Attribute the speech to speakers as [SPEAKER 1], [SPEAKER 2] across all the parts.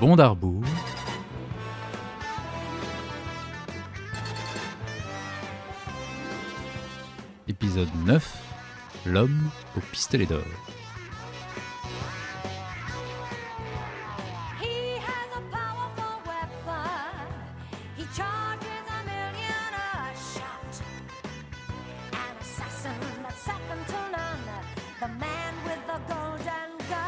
[SPEAKER 1] Bon d'Arbour. Épisode 9 L'homme au pistolet d'or.
[SPEAKER 2] He has a powerful weapon. He charges a million a shot. An assassin that's second to none. The man with the golden gun.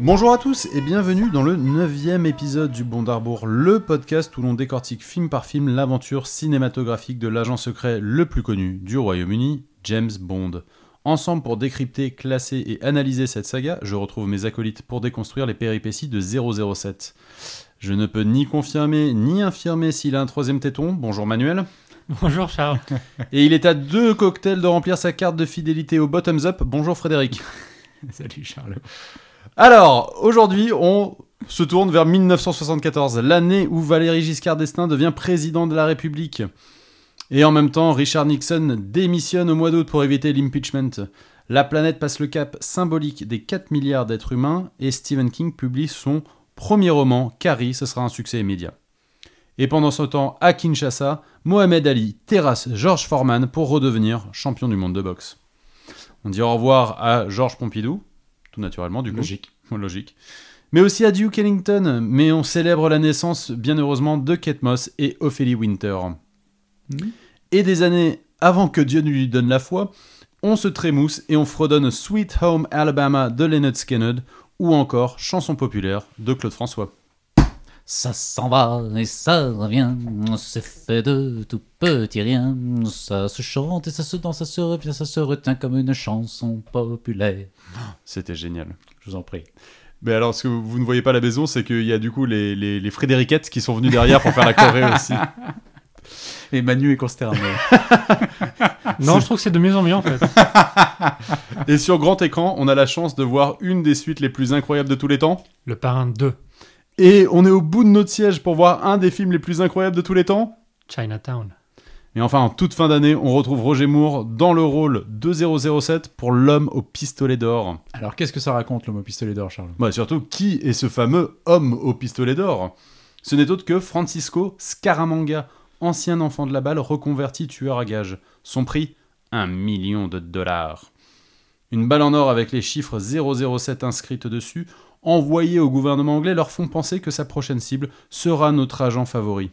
[SPEAKER 3] Bonjour à tous et bienvenue dans le 9 épisode du Bond d'Arbour, le podcast où l'on décortique film par film l'aventure cinématographique de l'agent secret le plus connu du Royaume-Uni, James Bond. Ensemble pour décrypter, classer et analyser cette saga, je retrouve mes acolytes pour déconstruire les péripéties de 007. Je ne peux ni confirmer ni infirmer s'il a un troisième téton, bonjour Manuel,
[SPEAKER 4] Bonjour Charles.
[SPEAKER 3] et il est à deux cocktails de remplir sa carte de fidélité au bottoms up, bonjour Frédéric.
[SPEAKER 4] Salut Charles.
[SPEAKER 3] Alors, aujourd'hui, on se tourne vers 1974, l'année où Valéry Giscard d'Estaing devient président de la République. Et en même temps, Richard Nixon démissionne au mois d'août pour éviter l'impeachment. La planète passe le cap symbolique des 4 milliards d'êtres humains et Stephen King publie son premier roman, Carrie, ce sera un succès immédiat. Et pendant ce temps, à Kinshasa, Mohamed Ali terrasse George Foreman pour redevenir champion du monde de boxe. On dit au revoir à Georges Pompidou, tout naturellement du coup.
[SPEAKER 4] Logique.
[SPEAKER 3] Logique. Mais aussi à Duke Ellington, mais on célèbre la naissance, bien heureusement, de Kate Moss et Ophélie Winter. Hmm.
[SPEAKER 4] Mhm.
[SPEAKER 3] Et des années avant que Dieu ne lui donne la foi, on se trémousse et on fredonne Sweet Home Alabama de Leonard Skinner ou encore Chanson populaire de Claude François.
[SPEAKER 5] Ça s'en va et ça revient, c'est fait de tout petit rien. Ça se chante et ça se danse, ça se revient, ça se retient comme une chanson populaire.
[SPEAKER 3] C'était génial.
[SPEAKER 5] Je vous en prie.
[SPEAKER 3] Mais alors, ce que vous ne voyez pas à la maison, c'est qu'il y a du coup les, les, les Frédériquettes qui sont venues derrière pour faire la choré aussi.
[SPEAKER 4] Et Manu est consterné. non, je trouve que c'est de mieux en mieux en fait.
[SPEAKER 3] Et sur grand écran, on a la chance de voir une des suites les plus incroyables de tous les temps.
[SPEAKER 4] Le parrain 2,
[SPEAKER 3] Et on est au bout de notre siège pour voir un des films les plus incroyables de tous les temps.
[SPEAKER 4] Chinatown.
[SPEAKER 3] Et enfin, en toute fin d'année, on retrouve Roger Moore dans le rôle de 007 pour l'homme au pistolet d'or.
[SPEAKER 6] Alors, qu'est-ce que ça raconte, l'homme au pistolet d'or, Charles
[SPEAKER 3] Bah surtout, qui est ce fameux homme au pistolet d'or Ce n'est autre que Francisco Scaramanga, ancien enfant de la balle reconverti tueur à gages. Son prix Un million de dollars. Une balle en or avec les chiffres 007 inscrites dessus, envoyées au gouvernement anglais, leur font penser que sa prochaine cible sera notre agent favori.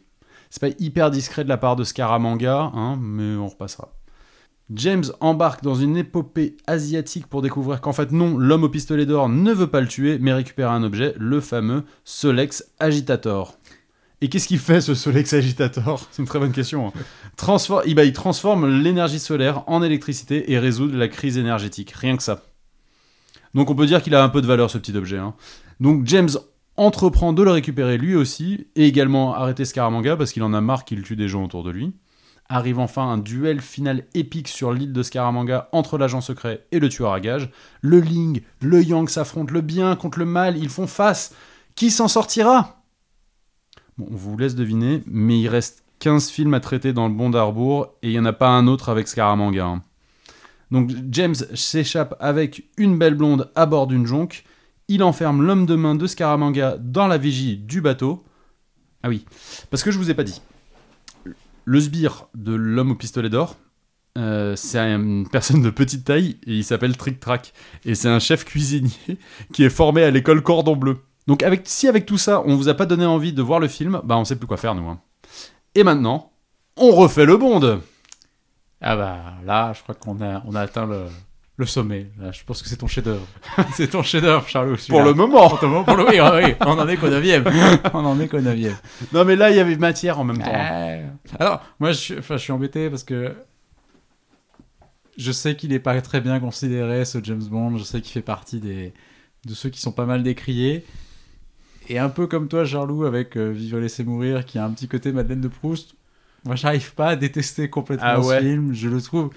[SPEAKER 3] C'est pas hyper discret de la part de Scaramanga, hein, mais on repassera. James embarque dans une épopée asiatique pour découvrir qu'en fait non, l'homme au pistolet d'or ne veut pas le tuer, mais récupère un objet, le fameux Solex Agitator. Et qu'est-ce qu'il fait ce Solex Agitator C'est une très bonne question. hein. Transfor- eh ben, il transforme l'énergie solaire en électricité et résout la crise énergétique, rien que ça. Donc on peut dire qu'il a un peu de valeur ce petit objet. hein. Donc James entreprend de le récupérer lui aussi, et également arrêter Scaramanga parce qu'il en a marre qu'il tue des gens autour de lui arrive enfin un duel final épique sur l'île de Scaramanga entre l'agent secret et le tueur à gages. Le Ling, le Yang s'affrontent, le bien contre le mal, ils font face. Qui s'en sortira Bon, on vous laisse deviner, mais il reste 15 films à traiter dans le Bond d'Arbour et il n'y en a pas un autre avec Scaramanga. hein. Donc James s'échappe avec une belle blonde à bord d'une jonque. Il enferme l'homme de main de Scaramanga dans la vigie du bateau. Ah oui, parce que je vous ai pas dit. Le sbire de l'homme au pistolet d'or, euh, c'est une personne de petite taille et il s'appelle Trick Track. Et c'est un chef cuisinier qui est formé à l'école Cordon Bleu. Donc avec, si avec tout ça, on vous a pas donné envie de voir le film, bah on sait plus quoi faire nous. hein. Et maintenant, on refait le bond
[SPEAKER 6] Ah bah là, je crois qu'on a, on a atteint le, le sommet. Là, je pense que c'est ton chef-d'œuvre. c'est ton chef-d'œuvre, Charles.
[SPEAKER 3] pour
[SPEAKER 6] celui-là.
[SPEAKER 3] le moment.
[SPEAKER 6] Pour le moment, pour le- oui, ah oui, on en est qu'au 9 On en est qu'au 9
[SPEAKER 3] Non mais là il y avait matière en même temps. hein.
[SPEAKER 6] Alors, moi, je suis, enfin, je suis embêté parce que je sais qu'il est pas très bien considéré, ce James Bond. Je sais qu'il fait partie des, de ceux qui sont pas mal décriés. Et un peu comme toi, Charlou, avec euh, Vivre, laisser mourir, qui a un petit côté Madeleine de Proust. Moi, j'arrive pas à détester complètement
[SPEAKER 3] Ah ouais.
[SPEAKER 6] ce film. Je le trouve.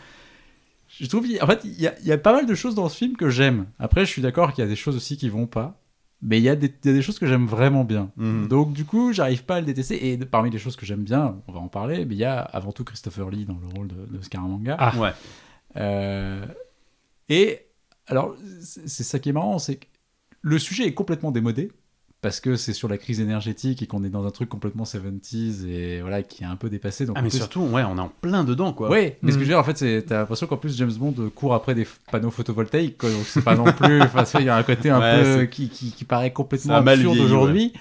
[SPEAKER 6] Je trouve. qu'il- En fait, il y, a- il y a pas mal de choses dans ce film que j'aime. Après, je suis d'accord qu'il y a des choses aussi qui vont pas. Mais il y, a des- il y a des choses que j'aime vraiment bien.
[SPEAKER 3] Mhm.
[SPEAKER 6] Donc du coup, j'arrive pas à le détester. Et de- parmi les choses que j'aime bien, on va en parler, mais il y a avant tout Christopher Lee dans le rôle de, de Scaramanga.
[SPEAKER 4] Ah.
[SPEAKER 3] Ouais.
[SPEAKER 6] Euh, et alors, c'est c'est ça qui est marrant, c'est que le- Le sujet est complètement démodé parce que c'est sur la crise énergétique et qu'on est dans un truc complètement 70s et voilà qui est un peu dépassé. Donc
[SPEAKER 3] Ah,
[SPEAKER 6] en
[SPEAKER 3] mais
[SPEAKER 6] plus-
[SPEAKER 3] surtout, ouais, on est en plein dedans, quoi.
[SPEAKER 6] Ouais, mais ce
[SPEAKER 4] Mm.
[SPEAKER 6] que je veux dire, en fait, c'est t'as l'impression qu'en plus James Bond euh, court après des f- panneaux photovoltaïques, quoi, donc c'est pas non plus. Enfin, ça, il y a un côté un
[SPEAKER 3] Ouais,
[SPEAKER 6] peu
[SPEAKER 3] c'est-
[SPEAKER 6] qui, qui, qui paraît complètement
[SPEAKER 3] Ça a mal
[SPEAKER 6] absurde
[SPEAKER 3] vieilli,
[SPEAKER 6] aujourd'hui.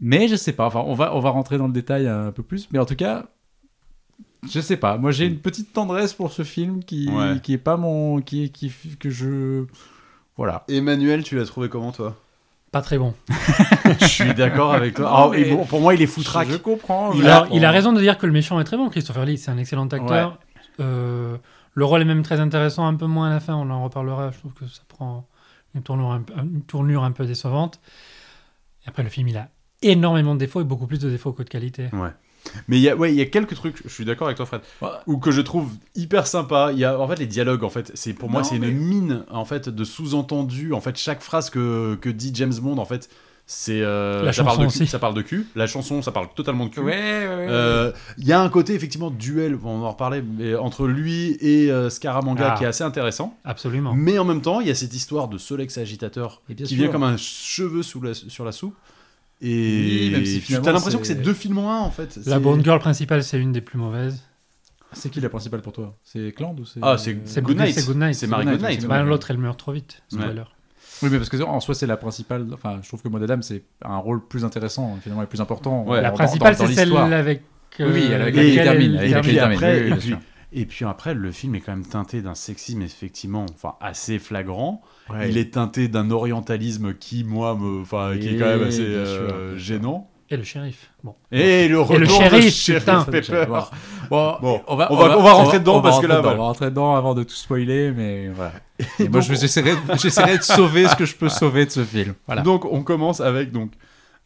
[SPEAKER 6] Mais je sais pas. Enfin, on va on va rentrer dans le détail un peu plus, mais en tout cas, je sais pas. Moi, j'ai une petite tendresse pour ce film qui
[SPEAKER 3] Ouais.
[SPEAKER 6] qui est pas mon qui est- qui f- que je voilà.
[SPEAKER 3] Emmanuel, tu l'as trouvé comment, toi
[SPEAKER 4] Pas très bon.
[SPEAKER 3] Je suis d'accord avec toi.
[SPEAKER 6] Non,
[SPEAKER 3] Ah, et
[SPEAKER 6] mais-
[SPEAKER 3] bon, pour moi, il est foutraque.
[SPEAKER 6] Je, je comprends.
[SPEAKER 4] Il,
[SPEAKER 6] voilà,
[SPEAKER 4] a, il
[SPEAKER 6] on-
[SPEAKER 4] a raison de dire que le méchant est très bon, Christopher Lee, c'est un excellent acteur. Euh, le rôle est même très intéressant, un peu moins à la fin, on en reparlera. Je trouve que ça prend une tournure un, peu- une tournure un peu décevante. Et après, le film, il a énormément de défauts et beaucoup plus de défauts que de qualité.
[SPEAKER 3] Mais il y a, ouais, il y a quelques trucs, je suis d'accord avec toi, Fred,
[SPEAKER 6] Ouais.
[SPEAKER 3] ou que je trouve hyper sympa. Il y a, en fait, les dialogues, en fait, c'est pour moi,
[SPEAKER 6] Non,
[SPEAKER 3] c'est
[SPEAKER 6] mais-
[SPEAKER 3] une mine, en fait, de sous-entendus. En fait, chaque phrase que, que dit James Bond, en fait, c'est. euh,
[SPEAKER 4] La
[SPEAKER 3] ça parle
[SPEAKER 4] chanson
[SPEAKER 3] de cul-
[SPEAKER 4] aussi.
[SPEAKER 3] Ça parle de cul. La chanson, ça parle totalement de cul.
[SPEAKER 6] Ouais, ouais, ouais.
[SPEAKER 3] Euh, Il y a un côté effectivement duel, on en reparlait, mais entre lui et euh, Scaramanga
[SPEAKER 4] Ah.
[SPEAKER 3] qui est assez intéressant.
[SPEAKER 4] Absolument.
[SPEAKER 3] Mais en même temps, il y a cette histoire de Solex agitateur
[SPEAKER 6] Et bien
[SPEAKER 3] qui
[SPEAKER 6] sûr.
[SPEAKER 3] vient comme un cheveu sous la- sur la soupe. Et
[SPEAKER 6] Oui, même si
[SPEAKER 3] tu
[SPEAKER 6] finalement,
[SPEAKER 3] as l'impression que
[SPEAKER 6] c'est-
[SPEAKER 3] c'est deux films en un en fait.
[SPEAKER 4] La
[SPEAKER 3] C'est-
[SPEAKER 4] Bond Girl principale, c'est une des plus mauvaises.
[SPEAKER 6] C'est qui la principale pour toi C'est Cland ou c'est Euh,
[SPEAKER 3] Ah, c'est
[SPEAKER 4] C'est
[SPEAKER 3] Goodnight.
[SPEAKER 4] c'est Goodnight.
[SPEAKER 3] C'est Marie
[SPEAKER 6] Goodnight,
[SPEAKER 3] Goodnight.
[SPEAKER 6] c'est
[SPEAKER 3] ouais.
[SPEAKER 4] Bah, L'autre, elle meurt trop vite. Spoiler.
[SPEAKER 6] Oui, mais parce que en soi, c'est la principale. Enfin, je trouve que Madame, c'est un rôle plus intéressant, finalement, et plus important.
[SPEAKER 3] Ouais.
[SPEAKER 4] La
[SPEAKER 6] dans-
[SPEAKER 4] principale,
[SPEAKER 6] dans- dans
[SPEAKER 4] c'est celle
[SPEAKER 6] l'histoire.
[SPEAKER 4] avec. euh,
[SPEAKER 6] Oui, avec
[SPEAKER 3] laquelle
[SPEAKER 6] elle termine. avec laquelle
[SPEAKER 3] elle termine.
[SPEAKER 6] elle
[SPEAKER 3] Et puis
[SPEAKER 6] termine.
[SPEAKER 3] après,
[SPEAKER 6] Oui, oui,
[SPEAKER 3] et
[SPEAKER 6] bien
[SPEAKER 3] puis-
[SPEAKER 6] sûr.
[SPEAKER 3] Et puis après, le film est quand même teinté d'un sexisme effectivement, enfin assez flagrant. Il est teinté d'un orientalisme qui, moi, me, enfin, qui est quand même
[SPEAKER 6] Et
[SPEAKER 3] assez
[SPEAKER 6] bien
[SPEAKER 3] euh,
[SPEAKER 6] sûr.
[SPEAKER 3] gênant.
[SPEAKER 4] Et le shérif. Bon. Ah,
[SPEAKER 3] Et le retour
[SPEAKER 4] le
[SPEAKER 3] de
[SPEAKER 4] shérif,
[SPEAKER 3] Sheriff
[SPEAKER 4] putain.
[SPEAKER 3] Pepper.
[SPEAKER 6] Bon, Bon,
[SPEAKER 3] Bon,
[SPEAKER 6] on va,
[SPEAKER 3] on va- on va rentrer dedans
[SPEAKER 6] on va
[SPEAKER 3] parce que
[SPEAKER 6] rentrer
[SPEAKER 3] là,
[SPEAKER 6] dedans,
[SPEAKER 3] voilà.
[SPEAKER 6] on va rentrer dedans avant de tout spoiler, mais voilà. Et moi,
[SPEAKER 3] donc,
[SPEAKER 6] je- j'essaierai j'essaierai de sauver ce que je peux sauver de ce film. Voilà.
[SPEAKER 3] Donc on commence avec donc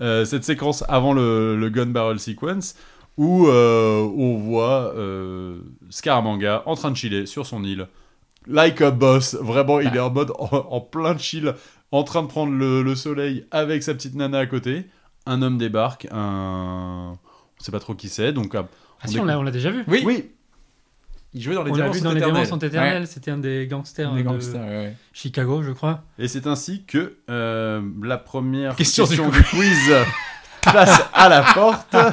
[SPEAKER 3] euh, cette séquence avant le, le gun barrel sequence où euh, on voit euh, Scaramanga en train de chiller sur son île. Like a boss, vraiment, il est en mode en, en plein chill, en train de prendre le, le soleil avec sa petite nana à côté. Un homme débarque, un. On sait pas trop qui c'est, donc. ah,
[SPEAKER 4] Ah si, on l'a on l'a déjà vu.
[SPEAKER 6] oui,
[SPEAKER 3] Oui,
[SPEAKER 6] il jouait dans les
[SPEAKER 4] On l'a
[SPEAKER 6] Diamants
[SPEAKER 4] vu
[SPEAKER 6] sont
[SPEAKER 4] dans Les
[SPEAKER 6] éternels.
[SPEAKER 4] Démons sont éternels. C'était un des gangsters, euh,
[SPEAKER 6] Ouais, les
[SPEAKER 4] de
[SPEAKER 6] gangsters, ouais, ouais.
[SPEAKER 4] Chicago, je crois.
[SPEAKER 3] et c'est ainsi que euh, la première
[SPEAKER 6] Question du
[SPEAKER 3] du quiz passe à la porte.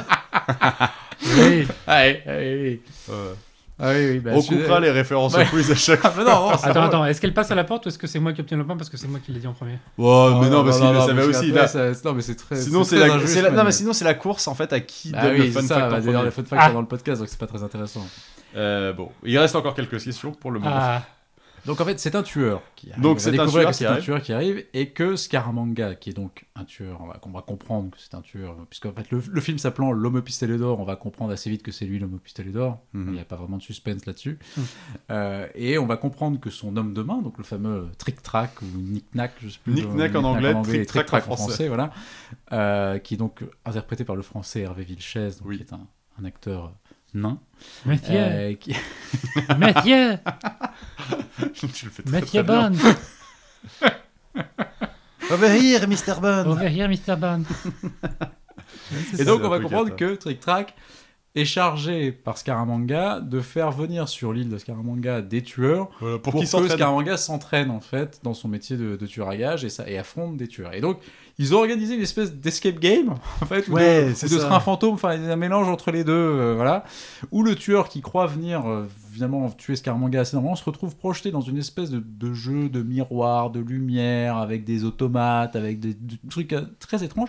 [SPEAKER 4] Oui.
[SPEAKER 6] Ouais, ouais, ouais.
[SPEAKER 3] Euh,
[SPEAKER 6] Ah oui, oui, bah,
[SPEAKER 3] on
[SPEAKER 6] je-
[SPEAKER 3] coupera les références
[SPEAKER 6] Ouais.
[SPEAKER 3] au quiz à chaque
[SPEAKER 6] Ah, mais non, non, c'est
[SPEAKER 4] attends,
[SPEAKER 6] bon.
[SPEAKER 4] attends. Est-ce qu'elle passe à la porte ou est-ce que c'est moi qui obtiens le point parce que c'est moi qui l'ai dit en premier
[SPEAKER 3] Oh, mais
[SPEAKER 6] Oh,
[SPEAKER 3] non, parce qu'il le
[SPEAKER 6] non,
[SPEAKER 3] savait
[SPEAKER 6] parce
[SPEAKER 3] aussi.
[SPEAKER 6] qu'après,
[SPEAKER 3] là.
[SPEAKER 6] ça- Non, mais c'est très.
[SPEAKER 3] Sinon, c'est
[SPEAKER 6] très
[SPEAKER 3] la,
[SPEAKER 6] injuste,
[SPEAKER 3] c'est la- non,
[SPEAKER 6] mais-
[SPEAKER 3] mais sinon, c'est la course en fait à qui
[SPEAKER 6] Ah
[SPEAKER 3] donne
[SPEAKER 6] oui,
[SPEAKER 3] le fun
[SPEAKER 6] c'est ça,
[SPEAKER 3] fact
[SPEAKER 6] bah,
[SPEAKER 3] en
[SPEAKER 6] d'ailleurs,
[SPEAKER 3] premier.
[SPEAKER 6] le fun fact
[SPEAKER 4] Ah.
[SPEAKER 6] est dans le podcast, donc c'est pas très intéressant.
[SPEAKER 3] Euh, bon, il reste encore quelques questions pour le moment.
[SPEAKER 4] Ah,
[SPEAKER 6] Donc en fait, c'est un tueur qui arrive.
[SPEAKER 3] Donc,
[SPEAKER 6] On va
[SPEAKER 3] c'est un
[SPEAKER 6] découvrir
[SPEAKER 3] tueur
[SPEAKER 6] que c'est
[SPEAKER 3] qui
[SPEAKER 6] un
[SPEAKER 3] arrive.
[SPEAKER 6] tueur qui arrive et que Scaramanga, qui est donc un tueur, on va, on va comprendre que c'est un tueur, puisque en fait le, le film s'appelant L'homme au pistolet d'or, on va comprendre assez vite que c'est lui l'homme au pistolet d'or.
[SPEAKER 3] Mhm.
[SPEAKER 6] Il n'y a pas vraiment de suspense là-dessus. Euh, et on va comprendre que son homme de main, donc le fameux Trick Track ou Nick Knack, je sais plus.
[SPEAKER 3] Nick Knack en anglais,
[SPEAKER 6] et
[SPEAKER 3] Trick Track en français,
[SPEAKER 6] voilà, euh, qui est donc interprété par le français Hervé Vilches, donc
[SPEAKER 3] Oui.
[SPEAKER 6] qui est un, un acteur nain.
[SPEAKER 4] Mathieu,
[SPEAKER 6] euh, qui-
[SPEAKER 4] Mathieu,
[SPEAKER 3] tu le fais très, très
[SPEAKER 4] Mathieu
[SPEAKER 3] bien.
[SPEAKER 4] Bond,
[SPEAKER 3] Over here, Mr. Bond.
[SPEAKER 4] over here, Mr. Bond.
[SPEAKER 6] Et
[SPEAKER 3] C'est
[SPEAKER 6] donc,
[SPEAKER 3] un
[SPEAKER 6] on va
[SPEAKER 3] peu
[SPEAKER 6] comprendre
[SPEAKER 3] gâteau.
[SPEAKER 6] que Trick Track est chargé par Scaramanga de faire venir sur l'île de Scaramanga des tueurs
[SPEAKER 3] Voilà, pour
[SPEAKER 6] pour,
[SPEAKER 3] qui
[SPEAKER 6] que
[SPEAKER 3] s'entraîne
[SPEAKER 6] Scaramanga s'entraîne en fait dans son métier de, de tueur à gage et, ça, et affronte des tueurs. Et donc, ils ont organisé une espèce d'escape game en fait, ou
[SPEAKER 3] Ouais,
[SPEAKER 6] de, ou
[SPEAKER 3] c'est
[SPEAKER 6] de
[SPEAKER 3] ça.
[SPEAKER 6] train fantôme, enfin un mélange entre les deux, euh, voilà. Où le tueur qui croit venir euh, finalement tuer Scaramanga assez normalement se retrouve projeté dans une espèce de, de jeu de miroir, de lumière, avec des automates, avec des, des trucs euh, très étranges.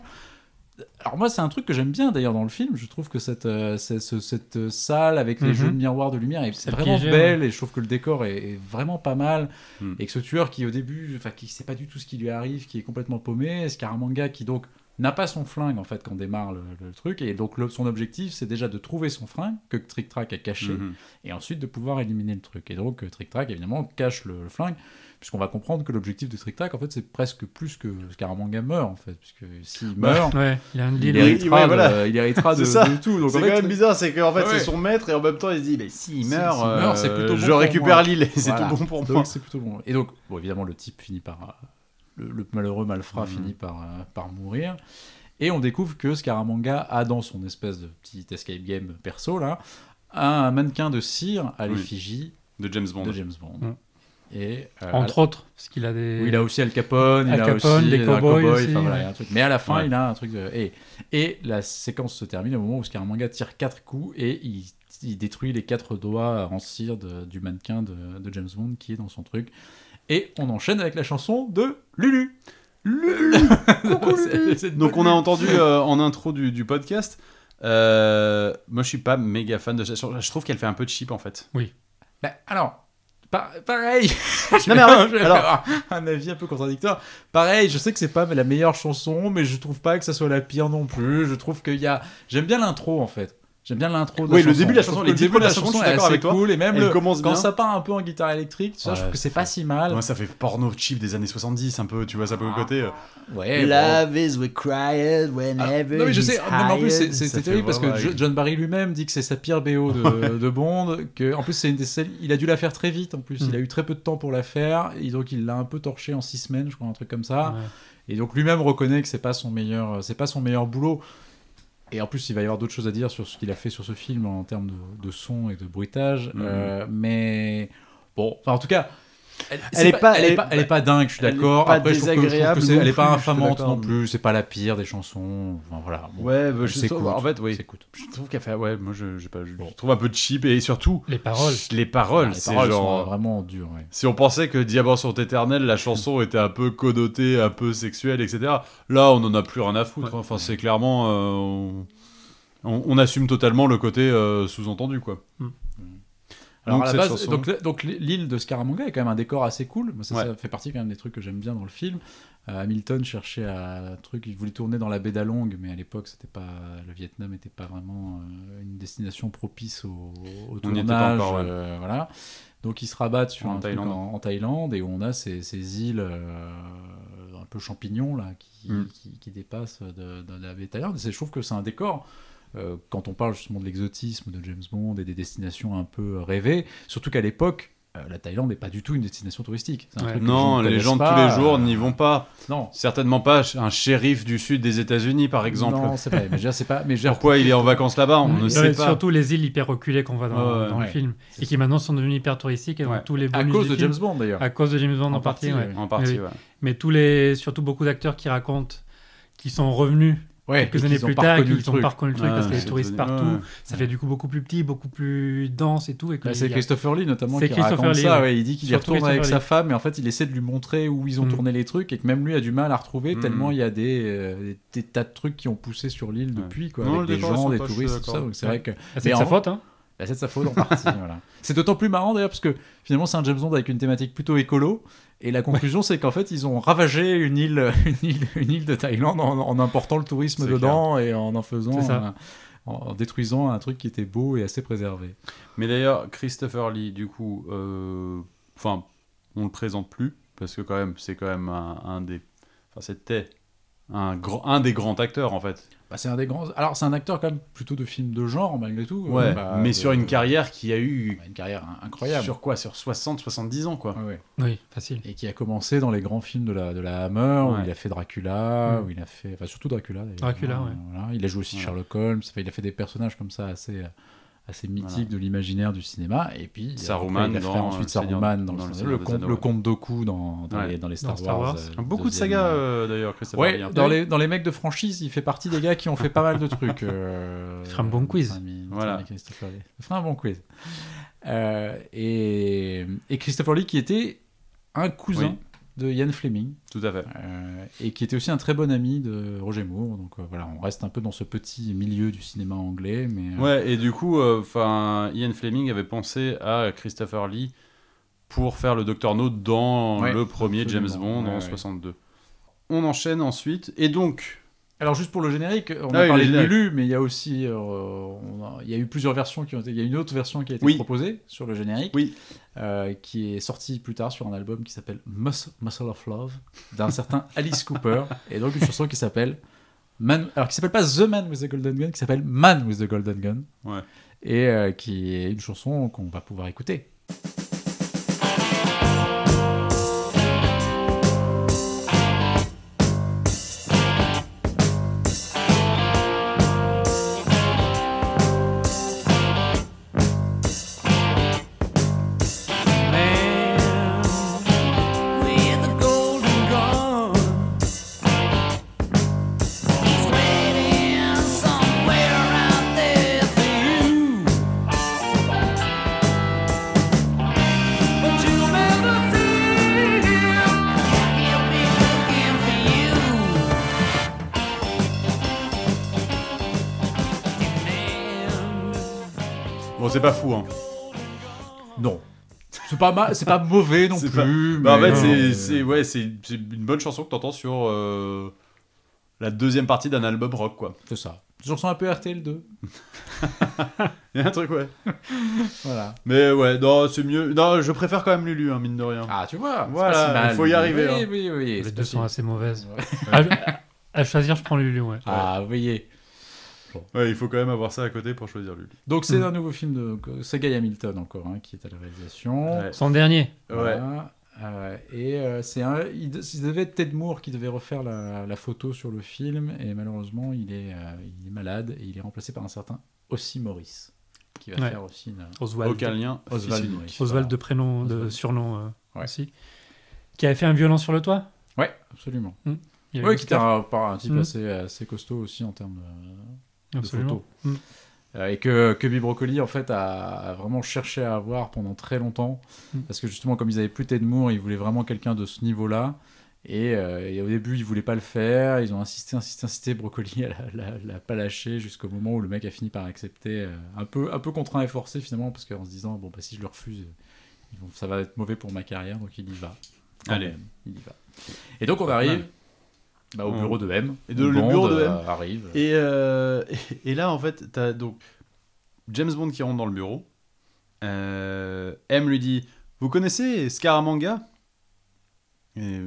[SPEAKER 6] Alors moi, c'est un truc que j'aime bien d'ailleurs dans le film. Je trouve que cette, euh, c'est- ce- cette euh, salle avec les
[SPEAKER 3] Mm-hmm.
[SPEAKER 4] Mhm.
[SPEAKER 6] jeux de miroir, de lumière, est
[SPEAKER 4] C'est
[SPEAKER 6] vraiment
[SPEAKER 4] piégé,
[SPEAKER 6] belle et je trouve que le décor est, est vraiment pas mal.
[SPEAKER 3] Hmm.
[SPEAKER 6] Et que ce tueur qui au début, enfin qui sait pas du tout ce qui lui arrive, qui est complètement paumé, Scaramanga qui donc n'a pas son flingue en fait quand démarre le, le truc et donc le- son objectif c'est déjà de trouver son flingue que Trick Track a caché
[SPEAKER 3] Mhm.
[SPEAKER 6] et ensuite de pouvoir éliminer le truc. Et donc euh, Trick Track évidemment cache le, le flingue puisqu'on va comprendre que l'objectif de Trick Track en fait c'est presque plus que Scaramanga meurt en fait puisque s'il
[SPEAKER 3] Bah,
[SPEAKER 6] meurt
[SPEAKER 4] Ouais, il a un
[SPEAKER 6] il
[SPEAKER 4] deal.
[SPEAKER 3] est-
[SPEAKER 6] héritera,
[SPEAKER 3] ouais, voilà.
[SPEAKER 6] de, il héritera de,
[SPEAKER 3] C'est ça.
[SPEAKER 6] de tout. Donc,
[SPEAKER 3] C'est
[SPEAKER 6] en
[SPEAKER 3] quand
[SPEAKER 6] fait,
[SPEAKER 3] même bizarre, c'est qu'en fait
[SPEAKER 6] Ouais.
[SPEAKER 3] c'est son maître et en même temps il se dit, mais s'il
[SPEAKER 6] Si-
[SPEAKER 3] meurt, euh,
[SPEAKER 6] s'il meurt, c'est plutôt bon
[SPEAKER 3] je
[SPEAKER 6] pour
[SPEAKER 3] récupère
[SPEAKER 6] moi.
[SPEAKER 3] l'île et c'est
[SPEAKER 6] Voilà.
[SPEAKER 3] tout bon pour moi.
[SPEAKER 6] Donc, c'est plutôt bon. Et donc, bon, évidemment, le type finit par. euh, Le, le malheureux malfrat
[SPEAKER 3] Mhm.
[SPEAKER 6] finit par, euh, par mourir. Et on découvre que Scaramanga a dans son espèce de petit escape game perso, là, un mannequin de cire à
[SPEAKER 3] Oui.
[SPEAKER 6] l'effigie
[SPEAKER 3] De James Bond.
[SPEAKER 6] de James Bond.
[SPEAKER 4] Mm.
[SPEAKER 6] Et, euh,
[SPEAKER 4] Entre autres, parce qu'il a des.
[SPEAKER 6] où il a aussi Al Capone,
[SPEAKER 4] Al
[SPEAKER 6] il a
[SPEAKER 4] Capone,
[SPEAKER 6] aussi
[SPEAKER 4] des
[SPEAKER 6] un
[SPEAKER 4] cowboys
[SPEAKER 6] cowboy,
[SPEAKER 4] aussi,
[SPEAKER 6] enfin, voilà,
[SPEAKER 4] ouais.
[SPEAKER 6] il y a un truc. Mais à la fin,
[SPEAKER 3] Ouais.
[SPEAKER 6] il a un truc de. Et, et la séquence se termine au moment où Scaramanga tire quatre coups et il, il détruit les quatre doigts en cire de- du mannequin de, de James Bond qui est dans son truc. Et on enchaîne avec la chanson de Lulu. Lulu C'est- c'est-
[SPEAKER 3] Donc on a entendu euh, en intro du, du podcast. euh, moi je suis pas méga fan de cette chanson. Je trouve qu'elle fait un peu cheap en fait.
[SPEAKER 6] Bah, alors, pa- pareil. Je vais-
[SPEAKER 3] Non, mais arrête.
[SPEAKER 6] je vais
[SPEAKER 3] Alors-
[SPEAKER 6] faire un avis un peu contradictoire. Pareil, je sais que c'est pas la meilleure chanson, mais je trouve pas que ça soit la pire non plus. Je trouve qu'il y a. J'aime bien l'intro en fait. J'aime bien l'intro. de la
[SPEAKER 3] Oui, le
[SPEAKER 6] chanson.
[SPEAKER 3] début de la
[SPEAKER 6] Je trouve
[SPEAKER 3] chanson,
[SPEAKER 6] que
[SPEAKER 3] les
[SPEAKER 6] le
[SPEAKER 3] dix
[SPEAKER 6] début de la
[SPEAKER 3] premières
[SPEAKER 6] chanson
[SPEAKER 3] chansons,
[SPEAKER 6] est
[SPEAKER 3] je suis d'accord
[SPEAKER 6] assez
[SPEAKER 3] avec toi.
[SPEAKER 6] cool et même
[SPEAKER 3] Elle
[SPEAKER 6] le-
[SPEAKER 3] commence
[SPEAKER 6] quand
[SPEAKER 3] bien.
[SPEAKER 6] ça part un peu en guitare électrique, tout ça,
[SPEAKER 3] Ouais,
[SPEAKER 6] je trouve que c'est
[SPEAKER 3] c'est
[SPEAKER 6] pas
[SPEAKER 3] vrai.
[SPEAKER 6] si mal.
[SPEAKER 3] Ouais, ça fait porno cheap des années 70 un peu. Tu vois ça peut le côté. euh,
[SPEAKER 6] Ouais. bon.
[SPEAKER 7] is required
[SPEAKER 6] Ah,
[SPEAKER 7] whenever.
[SPEAKER 6] non mais je
[SPEAKER 7] he's
[SPEAKER 6] sais, non, mais en plus c'est-
[SPEAKER 7] hired.
[SPEAKER 6] c'est
[SPEAKER 3] ça
[SPEAKER 6] c'est
[SPEAKER 3] fait
[SPEAKER 6] terrible parce que
[SPEAKER 3] vraiment
[SPEAKER 6] Jo-
[SPEAKER 3] avec-
[SPEAKER 6] John Barry lui-même dit que c'est sa pire BO de, de Bond, que en plus c'est une des scènes- il a dû la faire très vite en plus,
[SPEAKER 4] Mm.
[SPEAKER 6] il a eu très peu de temps pour la faire, et donc il l'a un peu torché en six semaines, je crois un truc comme ça.
[SPEAKER 4] Ouais.
[SPEAKER 6] Et donc lui-même reconnaît que c'est pas son meilleur, euh, c'est pas son meilleur boulot. Et en plus, il va y avoir d'autres choses à dire sur ce qu'il a fait sur ce film en termes de, de son et de bruitage.
[SPEAKER 3] Mhm.
[SPEAKER 6] Euh, mais bon, enfin, en tout cas, elle,
[SPEAKER 7] Elle
[SPEAKER 6] c'est
[SPEAKER 7] est pas-
[SPEAKER 6] elle
[SPEAKER 7] elle
[SPEAKER 6] est
[SPEAKER 7] est
[SPEAKER 6] pas, elle est pas dingue, je suis
[SPEAKER 7] elle est
[SPEAKER 6] d'accord.
[SPEAKER 7] pas
[SPEAKER 6] Après, je trouve que- je trouve que,
[SPEAKER 7] désagréable
[SPEAKER 6] c'est-
[SPEAKER 7] non
[SPEAKER 6] elle est pas
[SPEAKER 7] plus, je suis
[SPEAKER 6] infamante non
[SPEAKER 7] d'accord.
[SPEAKER 6] plus. C'est pas la pire des chansons. Enfin voilà. Bon,
[SPEAKER 3] Ouais, bah,
[SPEAKER 6] elle
[SPEAKER 3] je
[SPEAKER 6] s'écoute,
[SPEAKER 3] trouve, en fait, oui.
[SPEAKER 6] elle s'écoute.
[SPEAKER 3] Je trouve qu'elle fait. Ouais, moi je, j'ai pas, je trouve un peu cheap et surtout
[SPEAKER 4] Les paroles.
[SPEAKER 3] Les paroles,
[SPEAKER 6] Les
[SPEAKER 3] c'est
[SPEAKER 6] paroles
[SPEAKER 3] genre. euh,
[SPEAKER 6] sont euh, vraiment dures. ouais.
[SPEAKER 3] Si on pensait que Diamant sont éternels, la chanson était un peu connotée, un peu sexuelle, etc. Là, on en a plus rien à foutre. hein. Enfin, c'est clairement. euh, on... on- on assume totalement le côté euh, sous-entendu, quoi.
[SPEAKER 4] Mm.
[SPEAKER 6] Alors
[SPEAKER 3] donc,
[SPEAKER 6] à la
[SPEAKER 3] cette
[SPEAKER 6] base,
[SPEAKER 3] chanson-
[SPEAKER 6] donc, donc l'île de Scaramanga est quand même un décor assez cool. Moi, ça,
[SPEAKER 3] Ouais.
[SPEAKER 6] ça fait partie quand même des trucs que j'aime bien dans le film. Euh, Hamilton cherchait à un truc, il voulait tourner dans la baie d'Along, mais à l'époque, c'était pas le Vietnam n'était pas vraiment euh, une destination propice au, au
[SPEAKER 3] On n'y était
[SPEAKER 6] tournage.
[SPEAKER 3] pas encore, ouais.
[SPEAKER 6] euh, voilà. Donc ils se rabattent sur
[SPEAKER 3] En
[SPEAKER 6] un truc
[SPEAKER 3] Thaïlande.
[SPEAKER 6] en, en Thaïlande et où on a ces, ces îles euh, un peu champignons là qui,
[SPEAKER 3] Mm.
[SPEAKER 6] qui, qui dépassent de, de la baie de Thaïlande. Et Je trouve que c'est un décor. euh, quand on parle justement de l'exotisme de James Bond et des destinations un peu rêvées, surtout qu'à l'époque, euh, la Thaïlande n'est pas du tout une destination touristique. C'est un
[SPEAKER 4] Ouais.
[SPEAKER 6] truc que
[SPEAKER 3] non,
[SPEAKER 6] ne
[SPEAKER 3] les gens de tous
[SPEAKER 6] connaissent
[SPEAKER 3] les
[SPEAKER 6] pas,
[SPEAKER 3] jours
[SPEAKER 6] euh,
[SPEAKER 3] n'y vont pas.
[SPEAKER 6] Non.
[SPEAKER 3] Certainement pas un shérif du sud des États-Unis, par exemple.
[SPEAKER 6] Non, c'est pas. Mais je veux dire, c'est pas. Mais je veux dire,
[SPEAKER 3] Pourquoi il est en vacances là-bas On ne
[SPEAKER 4] Ouais,
[SPEAKER 3] sait pas.
[SPEAKER 4] Surtout les îles hyper reculées qu'on voit dans,
[SPEAKER 3] Ouais, ouais,
[SPEAKER 4] dans
[SPEAKER 6] ouais.
[SPEAKER 4] le film et qui maintenant sont devenues hyper touristiques et dans
[SPEAKER 3] Ouais.
[SPEAKER 4] tous les
[SPEAKER 6] à
[SPEAKER 4] bonus
[SPEAKER 6] cause
[SPEAKER 4] du
[SPEAKER 6] de
[SPEAKER 4] film.
[SPEAKER 6] James Bond d'ailleurs.
[SPEAKER 4] à cause de James Bond en,
[SPEAKER 6] En
[SPEAKER 4] partie,
[SPEAKER 6] partie,
[SPEAKER 4] ouais.
[SPEAKER 3] En partie,
[SPEAKER 4] Oui.
[SPEAKER 3] ouais.
[SPEAKER 4] mais tous les surtout beaucoup d'acteurs qui racontent qui sont revenus
[SPEAKER 6] Ouais.
[SPEAKER 4] quelques
[SPEAKER 6] et
[SPEAKER 4] années
[SPEAKER 6] qu'ils ont
[SPEAKER 4] plus
[SPEAKER 6] pas
[SPEAKER 4] tard et
[SPEAKER 6] reconnu
[SPEAKER 4] qu'ils n'ont pas reconnu le truc
[SPEAKER 3] Ah,
[SPEAKER 4] parce qu'il y a
[SPEAKER 3] c'est
[SPEAKER 4] des touristes
[SPEAKER 3] étonnant.
[SPEAKER 4] partout
[SPEAKER 3] Ouais.
[SPEAKER 4] ça fait du coup beaucoup plus petit beaucoup plus dense et tout et que
[SPEAKER 6] Là,
[SPEAKER 4] les-
[SPEAKER 6] Bah, c'est Christopher Lee notamment qui
[SPEAKER 4] C'est Christopher
[SPEAKER 6] raconte
[SPEAKER 4] Lee,
[SPEAKER 6] ça.
[SPEAKER 4] ouais.
[SPEAKER 6] ouais, Il dit qu'il y
[SPEAKER 4] Surtout
[SPEAKER 6] retourne avec
[SPEAKER 4] Christopher
[SPEAKER 6] sa femme, mais en fait, il essaie de lui montrer où ils ont
[SPEAKER 4] Mm.
[SPEAKER 6] tourné les trucs et que même lui a du mal à retrouver
[SPEAKER 3] Mm.
[SPEAKER 6] tellement il y a des, euh, des- des tas de trucs qui ont poussé sur l'île
[SPEAKER 3] Ouais.
[SPEAKER 6] depuis, quoi,
[SPEAKER 3] Non, le
[SPEAKER 6] avec des
[SPEAKER 3] décor est
[SPEAKER 6] gens, des
[SPEAKER 3] sympa, je suis
[SPEAKER 6] touristes, tout ça.
[SPEAKER 3] d'accord.
[SPEAKER 6] Donc c'est vrai que
[SPEAKER 4] Ah, c'est
[SPEAKER 6] Mais
[SPEAKER 4] de sa
[SPEAKER 6] en-
[SPEAKER 4] faute hein.
[SPEAKER 6] Bah, c'est de sa faute en partie. voilà. C'est d'autant plus marrant d'ailleurs parce que finalement c'est un James Bond avec une thématique plutôt écolo. Et la conclusion c'est qu'en fait ils ont ravagé une île, une île, une île de Thaïlande en, en important le tourisme
[SPEAKER 3] C'est
[SPEAKER 6] dedans et en en faisant,
[SPEAKER 4] C'est
[SPEAKER 6] un-
[SPEAKER 4] ça.
[SPEAKER 6] en, en détruisant un truc qui était beau et assez préservé.
[SPEAKER 3] Mais d'ailleurs, Christopher Lee, du coup, euh, enfin, on le présente plus parce que quand même, c'est quand même un, un des, enfin, c'était un grand, un des grands acteurs en fait.
[SPEAKER 6] Bah, c'est un des grands. Alors c'est un acteur quand même plutôt de film de genre malgré tout. Euh, bah,
[SPEAKER 3] mais
[SPEAKER 6] de-
[SPEAKER 3] sur une carrière qui a eu
[SPEAKER 6] bah, une carrière in- incroyable.
[SPEAKER 3] Sur quoi Sur 60, 70 ans quoi.
[SPEAKER 6] Ouais, ouais.
[SPEAKER 4] oui facile
[SPEAKER 6] Et qui a commencé dans les grands films de la, de la Hammer, où
[SPEAKER 3] Ouais.
[SPEAKER 6] il a fait Dracula,
[SPEAKER 4] Mm.
[SPEAKER 6] où il a fait. Enfin, surtout Dracula d'ailleurs. hein,
[SPEAKER 4] Dracula, ouais.
[SPEAKER 6] voilà. Il a joué aussi
[SPEAKER 3] Voilà.
[SPEAKER 6] Sherlock Holmes, Enfin, il a fait des personnages comme ça assez, euh, assez mythiques
[SPEAKER 3] Voilà.
[SPEAKER 6] de l'imaginaire du cinéma. Et puis, il a-
[SPEAKER 3] Saruman
[SPEAKER 6] il a fait
[SPEAKER 3] dans,
[SPEAKER 6] ensuite
[SPEAKER 3] euh, Seigneur-
[SPEAKER 6] Saruman dans,
[SPEAKER 3] dans
[SPEAKER 6] le,
[SPEAKER 3] le
[SPEAKER 6] Seigneur
[SPEAKER 3] Seigneur
[SPEAKER 6] le
[SPEAKER 3] des
[SPEAKER 6] comte-
[SPEAKER 3] Anneaux,
[SPEAKER 6] le
[SPEAKER 3] ouais.
[SPEAKER 6] comte Doku dans, dans,
[SPEAKER 3] Ouais.
[SPEAKER 6] les, dans les Star,
[SPEAKER 4] Dans Star
[SPEAKER 6] Wars.
[SPEAKER 4] Wars.
[SPEAKER 6] euh,
[SPEAKER 3] Beaucoup de
[SPEAKER 6] deuxième,
[SPEAKER 3] sagas
[SPEAKER 6] euh,
[SPEAKER 3] euh, d'ailleurs, Christopher
[SPEAKER 6] Ouais,
[SPEAKER 3] Lee. hein.
[SPEAKER 6] dans les, dans les mecs de franchise, il fait partie des gars qui ont fait pas mal de trucs. euh,
[SPEAKER 4] Fera un bon quiz.
[SPEAKER 6] notre ami- notre
[SPEAKER 3] Voilà.
[SPEAKER 6] ami Christopher Lee. Fera un bon quiz. Euh, et, et Christopher Lee qui était un cousin
[SPEAKER 3] Oui.
[SPEAKER 6] de Ian Fleming
[SPEAKER 3] Tout à fait.
[SPEAKER 6] euh, et qui était aussi un très bon ami de Roger Moore. Donc euh, voilà, on reste un peu dans ce petit milieu du cinéma anglais. Mais, euh,
[SPEAKER 3] Ouais, et du coup, enfin, Ian Fleming avait pensé à Christopher Lee pour faire le Dr No dans
[SPEAKER 6] Ouais,
[SPEAKER 3] le premier
[SPEAKER 6] absolument.
[SPEAKER 3] James Bond
[SPEAKER 6] Ouais,
[SPEAKER 3] en
[SPEAKER 6] ouais.
[SPEAKER 3] 62. On enchaîne ensuite, et donc,
[SPEAKER 6] Alors juste pour le générique, on
[SPEAKER 3] Ah
[SPEAKER 6] a
[SPEAKER 3] oui,
[SPEAKER 6] parlé
[SPEAKER 3] le
[SPEAKER 6] de
[SPEAKER 3] générique.
[SPEAKER 6] Lulu, mais il y a aussi, euh, on a- il y a eu plusieurs versions qui ont été, il y a une autre version qui a été
[SPEAKER 3] Oui.
[SPEAKER 6] proposée sur le générique,
[SPEAKER 3] Oui.
[SPEAKER 6] euh, qui est sortie plus tard sur un album qui s'appelle Muscle, Muscle of Love d'un certain Alice Cooper, et donc une chanson qui s'appelle Man, alors qui s'appelle pas The Man with the Golden Gun, qui s'appelle Man with the Golden Gun,
[SPEAKER 3] Ouais.
[SPEAKER 6] et euh, qui est une chanson qu'on va pouvoir écouter.
[SPEAKER 8] Man
[SPEAKER 3] Bon, c'est pas fou, hein.
[SPEAKER 6] Non. C'est pas, ma- c'est pas mauvais non
[SPEAKER 3] C'est
[SPEAKER 6] plus.
[SPEAKER 3] pas-
[SPEAKER 6] Mais...
[SPEAKER 3] Bah, en fait,
[SPEAKER 6] euh,
[SPEAKER 3] c'est- c'est ouais, c'est c'est une bonne chanson que t'entends sur euh, la deuxième partie d'un album rock, quoi.
[SPEAKER 6] C'est ça. Je ressens un peu RTL2.
[SPEAKER 3] Il y a un truc, ouais.
[SPEAKER 6] Voilà.
[SPEAKER 3] Mais ouais, non, c'est mieux. Non, je préfère quand même Lulu, hein, mine de rien.
[SPEAKER 6] Ah, tu vois. c'est
[SPEAKER 3] Voilà,
[SPEAKER 6] pas si mal.
[SPEAKER 3] faut y arriver,
[SPEAKER 6] Oui,
[SPEAKER 3] hein.
[SPEAKER 6] oui, oui.
[SPEAKER 4] Les
[SPEAKER 6] c'est
[SPEAKER 4] deux
[SPEAKER 6] pas si-
[SPEAKER 4] sont assez mauvaises. à, à choisir, je prends Lulu, ouais.
[SPEAKER 6] Ah, vous voyez.
[SPEAKER 3] Ouais, il faut quand même avoir ça à côté pour choisir Lulu.
[SPEAKER 6] Donc, c'est
[SPEAKER 4] Mm.
[SPEAKER 6] un nouveau film de. donc, euh, C'est Guy Hamilton encore hein, qui est à la réalisation.
[SPEAKER 3] Ouais.
[SPEAKER 4] Son dernier.
[SPEAKER 3] Ouais.
[SPEAKER 6] Voilà. Euh, et euh, c'est un. Il, de- il devait être Ted Moore qui devait refaire la, la photo sur le film. Et malheureusement, il est, euh, il est malade et il est remplacé par un certain Ossie Morris qui va
[SPEAKER 4] Ouais.
[SPEAKER 6] faire aussi une.
[SPEAKER 4] Oswald.
[SPEAKER 3] Aucun lien.
[SPEAKER 6] Oswald,
[SPEAKER 3] fils
[SPEAKER 6] oui.
[SPEAKER 3] unique.
[SPEAKER 4] Oswald de prénom, de
[SPEAKER 6] Oswald.
[SPEAKER 4] surnom euh,
[SPEAKER 6] Ouais.
[SPEAKER 4] aussi. Qui avait fait un violent sur le toit.
[SPEAKER 6] Ouais, absolument.
[SPEAKER 4] Il y a eu
[SPEAKER 6] Oui, qui est
[SPEAKER 4] l'Oscar.
[SPEAKER 6] un, par un type
[SPEAKER 4] Mm.
[SPEAKER 6] assez, assez costaud aussi en termes de. de
[SPEAKER 4] Absolument.
[SPEAKER 6] photos.
[SPEAKER 4] Mm.
[SPEAKER 6] Euh, Et que Kirby Broccoli, en fait, a, a vraiment cherché à avoir pendant très longtemps.
[SPEAKER 4] Mm.
[SPEAKER 6] Parce que justement, comme ils avaient plus Ted Moore, ils voulaient vraiment quelqu'un de ce niveau-là. Et, euh, et au début, ils voulaient pas le faire. Ils ont insisté, insisté, insisté. Broccoli elle a- l'a l'a pas lâché jusqu'au moment où le mec a fini par accepter. euh, un, peu, un peu contraint et forcé, finalement, parce qu'en se disant, bon, bah, si je le refuse, euh, ils vont- ça va être mauvais pour ma carrière. Donc il y va. Quand
[SPEAKER 3] Allez.
[SPEAKER 6] même, il y va. Et donc, on arrive. bah, au
[SPEAKER 3] On-
[SPEAKER 6] bureau de M.
[SPEAKER 3] Et de- le bureau de M.
[SPEAKER 6] euh, arrive.
[SPEAKER 3] Et, euh, et là, en fait, t'as donc James Bond qui rentre dans le bureau. Euh, M lui dit Vous connaissez Scaramanga Et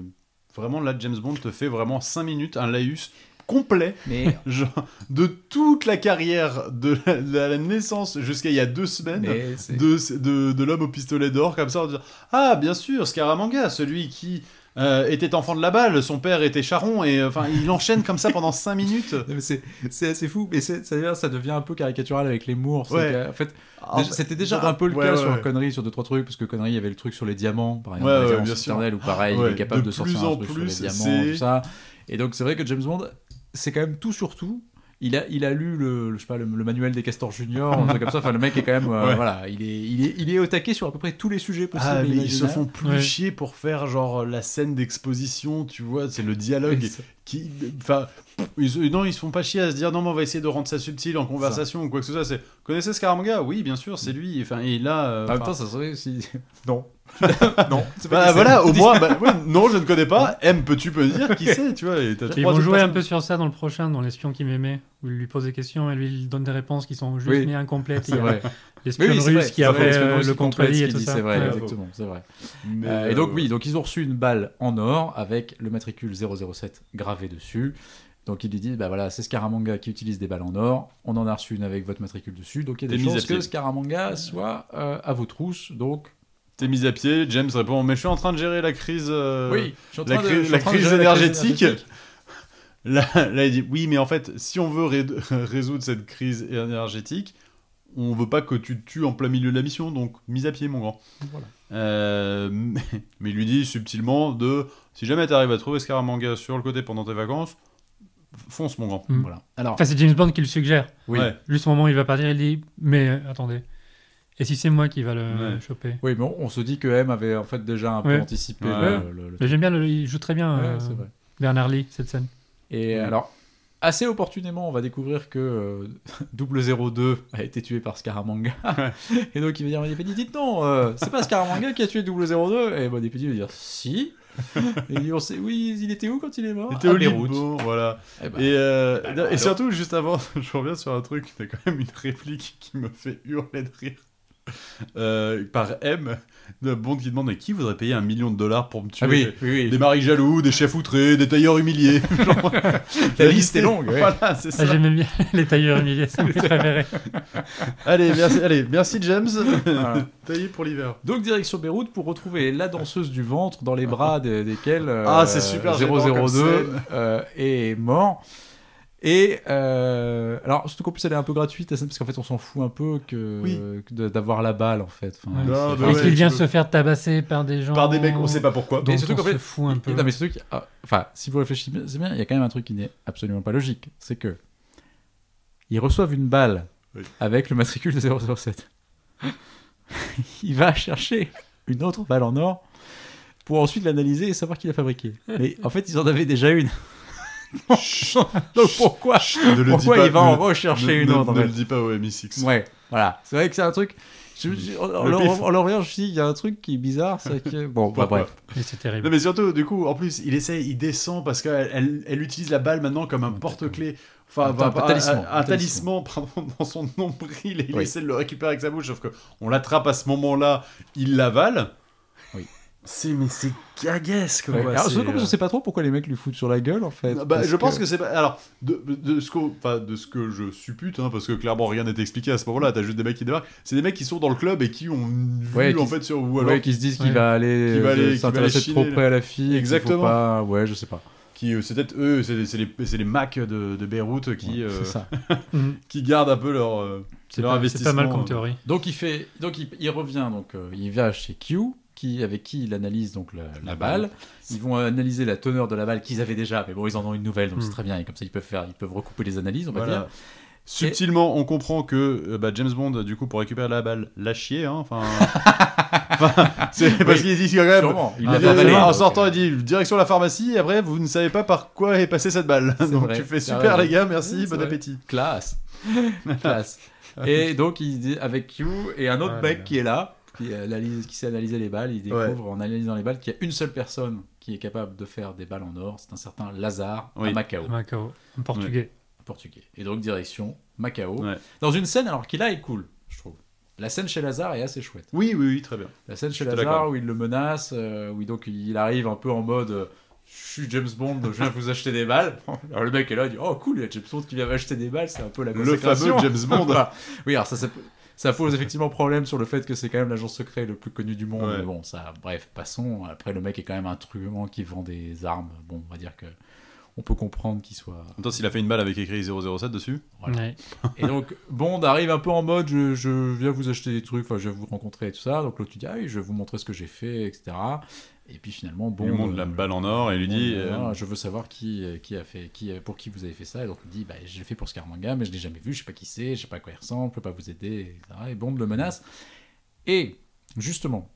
[SPEAKER 3] vraiment, là, James Bond te fait vraiment 5 minutes, un laïus complet
[SPEAKER 6] Mais
[SPEAKER 3] genre, de toute la carrière de la, de la naissance jusqu'à il y a deux semaines.
[SPEAKER 6] Mais c'est-
[SPEAKER 3] de, de, de l'homme au pistolet d'or, comme ça, en disant Ah, bien sûr, Scaramanga, celui qui euh, était enfant de la balle, son père était charron, et euh, enfin, il enchaîne comme ça pendant 5 minutes.
[SPEAKER 6] Non, mais c'est c'est assez fou, mais c'est- ça devient, ça devient un peu caricatural avec les mours. c'est
[SPEAKER 3] Ouais.
[SPEAKER 6] qu'en fait,
[SPEAKER 3] Ah,
[SPEAKER 6] déjà- c'était déjà un peu le
[SPEAKER 3] ouais,
[SPEAKER 6] cas
[SPEAKER 3] ouais,
[SPEAKER 6] sur
[SPEAKER 3] ouais.
[SPEAKER 6] Connery, sur deux trois trucs, parce que Connery il y avait le truc sur les diamants, par
[SPEAKER 3] Ouais, ouais,
[SPEAKER 6] exemple,
[SPEAKER 3] bien
[SPEAKER 6] bien
[SPEAKER 3] sûr.
[SPEAKER 6] ou pareil,
[SPEAKER 3] Ouais,
[SPEAKER 6] il est capable
[SPEAKER 3] de
[SPEAKER 6] de, sortir
[SPEAKER 3] plus en
[SPEAKER 6] un truc
[SPEAKER 3] plus,
[SPEAKER 6] sur les diamants,
[SPEAKER 3] c'est-
[SPEAKER 6] tout ça. Et donc c'est vrai que James Bond, c'est quand même tout sur tout. Il a, il a lu le, le- je sais pas, le, le manuel des castors juniors, un truc comme ça. Enfin, le mec est quand même, euh,
[SPEAKER 3] Ouais.
[SPEAKER 6] voilà, il est, il est, il est au taquet sur à peu près tous les sujets possibles.
[SPEAKER 3] Ah,
[SPEAKER 6] et
[SPEAKER 3] mais ils se
[SPEAKER 6] imaginables.
[SPEAKER 3] font plus
[SPEAKER 4] Ouais.
[SPEAKER 3] chier pour faire genre euh, la scène d'exposition, tu vois, c'est le dialogue
[SPEAKER 6] Et ça-
[SPEAKER 3] qui. Enfin, ils, euh, non, ils se font pas chier à se dire non, mais on va essayer de rendre ça subtil en conversation ou quoi que ce soit. C'est connaissez Scaramanga Oui, bien sûr, c'est lui. Enfin, et là. euh,
[SPEAKER 6] En même
[SPEAKER 3] enfin,
[SPEAKER 6] temps, ça serait aussi. Non. non. c'est
[SPEAKER 3] bah,
[SPEAKER 6] pas-
[SPEAKER 3] voilà, au moins, bah, ouais, non, je ne connais pas. M, peux-tu me dire qui c'est, tu vois et t'as
[SPEAKER 4] Ils
[SPEAKER 3] trois
[SPEAKER 4] vont
[SPEAKER 3] autres
[SPEAKER 4] jouer un
[SPEAKER 3] personnes.
[SPEAKER 4] peu sur ça dans le prochain, dans L'espion qui m'aimait, où il lui pose des questions et lui il donne des réponses qui sont juste
[SPEAKER 6] Oui.
[SPEAKER 4] mais incomplètes.
[SPEAKER 6] C'est
[SPEAKER 4] Il y a
[SPEAKER 6] vrai.
[SPEAKER 4] L'espion
[SPEAKER 6] c'est
[SPEAKER 4] russe
[SPEAKER 6] vrai,
[SPEAKER 4] qui
[SPEAKER 6] c'est
[SPEAKER 4] a
[SPEAKER 6] vrai,
[SPEAKER 4] fait
[SPEAKER 6] l'expérience
[SPEAKER 4] euh, le
[SPEAKER 6] qui complète
[SPEAKER 4] contre-lit
[SPEAKER 6] ce
[SPEAKER 4] et
[SPEAKER 6] qu'il
[SPEAKER 4] tout
[SPEAKER 6] dit,
[SPEAKER 4] ça. Ah,
[SPEAKER 6] C'est vrai,
[SPEAKER 4] Ouais.
[SPEAKER 6] exactement, c'est vrai.
[SPEAKER 3] Mais,
[SPEAKER 6] Euh, et donc
[SPEAKER 3] euh,
[SPEAKER 6] oui, donc ils ont reçu une balle en or avec le matricule 007 gravé dessus. Donc il lui dit, bah voilà, c'est Scaramanga qui utilise des balles en or. On en a reçu une avec votre matricule dessus. Donc il y a
[SPEAKER 3] Des
[SPEAKER 6] des
[SPEAKER 3] mises à
[SPEAKER 6] chances
[SPEAKER 3] pied.
[SPEAKER 6] que Scaramanga soit euh, à vos trousses. Donc
[SPEAKER 3] euh, T'es mis à pied, James répond Mais je suis en train de gérer la crise. euh,
[SPEAKER 6] oui, je suis en
[SPEAKER 3] la,
[SPEAKER 6] train de-
[SPEAKER 3] cri-
[SPEAKER 6] je suis
[SPEAKER 3] la
[SPEAKER 6] en train de
[SPEAKER 3] crise
[SPEAKER 6] gérer la crise
[SPEAKER 3] énergétique. Là, là, il dit Oui, mais en fait, si on veut ré- résoudre cette crise énergétique, on veut pas que tu te tues en plein milieu de la mission, donc mise à pied, mon grand.
[SPEAKER 6] Voilà.
[SPEAKER 3] Euh, mais, mais il lui dit subtilement de Si jamais t'arrives à trouver Scaramanga sur le côté pendant tes vacances, fonce, mon grand.
[SPEAKER 4] Mm.
[SPEAKER 6] Voilà. Alors,
[SPEAKER 4] Enfin, c'est James Bond qui le suggère.
[SPEAKER 6] oui.
[SPEAKER 3] Ouais.
[SPEAKER 4] Juste au moment où il va partir, il dit Mais euh, attendez, et si c'est moi qui va le
[SPEAKER 3] Ouais.
[SPEAKER 4] choper
[SPEAKER 6] Oui, mais on on se dit que M avait en fait déjà un
[SPEAKER 4] Ouais.
[SPEAKER 6] peu anticipé
[SPEAKER 3] Ouais.
[SPEAKER 6] le- le, le-
[SPEAKER 4] Mais J'aime bien, le- il joue très bien,
[SPEAKER 6] Ouais,
[SPEAKER 4] euh,
[SPEAKER 6] c'est vrai.
[SPEAKER 4] Bernard Lee, cette scène.
[SPEAKER 6] Et
[SPEAKER 3] Oui.
[SPEAKER 6] alors, assez opportunément, on va découvrir que euh, 002 a été tué par Scaramanga. et donc, il va dire à Modi dites non, euh, c'est pas Scaramanga qui a tué 002. Et Modi Petit va dire, si. et il dit, on sait, oui, il était où quand il est mort
[SPEAKER 3] Il était
[SPEAKER 6] À
[SPEAKER 3] au lit de
[SPEAKER 6] Beyrouth.
[SPEAKER 3] Bourg, voilà.
[SPEAKER 6] Eh ben,
[SPEAKER 3] Et, euh, et
[SPEAKER 6] alors.
[SPEAKER 3] surtout, juste avant, je reviens sur un truc, t'as quand même une réplique qui me fait hurler de rire. Euh, par M, de Bond qui demande Mais qui voudrait payer un million de dollars pour me tuer
[SPEAKER 6] ah oui, oui,
[SPEAKER 3] Des
[SPEAKER 6] oui.
[SPEAKER 3] maris jaloux, des chefs outrés, des tailleurs humiliés. Genre,
[SPEAKER 6] La liste est longue. ouais.
[SPEAKER 3] Voilà, c'est
[SPEAKER 4] Ah,
[SPEAKER 3] ça.
[SPEAKER 4] J'aimais bien les tailleurs humiliés, c'est mes préférés.
[SPEAKER 3] allez, merci, allez, merci James.
[SPEAKER 6] Voilà.
[SPEAKER 3] Taillé pour l'hiver.
[SPEAKER 6] Donc direction Beyrouth pour retrouver la danseuse du ventre dans les bras de- desquels euh,
[SPEAKER 3] Ah, c'est super gênant comme
[SPEAKER 6] 002
[SPEAKER 3] scène.
[SPEAKER 6] euh, est mort. Et euh, alors surtout qu'en plus elle est un peu gratuite la scène, parce qu'en fait on s'en fout un peu que,
[SPEAKER 3] Oui.
[SPEAKER 6] que de- d'avoir la balle en fait. Enfin,
[SPEAKER 4] Ouais.
[SPEAKER 6] c'est-
[SPEAKER 3] Non, bah
[SPEAKER 6] enfin,
[SPEAKER 4] et
[SPEAKER 3] ouais,
[SPEAKER 4] qu'il vient
[SPEAKER 3] tu
[SPEAKER 4] se faire tabasser par des gens.
[SPEAKER 3] Par des mecs, on sait pas pourquoi.
[SPEAKER 4] dont
[SPEAKER 6] Et surtout
[SPEAKER 4] on
[SPEAKER 6] qu'en fait,
[SPEAKER 4] se fout un peu.
[SPEAKER 6] Non, mais surtout qu'il y a- ah, enfin, si vous réfléchissez bien, c'est bien, il y a quand même un truc qui n'est absolument pas logique. C'est que. Ils reçoivent une balle
[SPEAKER 3] Oui.
[SPEAKER 6] avec le matricule de 007. il va chercher une autre balle en or pour ensuite l'analyser et savoir qui l'a fabriquée. Mais en fait, ils en avaient déjà une. Donc pourquoi
[SPEAKER 3] Ne le dis
[SPEAKER 6] Pourquoi
[SPEAKER 3] pas,
[SPEAKER 6] il va
[SPEAKER 3] ne-
[SPEAKER 6] en rechercher
[SPEAKER 3] ne-
[SPEAKER 6] une
[SPEAKER 3] ne-
[SPEAKER 6] autre en
[SPEAKER 3] Ne
[SPEAKER 6] fait
[SPEAKER 3] le dis pas au MI6.
[SPEAKER 6] Ouais, voilà. C'est vrai que c'est un truc. je- je- en, en
[SPEAKER 3] Le
[SPEAKER 6] le
[SPEAKER 3] pif.
[SPEAKER 6] en le regardant, je me suis dit, il y a un truc qui est bizarre, c'est que. Bon, bah,
[SPEAKER 3] Pourquoi
[SPEAKER 6] bref.
[SPEAKER 4] Mais c'est
[SPEAKER 3] Non
[SPEAKER 4] terrible.
[SPEAKER 3] mais surtout, du coup, en plus, il essaye, il descend parce qu'elle elle, elle utilise la balle maintenant comme un porte-clés. Enfin,
[SPEAKER 6] Un ta-
[SPEAKER 3] bah,
[SPEAKER 6] un talisman.
[SPEAKER 3] Un, un talisman, pardon, dans son nombril et il
[SPEAKER 6] Oui.
[SPEAKER 3] essaie de le récupérer avec sa bouche, sauf que on l'attrape à ce moment-là, il l'avale.
[SPEAKER 6] Oui.
[SPEAKER 3] C'est mais c'est gaguesque
[SPEAKER 6] Ouais.
[SPEAKER 3] quoi.
[SPEAKER 6] Alors,
[SPEAKER 3] c'est,
[SPEAKER 6] surtout comme
[SPEAKER 3] euh,
[SPEAKER 6] je sais pas trop pourquoi les mecs lui foutent sur la gueule en fait.
[SPEAKER 3] bah,
[SPEAKER 6] parce
[SPEAKER 3] je pense que, c'est pas. Alors, de, de, ce qu'au- enfin, de ce que je suppute, hein, parce que clairement rien n'est expliqué à ce moment-là, t'as juste des mecs qui débarquent, c'est des mecs qui sont dans le club et qui ont vu
[SPEAKER 6] Ouais, qui-
[SPEAKER 3] en fait sur. Ou alors
[SPEAKER 6] Ouais, qu'ils se disent qu'il
[SPEAKER 4] Ouais.
[SPEAKER 6] va aller
[SPEAKER 3] Qu'il va
[SPEAKER 6] euh,
[SPEAKER 3] aller- qu'il va
[SPEAKER 6] s'intéresser
[SPEAKER 3] aller
[SPEAKER 6] trop
[SPEAKER 3] chiner,
[SPEAKER 6] près à la fille. et qu'il faut
[SPEAKER 3] Exactement.
[SPEAKER 6] pas- Ouais, je sais pas.
[SPEAKER 3] qui euh, c'est peut-être eux, c'est c'est les, c'est les Macs de, de Beyrouth qui,
[SPEAKER 6] Ouais,
[SPEAKER 3] euh,
[SPEAKER 6] C'est ça.
[SPEAKER 4] Mhm.
[SPEAKER 3] qui gardent un peu leur, euh,
[SPEAKER 4] C'est
[SPEAKER 3] leur
[SPEAKER 4] pas, c'est
[SPEAKER 3] investissement.
[SPEAKER 4] pas mal
[SPEAKER 3] euh.
[SPEAKER 4] comme théorie.
[SPEAKER 6] Donc il fait, donc il, il revient, donc euh, il va chez Q, qui avec qui il analyse donc la, la balle. Ils vont analyser la teneur de la balle qu'ils avaient déjà, mais bon ils en ont une nouvelle, donc
[SPEAKER 4] Mm.
[SPEAKER 6] c'est très bien. Et comme ça ils peuvent faire, ils peuvent recouper les analyses, on va
[SPEAKER 3] Voilà.
[SPEAKER 6] dire.
[SPEAKER 3] Subtilement, on comprend que euh, bah, James Bond, du coup, pour récupérer la balle, l'a chier. hein, Enfin, Enfin, c'est parce qu'il dit quand même.
[SPEAKER 6] Sûrement. Il
[SPEAKER 3] il
[SPEAKER 6] l'a
[SPEAKER 3] dit-
[SPEAKER 6] fait avaler,
[SPEAKER 3] Ah, en
[SPEAKER 6] donc,
[SPEAKER 3] sortant,
[SPEAKER 6] euh,
[SPEAKER 3] il dit direction la pharmacie. Et après, vous ne savez pas par quoi est passée cette balle.
[SPEAKER 6] C'est
[SPEAKER 3] Donc
[SPEAKER 6] vrai,
[SPEAKER 3] tu fais
[SPEAKER 6] t'as
[SPEAKER 3] super,
[SPEAKER 6] raison.
[SPEAKER 3] les gars, merci,
[SPEAKER 6] Oui, c'est
[SPEAKER 3] bon
[SPEAKER 6] vrai.
[SPEAKER 3] appétit.
[SPEAKER 6] classe, classe. Et donc il dit avec Q et un autre
[SPEAKER 4] Ah là
[SPEAKER 6] mec
[SPEAKER 4] là.
[SPEAKER 6] qui est là, qui, euh, analyse, qui sait analyser les balles, il
[SPEAKER 3] Ouais.
[SPEAKER 6] découvre en analysant les balles qu'il y a une seule personne qui est capable de faire des balles en or, c'est un certain Lazare
[SPEAKER 3] Oui.
[SPEAKER 6] à Macao.
[SPEAKER 4] À Macao, en portugais.
[SPEAKER 6] portugais. Et donc direction Macao.
[SPEAKER 3] Ouais.
[SPEAKER 6] Dans une scène alors qu'il a est cool, je trouve. La scène chez Lazare est assez chouette.
[SPEAKER 3] Oui, oui, oui, très bien.
[SPEAKER 6] La scène chez
[SPEAKER 3] Je te
[SPEAKER 6] Lazare
[SPEAKER 3] l'accorde.
[SPEAKER 6] où il le menace, euh, où il- donc il arrive un peu en mode euh, je suis James Bond, je viens vous acheter des balles. Alors le mec est là, il dit oh cool, il y a James Bond qui vient m'acheter des balles, c'est un peu la
[SPEAKER 3] Le
[SPEAKER 6] consécration.
[SPEAKER 3] fameux James Bond.
[SPEAKER 6] Voilà. Ah, bah. Oui, alors ça, ça, peut- ça pose effectivement problème sur le fait que c'est quand même l'agent secret le plus connu du monde.
[SPEAKER 3] Ouais.
[SPEAKER 6] Mais bon, ça, bref, passons. Après, le mec est quand même un truand qui vend des armes. Bon, on va dire que on peut comprendre qu'il soit.
[SPEAKER 3] En même temps, s'il a fait une balle avec écrit 007 dessus.
[SPEAKER 6] Voilà.
[SPEAKER 4] Ouais.
[SPEAKER 6] Et donc, Bond arrive un peu en mode je, je viens vous acheter des trucs, enfin, je viens vous rencontrer et tout ça. Donc, l'autre, tu dis ah oui, je vais vous montrer ce que j'ai fait, etc. Et puis finalement, Bond.
[SPEAKER 3] il lui montre la
[SPEAKER 6] euh,
[SPEAKER 3] balle en or et lui
[SPEAKER 6] Bond,
[SPEAKER 3] dit.
[SPEAKER 6] euh,
[SPEAKER 3] euh,
[SPEAKER 6] voilà, je veux savoir qui, euh, qui a fait, qui, euh, pour qui vous avez fait ça. Et donc, il dit bah, je l'ai fait pour Scaramanga, mais je l'ai jamais vu, je sais pas qui c'est, je sais pas à quoi il ressemble, je peux pas vous aider, etc. Et Bond le menace. Et justement,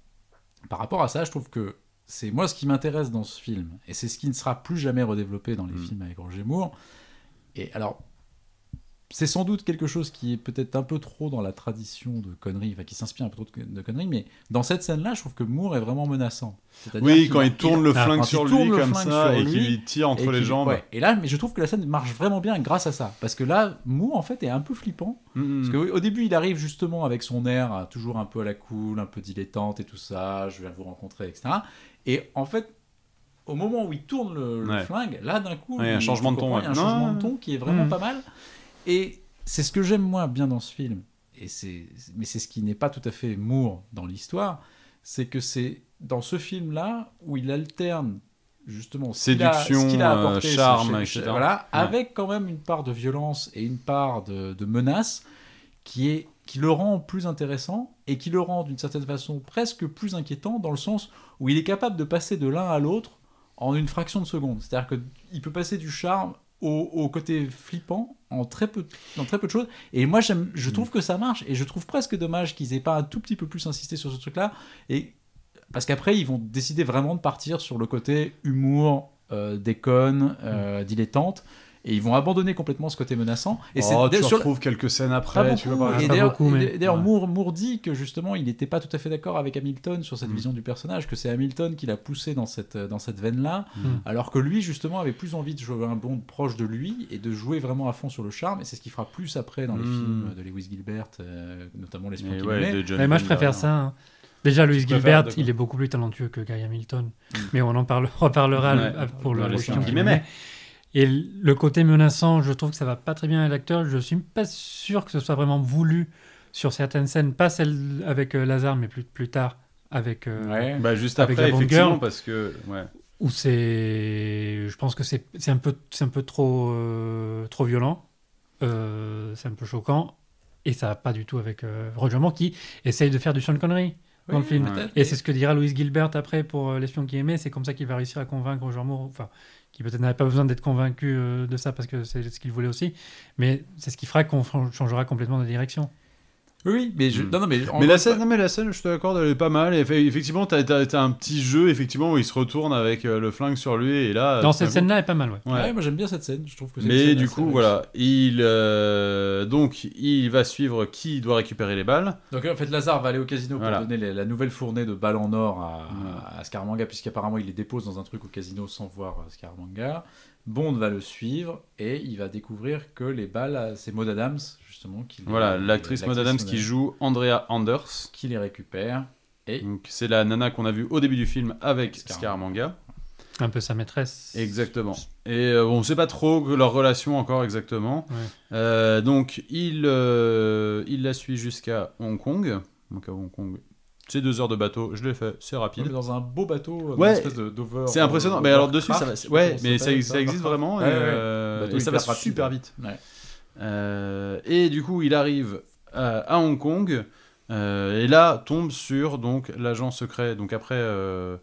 [SPEAKER 6] par rapport à ça, je trouve que c'est moi ce qui m'intéresse dans ce film, et c'est ce qui ne sera plus jamais redéveloppé dans les
[SPEAKER 3] Mm.
[SPEAKER 6] films avec Roger Moore. Et alors, c'est sans doute quelque chose qui est peut-être un peu trop dans la tradition de conneries, enfin qui s'inspire un peu trop de, de conneries, mais dans cette scène-là, je trouve que Moore est vraiment menaçant. C'est-à-dire
[SPEAKER 3] Oui,
[SPEAKER 6] qu'il-
[SPEAKER 3] quand il tourne le
[SPEAKER 6] Ah,
[SPEAKER 3] flingue
[SPEAKER 6] quand il
[SPEAKER 3] sur lui
[SPEAKER 6] tourne le
[SPEAKER 3] comme
[SPEAKER 6] flingue sur
[SPEAKER 3] ça et
[SPEAKER 6] lui,
[SPEAKER 3] qu'il lui tire
[SPEAKER 6] et
[SPEAKER 3] entre les
[SPEAKER 6] qu'il-
[SPEAKER 3] jambes.
[SPEAKER 6] ouais. Et là, mais je trouve que la scène marche vraiment bien grâce à ça. Parce que là, Moore, en fait, est un peu flippant.
[SPEAKER 3] Mm,
[SPEAKER 6] Parce qu'au début, il arrive justement avec son air euh, toujours un peu à la cool, un peu dilettante et tout ça, je viens vous rencontrer, etc. Et en fait, au moment où il tourne le, le
[SPEAKER 3] Ouais.
[SPEAKER 6] flingue, là, d'un coup,
[SPEAKER 3] Ouais,
[SPEAKER 6] il,
[SPEAKER 3] un
[SPEAKER 6] tu
[SPEAKER 3] changement de ton,
[SPEAKER 6] comprends, il y a un
[SPEAKER 3] ouais.
[SPEAKER 6] changement
[SPEAKER 3] Non. Hmm.
[SPEAKER 6] de ton qui est vraiment
[SPEAKER 4] Mm.
[SPEAKER 6] pas mal. Et c'est ce que j'aime moins bien dans ce film. Et c'est, mais c'est ce qui n'est pas tout à fait Moore dans l'histoire, c'est que c'est dans ce film-là où il alterne justement ce qu'il a- ce
[SPEAKER 3] Séduction,
[SPEAKER 6] qu'il a
[SPEAKER 3] euh,
[SPEAKER 6] apporté, ce-
[SPEAKER 3] charme,
[SPEAKER 6] ce-
[SPEAKER 3] etc.
[SPEAKER 6] Voilà,
[SPEAKER 3] Ouais.
[SPEAKER 6] avec quand même une part de violence et une part de, de menace qui est qui le rend plus intéressant et qui le rend d'une certaine façon presque plus inquiétant dans le sens où il est capable de passer de l'un à l'autre en une fraction de seconde. C'est-à-dire qu'il peut passer du charme au, au côté flippant en très peu, dans très peu de choses. Et moi, j'aime- je trouve que ça marche. Et je trouve presque dommage qu'ils aient pas un tout petit peu plus insisté sur ce truc-là. Et parce qu'après, ils vont décider vraiment de partir sur le côté humour, euh, déconne,
[SPEAKER 3] Mm.
[SPEAKER 6] euh, dilettante. Et ils vont abandonner complètement ce côté menaçant. Et
[SPEAKER 3] oh, tu
[SPEAKER 6] d'a- sur-
[SPEAKER 3] retrouves quelques scènes
[SPEAKER 6] pas
[SPEAKER 3] après, tu vois,
[SPEAKER 6] beaucoup.
[SPEAKER 3] par
[SPEAKER 6] et
[SPEAKER 3] exemple.
[SPEAKER 4] Pas
[SPEAKER 6] d'ailleurs,
[SPEAKER 4] beaucoup, mais-
[SPEAKER 6] et d'ailleurs,
[SPEAKER 3] Ouais.
[SPEAKER 6] Moore, Moore dit que justement, il n'était pas tout à fait d'accord avec Hamilton sur cette
[SPEAKER 3] Mm.
[SPEAKER 6] vision du personnage, que c'est Hamilton qui l'a poussé dans cette, euh, dans cette veine-là,
[SPEAKER 4] Mm.
[SPEAKER 6] alors que lui, justement, avait plus envie de jouer un Bond proche de lui et de jouer vraiment à fond sur le charme. Et c'est ce qu'il fera plus après dans les
[SPEAKER 3] Mm.
[SPEAKER 6] films de Lewis Gilbert, euh, notamment Les Espions
[SPEAKER 3] Et
[SPEAKER 6] qui
[SPEAKER 3] ouais,
[SPEAKER 6] m'aimaient.
[SPEAKER 3] de John
[SPEAKER 4] Mais moi, je
[SPEAKER 3] Wayne
[SPEAKER 4] préfère
[SPEAKER 3] derrière.
[SPEAKER 4] ça. hein. Déjà, Louis
[SPEAKER 3] préfères
[SPEAKER 4] Gilbert,
[SPEAKER 3] de quoi Mm.
[SPEAKER 4] il est beaucoup plus talentueux que Guy Hamilton. Mais on en parle, reparlera
[SPEAKER 3] Ouais.
[SPEAKER 4] euh, pour le
[SPEAKER 3] Dans les
[SPEAKER 4] prochain
[SPEAKER 3] questions qui
[SPEAKER 4] film.
[SPEAKER 3] m'aimaient.
[SPEAKER 4] Et le côté menaçant, je trouve que ça va pas très bien à l'acteur. Je suis pas sûr que ce soit vraiment voulu sur certaines scènes, pas celle avec euh, Lazare, mais plus, plus tard avec euh,
[SPEAKER 6] Ouais.
[SPEAKER 3] Bah, juste
[SPEAKER 4] Avec
[SPEAKER 3] après,
[SPEAKER 4] la Bond
[SPEAKER 3] effectivement,
[SPEAKER 4] Girl.
[SPEAKER 3] parce que. Ouais.
[SPEAKER 4] où c'est, je pense que c'est c'est un peu c'est un peu trop euh, trop violent, Euh, c'est un peu choquant et ça va pas du tout avec euh, Roger Moore qui essaye de faire du Sean Connery. Dans le film.
[SPEAKER 6] peut-être.
[SPEAKER 4] Et c'est ce que dira Louise Gilbert après pour euh, L'espion qui aimait. C'est comme ça qu'il va réussir à convaincre Roger Moore, enfin, qui peut-être n'avait pas besoin d'être convaincu euh, de ça parce que c'est ce qu'il voulait aussi. Mais c'est ce qui fera qu'on fran- changera complètement de direction.
[SPEAKER 6] Oui, mais je...
[SPEAKER 3] Hmm.
[SPEAKER 6] non, non, mais, en-
[SPEAKER 3] Mais la, scène, non, mais la scène, je te l'accorde, elle est pas mal. Et fait- effectivement, t'as as, un petit jeu effectivement, où il se retourne avec euh, le flingue sur lui. Et là,
[SPEAKER 4] Dans
[SPEAKER 3] tout
[SPEAKER 4] cette
[SPEAKER 3] d'un coup-
[SPEAKER 4] scène-là, elle est pas mal, ouais.
[SPEAKER 3] Ouais.
[SPEAKER 6] Ouais, moi j'aime bien cette scène. Je trouve que c'est une
[SPEAKER 3] Mais
[SPEAKER 6] scène
[SPEAKER 3] du
[SPEAKER 6] assez
[SPEAKER 3] coup,
[SPEAKER 6] réussie.
[SPEAKER 3] voilà. Il, euh, donc, il va suivre qui doit récupérer les balles.
[SPEAKER 6] Donc en fait, Lazare va aller au casino pour
[SPEAKER 3] Voilà.
[SPEAKER 6] donner les- la nouvelle fournée de balles en or à,
[SPEAKER 3] Mm.
[SPEAKER 6] à Scaramanga, puisqu'apparemment il les dépose dans un truc au casino sans voir euh, Scaramanga. Bond va le suivre et il va découvrir que les balles, euh, c'est Maud Adams, justement. Qui les-
[SPEAKER 3] Voilà, l'actrice Maud Adams qui joue Andrea Anders.
[SPEAKER 6] Qui les récupère.
[SPEAKER 3] Donc, c'est la nana qu'on a vue au début du film avec
[SPEAKER 6] Scaramanga.
[SPEAKER 3] Scaramanga.
[SPEAKER 4] Un peu sa maîtresse.
[SPEAKER 3] Exactement. Et euh, on ne sait pas trop que leur relation encore exactement.
[SPEAKER 4] Ouais.
[SPEAKER 3] Euh, donc il, euh, il la suit jusqu'à Hong Kong. Donc à Hong Kong, c'est deux heures de bateau. Je l'ai fait, c'est
[SPEAKER 6] Il est
[SPEAKER 3] rapide.
[SPEAKER 6] dans un beau bateau, dans
[SPEAKER 3] Ouais.
[SPEAKER 6] une espèce de- d'over.
[SPEAKER 3] C'est impressionnant.
[SPEAKER 6] euh,
[SPEAKER 3] Mais alors dessus,
[SPEAKER 6] overcraft,
[SPEAKER 3] ça va.
[SPEAKER 6] je sais pas
[SPEAKER 3] Ouais,
[SPEAKER 6] comment
[SPEAKER 3] mais ça,
[SPEAKER 6] s'appelle,
[SPEAKER 3] ça existe vraiment
[SPEAKER 6] Ouais,
[SPEAKER 3] et,
[SPEAKER 6] ouais. Bah
[SPEAKER 3] euh,
[SPEAKER 6] Bateau
[SPEAKER 3] et ça va
[SPEAKER 6] hyper rapide.
[SPEAKER 3] super vite.
[SPEAKER 6] Ouais.
[SPEAKER 3] Euh, et du coup, il arrive euh, à Hong Kong euh, et là tombe sur donc l'agent secret. Donc après euh,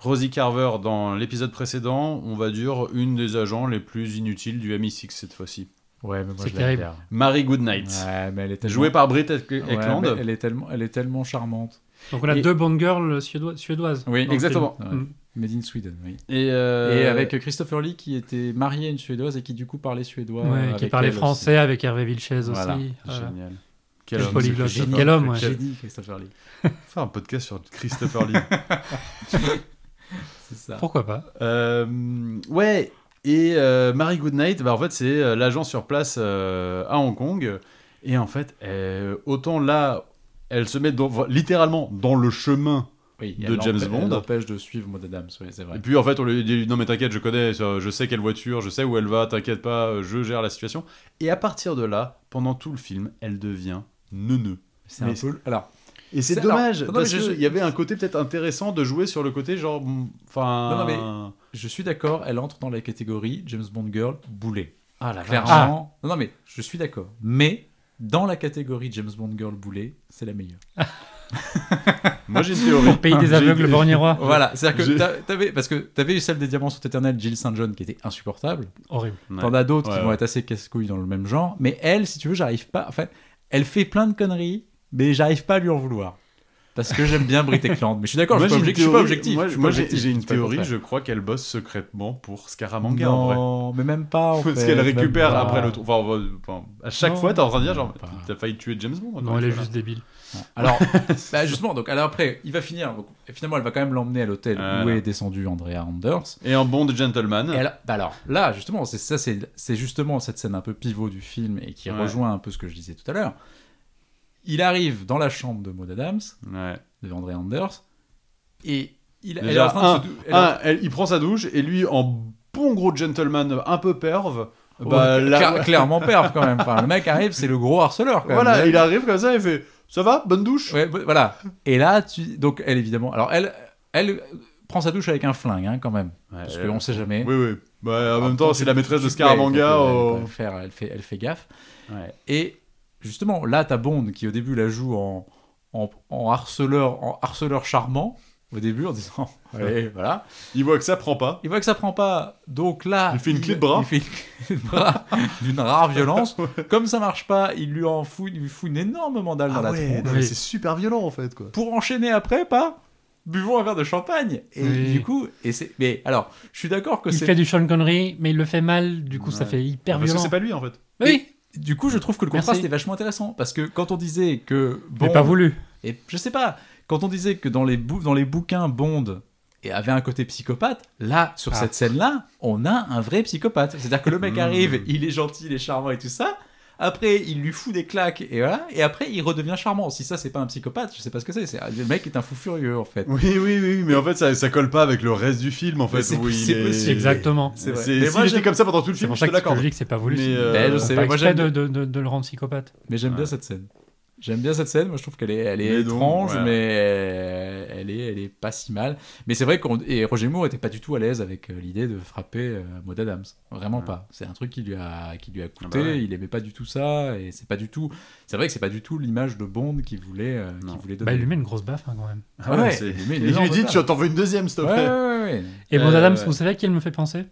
[SPEAKER 3] Rosie Carver dans l'épisode précédent, on va dire une des agents les plus inutiles du MI6 cette fois-ci.
[SPEAKER 6] Ouais, mais moi je
[SPEAKER 4] C'est
[SPEAKER 6] l'aime
[SPEAKER 4] terrible.
[SPEAKER 6] bien.
[SPEAKER 3] Marie Goodnight,
[SPEAKER 6] Ouais, mais elle est tellement...
[SPEAKER 3] jouée par Britt Eck-
[SPEAKER 6] Ouais,
[SPEAKER 3] Eklund.
[SPEAKER 6] mais elle, est tellement, elle est tellement charmante.
[SPEAKER 4] Donc on a
[SPEAKER 3] Et-
[SPEAKER 4] deux Bond girls suédo- suédoises.
[SPEAKER 6] Oui,
[SPEAKER 4] dans le
[SPEAKER 3] exactement.
[SPEAKER 4] film.
[SPEAKER 6] Ouais.
[SPEAKER 4] Mm.
[SPEAKER 6] Made in Sweden, oui.
[SPEAKER 3] Et, euh,
[SPEAKER 6] Et avec Christopher Lee qui était marié à une Suédoise et qui du coup parlait suédois.
[SPEAKER 4] Ouais,
[SPEAKER 6] avec
[SPEAKER 4] qui parlait
[SPEAKER 6] elle aussi.
[SPEAKER 4] français avec Hervé Vilches
[SPEAKER 6] Voilà.
[SPEAKER 4] aussi. Voilà.
[SPEAKER 3] génial.
[SPEAKER 4] Quel
[SPEAKER 3] homme,
[SPEAKER 4] polyglotte,
[SPEAKER 3] ce Christopher.
[SPEAKER 4] quel homme, ouais.
[SPEAKER 6] J'ai dit Christopher Lee.
[SPEAKER 3] Faire un podcast sur Christopher Lee.
[SPEAKER 6] C'est ça.
[SPEAKER 4] Pourquoi pas
[SPEAKER 3] Euh, ouais, et euh, Marie Goodnight, bah, en fait, c'est euh, l'agent sur place euh, à Hong Kong. Et en fait, euh, autant là, elle se met dans- littéralement dans le chemin.
[SPEAKER 6] Oui,
[SPEAKER 3] De
[SPEAKER 6] elle
[SPEAKER 3] James
[SPEAKER 6] l'empê-
[SPEAKER 3] Bond.
[SPEAKER 6] Elle l'empêche de suivre Maud Adams, oui, c'est vrai.
[SPEAKER 3] Et puis en fait, on lui dit Non, mais t'inquiète, je connais, ça, je sais quelle voiture, je sais où elle va, t'inquiète pas, euh, je gère la situation. Et à partir de là, pendant tout le film, elle devient neuneu.
[SPEAKER 6] C'est un
[SPEAKER 3] mais-
[SPEAKER 6] peu. Alors,
[SPEAKER 3] Et c'est
[SPEAKER 6] C'est-
[SPEAKER 3] dommage,
[SPEAKER 6] alors, non,
[SPEAKER 3] parce
[SPEAKER 6] mais je-
[SPEAKER 3] qu'il y avait un côté peut-être intéressant de jouer sur le côté genre. mm, Enfin.
[SPEAKER 6] Non, non, je suis d'accord, elle entre dans la catégorie James Bond Girl boulet.
[SPEAKER 3] Ah la
[SPEAKER 6] Clairement. Non, non, mais je suis d'accord. Mais dans la catégorie James Bond Girl boulet, c'est la meilleure.
[SPEAKER 3] Moi j'ai une théorie.
[SPEAKER 4] Pays des
[SPEAKER 3] J'ai-
[SPEAKER 4] aveugles, borgnérois.
[SPEAKER 6] Voilà, c'est-à-dire
[SPEAKER 3] J'ai-
[SPEAKER 6] que t'a- t'avais, parce que t'avais eu celle des Diamants sont éternels, Jill St. John, qui était insupportable.
[SPEAKER 4] Horrible.
[SPEAKER 3] Ouais.
[SPEAKER 6] T'en as d'autres
[SPEAKER 3] Ouais,
[SPEAKER 6] qui vont
[SPEAKER 3] ouais.
[SPEAKER 6] être assez casse-couilles dans le même genre. Mais elle, si tu veux, j'arrive pas. Enfin, elle fait plein de conneries, mais j'arrive pas à lui en vouloir. Parce que j'aime bien Brit Eklund. Mais je suis d'accord, je,
[SPEAKER 3] Moi,
[SPEAKER 6] suis pas
[SPEAKER 3] j'ai
[SPEAKER 6] objectif, je
[SPEAKER 3] une
[SPEAKER 6] suis pas
[SPEAKER 3] théorie-
[SPEAKER 6] objectif.
[SPEAKER 3] Moi,
[SPEAKER 6] je suis pas
[SPEAKER 3] moi, j'ai
[SPEAKER 6] objectif,
[SPEAKER 3] j'ai
[SPEAKER 6] je
[SPEAKER 3] une
[SPEAKER 6] suis pas contraire.
[SPEAKER 3] théorie, je crois qu'elle bosse secrètement pour Scaramanga en vrai.
[SPEAKER 6] Non, mais même pas. En
[SPEAKER 3] Parce
[SPEAKER 6] fait,
[SPEAKER 3] qu'elle
[SPEAKER 6] même
[SPEAKER 3] récupère
[SPEAKER 6] pas.
[SPEAKER 3] après le tour. Enfin, on va- enfin, à chaque
[SPEAKER 6] Non.
[SPEAKER 3] fois, t'es en train de dire genre,
[SPEAKER 6] Pas.
[SPEAKER 3] t'as failli tuer James Bond.
[SPEAKER 4] Non,
[SPEAKER 3] quoi.
[SPEAKER 4] elle est
[SPEAKER 3] Oh, Voilà.
[SPEAKER 4] juste débile.
[SPEAKER 6] Alors, bah, justement, donc alors après, il va finir. donc, et finalement, elle va quand même l'emmener à l'hôtel où
[SPEAKER 3] Voilà. Ah.
[SPEAKER 6] est descendu Andrea Anders.
[SPEAKER 3] Et en bon de gentleman.
[SPEAKER 6] Et alors- bah alors là, justement, c'est ça, c'est c'est justement cette scène un peu pivot du film et qui
[SPEAKER 3] Ouais.
[SPEAKER 6] rejoint un peu ce que je disais tout à l'heure. Il arrive dans la chambre de Maud Adams,
[SPEAKER 3] Ouais.
[SPEAKER 6] de André Anders, et il elle est
[SPEAKER 3] Déjà,
[SPEAKER 6] en train
[SPEAKER 3] un,
[SPEAKER 6] de se dou- elle est en-
[SPEAKER 3] un, Ah, elle- il prend sa douche et lui, en bon gros gentleman un peu perve,
[SPEAKER 6] Oh,
[SPEAKER 3] bah,
[SPEAKER 6] cla-
[SPEAKER 3] là-
[SPEAKER 6] cla- clairement perve quand même. Enfin, le mec arrive, c'est le gros harceleur. Quand même.
[SPEAKER 3] voilà,
[SPEAKER 6] Ouais.
[SPEAKER 3] il arrive comme ça et fait Ça va, bonne douche
[SPEAKER 6] Ouais, bo- voilà. Et là, tu... donc elle évidemment. Alors elle, elle prend sa douche avec un flingue hein, quand même, parce qu'on sait jamais.
[SPEAKER 3] Euh, Oui, oui. Bah, en même
[SPEAKER 6] tu-
[SPEAKER 3] temps, c'est la maîtresse
[SPEAKER 6] tu-
[SPEAKER 3] de
[SPEAKER 6] tu- ouais,
[SPEAKER 3] Scaramanga. oh.
[SPEAKER 6] donc, euh,
[SPEAKER 3] au-
[SPEAKER 6] Elle, peut faire- elle fait, elle fait gaffe.
[SPEAKER 3] Ouais.
[SPEAKER 6] Et justement, là, t'as Bond qui au début la joue en, en, en harceleur, en harceleur charmant au début en disant, Allez, voilà.
[SPEAKER 3] Il voit que ça prend pas.
[SPEAKER 6] Il voit que ça prend pas, donc là,
[SPEAKER 3] Il fait une clé de bras.
[SPEAKER 6] il fait une clé de bras d'une rare violence. Comme ça marche pas, il lui en fout, il lui fout une énorme mandale
[SPEAKER 3] Ah
[SPEAKER 4] Ah
[SPEAKER 6] dans la tronche.
[SPEAKER 4] non, mais Oui. c'est
[SPEAKER 3] super violent en fait quoi.
[SPEAKER 6] Pour enchaîner après, pas. Buvons un verre de champagne. Et
[SPEAKER 4] Oui.
[SPEAKER 6] du coup, et c'est. Mais alors, je suis d'accord que
[SPEAKER 4] Il
[SPEAKER 6] c'est
[SPEAKER 4] fait du Sean Connery, mais il le fait mal, du coup ça
[SPEAKER 3] Ouais.
[SPEAKER 4] fait hyper
[SPEAKER 3] Ah, Parce que
[SPEAKER 4] violent.
[SPEAKER 3] c'est pas lui en fait.
[SPEAKER 4] Oui,
[SPEAKER 6] Du coup, je trouve que le
[SPEAKER 4] Merci.
[SPEAKER 6] contraste est vachement intéressant parce que quand on disait que Bond,
[SPEAKER 4] mais pas voulu.
[SPEAKER 6] et je sais pas, quand on disait que dans les bou- dans les bouquins Bond et avait un côté psychopathe, là sur
[SPEAKER 4] Ah.
[SPEAKER 6] cette scène-là, on a un vrai psychopathe. C'est-à-dire que le mec
[SPEAKER 3] Mm.
[SPEAKER 6] arrive, il est gentil, il est charmant et tout ça. Après, il lui fout des claques et voilà. Et après, il redevient charmant. Si ça, c'est pas un psychopathe, je sais pas ce que c'est. C'est- Le mec est un fou furieux en fait.
[SPEAKER 3] Oui, oui, oui, mais en fait ça, ça colle pas avec le reste du film en
[SPEAKER 6] Mais
[SPEAKER 3] fait.
[SPEAKER 6] c'est-
[SPEAKER 3] où il
[SPEAKER 6] c'est
[SPEAKER 3] est-
[SPEAKER 6] possible.
[SPEAKER 4] Exactement.
[SPEAKER 6] C'est
[SPEAKER 3] C'est
[SPEAKER 6] vrai.
[SPEAKER 3] c'est-
[SPEAKER 6] Mais moi,
[SPEAKER 3] S'il était
[SPEAKER 6] j'aime-
[SPEAKER 3] comme ça pendant tout le
[SPEAKER 4] C'est
[SPEAKER 3] film,
[SPEAKER 4] pour
[SPEAKER 3] je
[SPEAKER 4] ça
[SPEAKER 3] te
[SPEAKER 4] que je
[SPEAKER 3] l'accorde.
[SPEAKER 4] dis que c'est pas voulu.
[SPEAKER 3] Mais,
[SPEAKER 4] c'est-
[SPEAKER 3] euh,
[SPEAKER 6] Ben, je
[SPEAKER 4] Ils font
[SPEAKER 6] sais,
[SPEAKER 4] pas
[SPEAKER 6] moi,
[SPEAKER 4] exprès
[SPEAKER 6] j'aime-
[SPEAKER 4] de, de- de- de le rendre psychopathe.
[SPEAKER 6] Mais j'aime bien
[SPEAKER 3] Ouais.
[SPEAKER 6] cette scène. J'aime bien cette scène. Moi, je trouve qu'elle est, elle est
[SPEAKER 3] Mais donc,
[SPEAKER 6] étrange,
[SPEAKER 3] ouais.
[SPEAKER 6] mais euh, elle est, elle est pas si mal. Mais c'est vrai qu'on et Roger Moore était pas du tout à l'aise avec euh, l'idée de frapper euh, Maud Adams. Vraiment
[SPEAKER 3] Ouais.
[SPEAKER 6] pas. C'est un truc qui lui a, qui lui a coûté.
[SPEAKER 3] Ah bah ouais.
[SPEAKER 6] Il aimait pas du tout ça et c'est pas du tout. C'est vrai que c'est pas du tout l'image de Bond qu'il voulait, euh, qu'il
[SPEAKER 3] Non.
[SPEAKER 6] voulait
[SPEAKER 4] Bah,
[SPEAKER 6] donner.
[SPEAKER 4] il lui met une grosse baffe hein, quand même.
[SPEAKER 6] Ah ouais,
[SPEAKER 3] c'est-
[SPEAKER 6] il lui met une
[SPEAKER 3] Et il
[SPEAKER 6] énorme
[SPEAKER 3] lui dit
[SPEAKER 6] tarte.
[SPEAKER 3] Tu t'en veux une deuxième s'il te
[SPEAKER 6] Ouais,
[SPEAKER 3] plaît.
[SPEAKER 6] ouais, ouais, ouais.
[SPEAKER 4] Et
[SPEAKER 3] Euh,
[SPEAKER 4] Maud Adams,
[SPEAKER 3] ouais.
[SPEAKER 4] vous savez à qui elle me fait penser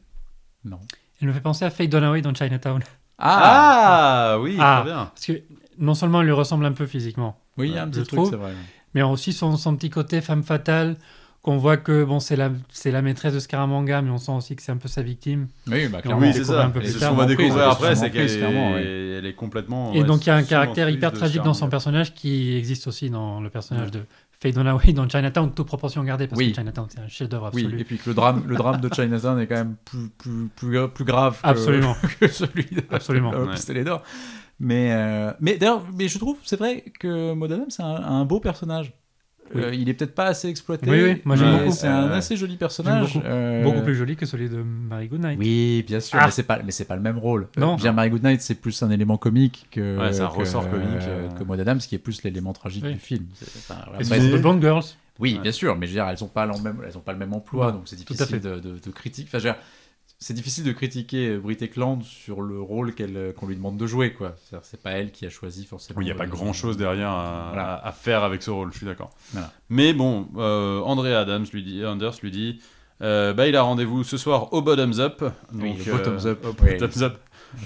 [SPEAKER 6] Non.
[SPEAKER 4] Elle me fait penser à Faye Dunaway dans Chinatown.
[SPEAKER 6] Ah,
[SPEAKER 3] Ah oui,
[SPEAKER 4] Ah.
[SPEAKER 3] très bien.
[SPEAKER 4] Parce que non seulement elle lui ressemble un peu physiquement,
[SPEAKER 6] Oui, il y a un
[SPEAKER 4] Je
[SPEAKER 6] petit truc,
[SPEAKER 4] trouve.
[SPEAKER 6] c'est vrai.
[SPEAKER 4] mais aussi son, son petit côté femme fatale, qu'on voit que bon, c'est la, c'est la maîtresse de Scaramanga, mais on sent aussi que c'est un peu sa victime.
[SPEAKER 6] Oui, bah, clairement.
[SPEAKER 3] Oui,
[SPEAKER 4] on
[SPEAKER 3] c'est
[SPEAKER 4] découvre
[SPEAKER 3] ça.
[SPEAKER 4] un peu
[SPEAKER 3] Et
[SPEAKER 4] plus
[SPEAKER 3] ce
[SPEAKER 4] tard,
[SPEAKER 3] qu'on va
[SPEAKER 4] on
[SPEAKER 6] compris,
[SPEAKER 3] découvrir
[SPEAKER 6] ouais,
[SPEAKER 3] après,
[SPEAKER 6] c'est
[SPEAKER 3] c'est qu'elle
[SPEAKER 6] compris, clairement, ouais.
[SPEAKER 3] est- elle est complètement.
[SPEAKER 4] Et
[SPEAKER 3] ouais,
[SPEAKER 4] donc il y a un
[SPEAKER 3] sous
[SPEAKER 4] caractère
[SPEAKER 3] l'emprise
[SPEAKER 4] hyper
[SPEAKER 3] de
[SPEAKER 4] tragique dans son
[SPEAKER 3] Scaramanga.
[SPEAKER 4] personnage qui existe aussi dans le personnage de Faye Dunaway dans Chinatown, toute proportion gardée, parce
[SPEAKER 6] Oui.
[SPEAKER 4] que Chinatown c'est un chef-d'œuvre
[SPEAKER 6] Oui,
[SPEAKER 4] absolu.
[SPEAKER 6] et puis que le drame, le drame de Chinatown est quand même plus, plus, plus, plus grave que,
[SPEAKER 4] Absolument.
[SPEAKER 6] que celui de
[SPEAKER 3] Ah,
[SPEAKER 4] Absolument.
[SPEAKER 6] de- de- de-
[SPEAKER 3] Ouais.
[SPEAKER 6] Pistolet d'or. Mais, euh, mais d'ailleurs, mais je trouve, c'est vrai que Maud Adams, c'est un, un beau personnage.
[SPEAKER 4] Oui.
[SPEAKER 6] Euh, il est peut-être pas assez exploité.
[SPEAKER 4] Oui, oui, moi, Euh,
[SPEAKER 3] j'aime
[SPEAKER 6] mais
[SPEAKER 3] beaucoup.
[SPEAKER 6] C'est un
[SPEAKER 3] Ouais.
[SPEAKER 6] assez joli personnage.
[SPEAKER 4] J'aime
[SPEAKER 6] euh,
[SPEAKER 4] Beaucoup plus joli que celui de Mary Goodnight.
[SPEAKER 6] Oui, bien sûr,
[SPEAKER 4] Ah.
[SPEAKER 6] mais c'est pas, mais c'est pas le même rôle.
[SPEAKER 4] Non.
[SPEAKER 6] Euh, Bien, Mary Goodnight, c'est plus un élément comique que,
[SPEAKER 3] Ouais, c'est un
[SPEAKER 6] que-
[SPEAKER 3] ressort comique,
[SPEAKER 6] euh,
[SPEAKER 3] euh.
[SPEAKER 6] que Maud Adams, qui est plus l'élément tragique
[SPEAKER 4] Oui.
[SPEAKER 6] du film. C'est- Ah, enfin,
[SPEAKER 4] Et
[SPEAKER 6] après,
[SPEAKER 4] c'est de Blonde Girls.
[SPEAKER 6] oui,
[SPEAKER 3] Ouais.
[SPEAKER 6] bien sûr, mais je veux dire, elles n'ont pas, le même- elles ont pas le même emploi,
[SPEAKER 4] Non,
[SPEAKER 6] donc c'est
[SPEAKER 4] tout à
[SPEAKER 6] difficile de, de, de critiquer. Enfin, je veux dire, c'est difficile de critiquer euh, Brit Eklund sur le rôle qu'elle, euh, qu'on lui demande de jouer, quoi. C'est-à-dire, c'est pas elle qui a choisi forcément. euh,
[SPEAKER 3] Oui, il n'y a
[SPEAKER 6] de-
[SPEAKER 3] pas grand chose derrière à,
[SPEAKER 6] Voilà.
[SPEAKER 3] à- à faire avec ce rôle, je suis d'accord.
[SPEAKER 6] Voilà.
[SPEAKER 3] Mais bon, euh, André Adams lui dit, Anders lui dit euh, bah, il a rendez-vous ce soir au Bottoms Up. Donc,
[SPEAKER 6] Oui, le Bottoms Up,
[SPEAKER 3] au
[SPEAKER 6] oui.
[SPEAKER 3] Bottoms Up.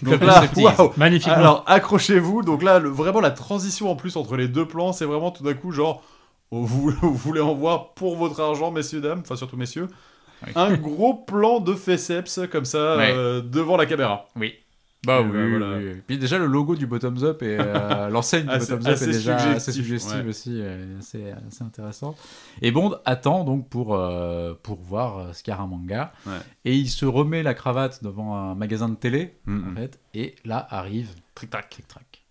[SPEAKER 6] Le
[SPEAKER 3] Donc là,
[SPEAKER 6] Bottoms Up
[SPEAKER 3] waouh
[SPEAKER 4] Magnifiquement.
[SPEAKER 3] Alors accrochez-vous. Donc là, le- vraiment la transition en plus entre les deux plans, c'est vraiment tout d'un coup genre oh, vous, vous voulez en voir pour votre argent, messieurs dames, enfin surtout messieurs,
[SPEAKER 6] Oui.
[SPEAKER 3] un gros plan de fceps comme ça
[SPEAKER 6] Ouais.
[SPEAKER 3] euh, devant la caméra.
[SPEAKER 6] Oui. Bah
[SPEAKER 3] Et
[SPEAKER 6] oui,
[SPEAKER 3] bah,
[SPEAKER 6] oui,
[SPEAKER 3] voilà.
[SPEAKER 6] oui. Puis déjà, le logo du Bottoms Up et euh, l'enseigne du
[SPEAKER 3] Assez-
[SPEAKER 6] Bottoms Up
[SPEAKER 3] assez
[SPEAKER 6] est déjà
[SPEAKER 3] suggestif,
[SPEAKER 6] assez suggestive
[SPEAKER 3] ouais.
[SPEAKER 6] aussi, euh, assez, assez intéressant. Et Bond attend donc pour, euh, pour voir euh, Scaramanga.
[SPEAKER 3] Ouais.
[SPEAKER 6] Et il se remet la cravate devant un magasin de télé, en
[SPEAKER 3] Mhm.
[SPEAKER 6] fait, et là arrive
[SPEAKER 3] Tric trac.
[SPEAKER 6] Trick Track.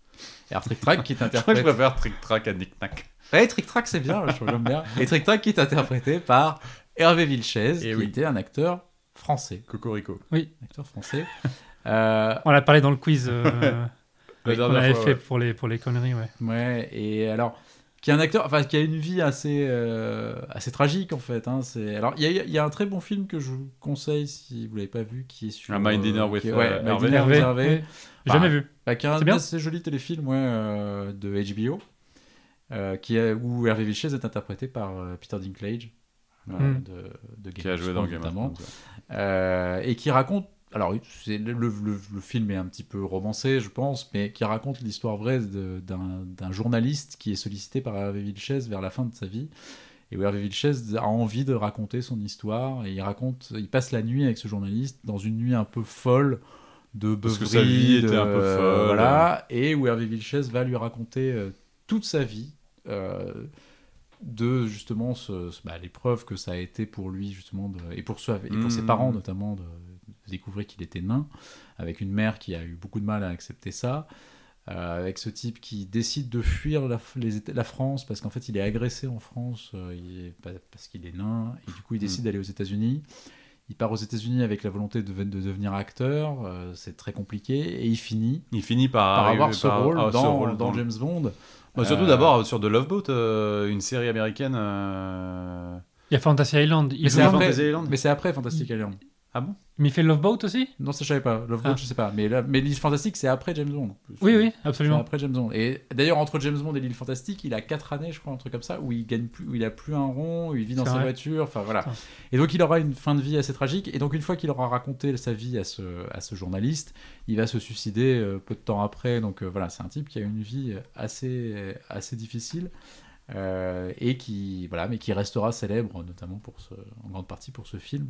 [SPEAKER 6] Et alors Trick Track qui est
[SPEAKER 3] Je crois que je
[SPEAKER 6] interprété.
[SPEAKER 3] préfère tric trac à nick tac.
[SPEAKER 6] Ouais, Trick Track c'est bien, je trouve, j'aime bien. Et Trick Track qui est interprété par Hervé Vilches,
[SPEAKER 3] Eh
[SPEAKER 6] qui
[SPEAKER 3] oui.
[SPEAKER 6] était un acteur français.
[SPEAKER 3] Cocorico.
[SPEAKER 6] Un acteur français. Euh,
[SPEAKER 4] On l'a parlé dans le quiz euh,
[SPEAKER 3] La
[SPEAKER 4] qu'on
[SPEAKER 3] dernière
[SPEAKER 4] avait
[SPEAKER 3] fois,
[SPEAKER 4] fait
[SPEAKER 3] ouais.
[SPEAKER 4] pour, les, pour les conneries. Ouais.
[SPEAKER 6] ouais, et alors, qui est un acteur, enfin, qui a une vie assez, euh, assez tragique en fait. hein, c'est- alors, il y a, il y a un très bon film que je vous conseille si vous l'avez pas vu, qui est sur.
[SPEAKER 3] Ah, My
[SPEAKER 6] euh,
[SPEAKER 3] Dinner
[SPEAKER 6] qui
[SPEAKER 3] with,
[SPEAKER 6] est-
[SPEAKER 3] euh,
[SPEAKER 6] ouais, My
[SPEAKER 3] Hervé.
[SPEAKER 6] Dinner with
[SPEAKER 4] Hervé,
[SPEAKER 6] Hervé.
[SPEAKER 4] ouais. Jamais
[SPEAKER 6] Bah,
[SPEAKER 4] vu.
[SPEAKER 6] Bah, qui est un
[SPEAKER 4] C'est bien.
[SPEAKER 6] assez joli téléfilm ouais, euh, de HBO, euh, qui est, où Hervé Vilches est interprété par euh, Peter Dinklage, euh,
[SPEAKER 4] Mm.
[SPEAKER 6] de, de Game
[SPEAKER 3] Qui a
[SPEAKER 6] of
[SPEAKER 3] joué dans
[SPEAKER 6] Thrones,
[SPEAKER 3] Game of
[SPEAKER 6] notamment,
[SPEAKER 3] Thrones, ouais.
[SPEAKER 6] euh, et qui raconte. Alors, c'est- le, le- le- le film est un petit peu romancé, je pense, mais qui raconte l'histoire vraie de- d'un d'un journaliste qui est sollicité par Hervé Vilches vers la fin de sa vie. Et où Hervé Vilches a envie de raconter son histoire. Et il raconte, il passe la nuit avec ce journaliste dans une nuit un peu folle de
[SPEAKER 3] Parce que
[SPEAKER 6] beuverie,
[SPEAKER 3] sa vie
[SPEAKER 6] de-
[SPEAKER 3] était un peu
[SPEAKER 6] euh,
[SPEAKER 3] folle.
[SPEAKER 6] Voilà, et où Hervé Vilches va lui raconter euh, toute sa vie. euh, de justement ce, ce- bah, l'épreuve que ça a été pour lui justement de- et pour, soi- et pour ses
[SPEAKER 3] Mhm.
[SPEAKER 6] parents notamment de, de découvrir qu'il était nain avec une mère qui a eu beaucoup de mal à accepter ça euh, avec ce type qui décide de fuir la, les Éta- la France parce qu'en fait il est agressé en France euh, il est- pa- parce qu'il est nain et du coup
[SPEAKER 3] Hmm.
[SPEAKER 6] il décide d'aller aux États-Unis il part aux États-Unis avec la volonté de, de devenir acteur euh, c'est très compliqué et il finit
[SPEAKER 3] Il finit par,
[SPEAKER 6] par avoir
[SPEAKER 3] arriver-
[SPEAKER 6] ce,
[SPEAKER 3] par-
[SPEAKER 6] rôle
[SPEAKER 3] ah, ce
[SPEAKER 6] dans,
[SPEAKER 3] rôle
[SPEAKER 6] dans
[SPEAKER 3] dans-
[SPEAKER 6] James Bond
[SPEAKER 3] Bah, surtout
[SPEAKER 6] Euh,
[SPEAKER 3] d'abord sur The Love Boat, euh, une série américaine. euh,
[SPEAKER 4] Il y a Fantasy Island. Il,
[SPEAKER 6] mais
[SPEAKER 4] joue
[SPEAKER 6] c'est
[SPEAKER 4] dans-
[SPEAKER 6] après,
[SPEAKER 3] Fantasy Island.
[SPEAKER 6] mais c'est après Fantastic Island
[SPEAKER 4] mais il fait Love Boat aussi
[SPEAKER 6] Non, ça je savais pas. Love
[SPEAKER 4] Ah.
[SPEAKER 6] Boat, je sais pas. Mais, là, mais l'île fantastique, c'est après James Bond. en plus.
[SPEAKER 4] Oui, oui,
[SPEAKER 6] C'est
[SPEAKER 4] absolument.
[SPEAKER 6] après James Bond. Et d'ailleurs, entre James Bond et l'île fantastique, il a 4 années, je crois, un truc comme ça, où il gagne plus, où il a plus un rond, où il vit dans
[SPEAKER 4] C'est
[SPEAKER 6] sa
[SPEAKER 4] vrai.
[SPEAKER 6] voiture. Enfin voilà.
[SPEAKER 4] Putain.
[SPEAKER 6] Et donc, il aura une fin de vie assez tragique. Et donc, une fois qu'il aura raconté sa vie à ce, à ce journaliste, il va se suicider euh, peu de temps après. Donc euh, voilà, c'est un type qui a une vie assez, assez difficile. euh, et qui voilà, mais qui restera célèbre notamment pour ce, en grande partie pour ce film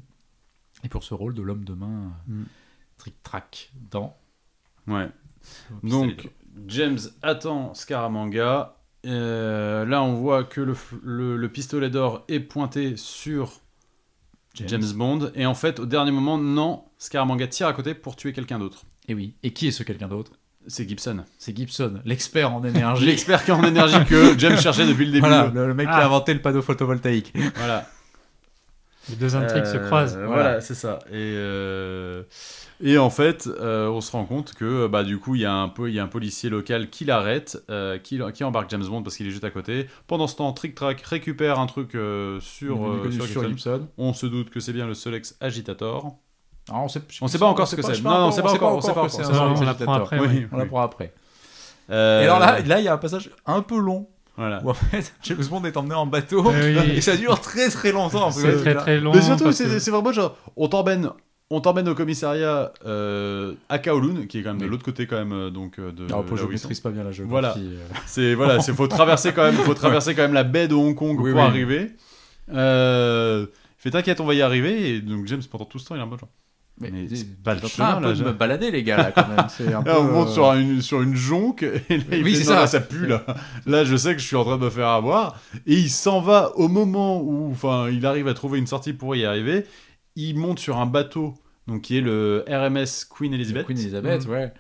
[SPEAKER 6] et pour ce rôle de l'homme de main euh,
[SPEAKER 3] Mm.
[SPEAKER 6] trick-track dans.
[SPEAKER 3] Ouais. Donc, James attend Scaramanga. Euh, là, on voit que le, f- le- le pistolet d'or est pointé sur James. Bond. Et en fait, au dernier moment, non, Scaramanga tire à côté pour tuer quelqu'un d'autre.
[SPEAKER 6] Et Eh oui. Et qui est ce quelqu'un d'autre
[SPEAKER 3] C'est Gibson.
[SPEAKER 6] C'est Gibson, l'expert en énergie.
[SPEAKER 3] L'expert qui est en énergie que James cherchait depuis le début.
[SPEAKER 6] Voilà, le, le mec qui
[SPEAKER 4] Ah.
[SPEAKER 6] a inventé le panneau photovoltaïque.
[SPEAKER 3] Voilà.
[SPEAKER 4] Les deux intrigues se
[SPEAKER 3] Euh,
[SPEAKER 4] croisent.
[SPEAKER 3] Voilà, c'est ça. Et, euh, et en fait, euh, on se rend compte que bah, du coup, il y, a un peu- il y a un policier local qui l'arrête, euh, qui, qui embarque James Bond parce qu'il est juste à côté. Pendant ce temps, Trick Track récupère un truc euh, sur,
[SPEAKER 6] Il est
[SPEAKER 3] euh,
[SPEAKER 6] connu
[SPEAKER 3] sur
[SPEAKER 6] sur
[SPEAKER 3] Gibson.
[SPEAKER 6] Gibson.
[SPEAKER 3] On se doute que c'est bien le Solex Agitator.
[SPEAKER 6] Ah, on sait,
[SPEAKER 3] On sait pas encore ce que c'est. Non, non, on sait pas encore, on sait pas encore.
[SPEAKER 6] que
[SPEAKER 4] Ça,
[SPEAKER 6] c'est un
[SPEAKER 4] on
[SPEAKER 6] Solex
[SPEAKER 4] l'apprend
[SPEAKER 6] agitateur.
[SPEAKER 4] après.
[SPEAKER 3] Oui.
[SPEAKER 4] Ah ouais.
[SPEAKER 6] On l'apprend après.
[SPEAKER 3] Euh,
[SPEAKER 6] Et alors là, là, il y a un passage un peu long
[SPEAKER 3] voilà.
[SPEAKER 6] où en fait James Bond est emmené en bateau
[SPEAKER 4] Eh oui.
[SPEAKER 3] Euh,
[SPEAKER 6] et ça dure très très longtemps.
[SPEAKER 4] C'est très très long.
[SPEAKER 3] Mais surtout,
[SPEAKER 4] parce
[SPEAKER 3] c'est
[SPEAKER 4] que-
[SPEAKER 3] c'est vraiment genre, on t'emmène On t'emmène au commissariat euh, à Kowloon, qui est quand même de l'autre côté quand même euh, donc euh, de.
[SPEAKER 6] Alors, pour
[SPEAKER 3] là
[SPEAKER 6] je
[SPEAKER 3] où ils sont.
[SPEAKER 6] maîtrise pas bien la géographie.
[SPEAKER 3] Voilà.
[SPEAKER 6] euh,
[SPEAKER 3] C'est voilà, c'est faut traverser quand même, faut traverser quand même la baie de Hong Kong
[SPEAKER 6] Oui,
[SPEAKER 3] pour
[SPEAKER 6] oui.
[SPEAKER 3] arriver. Euh, fais t'inquiète, on va y arriver. Et donc James pendant tout ce temps, il est un peu genre.
[SPEAKER 6] Mais,
[SPEAKER 3] Mais
[SPEAKER 6] c'est
[SPEAKER 3] c'est pas le
[SPEAKER 6] je suis en
[SPEAKER 3] chemin,
[SPEAKER 6] train un
[SPEAKER 3] là,
[SPEAKER 6] peu de
[SPEAKER 3] je-
[SPEAKER 6] me balader, les gars, là, quand même. C'est un peu,
[SPEAKER 3] Là, on monte
[SPEAKER 6] euh,
[SPEAKER 3] sur une sur une jonque. Et là, il
[SPEAKER 6] Oui,
[SPEAKER 3] fait,
[SPEAKER 6] c'est
[SPEAKER 3] non,
[SPEAKER 6] ça.
[SPEAKER 3] là, ça pue là. Là, je sais que je suis en train de me faire avoir. Et il s'en va au moment où, enfin, il arrive à trouver une sortie pour y arriver. Il monte sur un bateau, donc qui est le RMS Queen
[SPEAKER 6] la
[SPEAKER 3] Elizabeth,
[SPEAKER 6] Queen Elizabeth, ouais.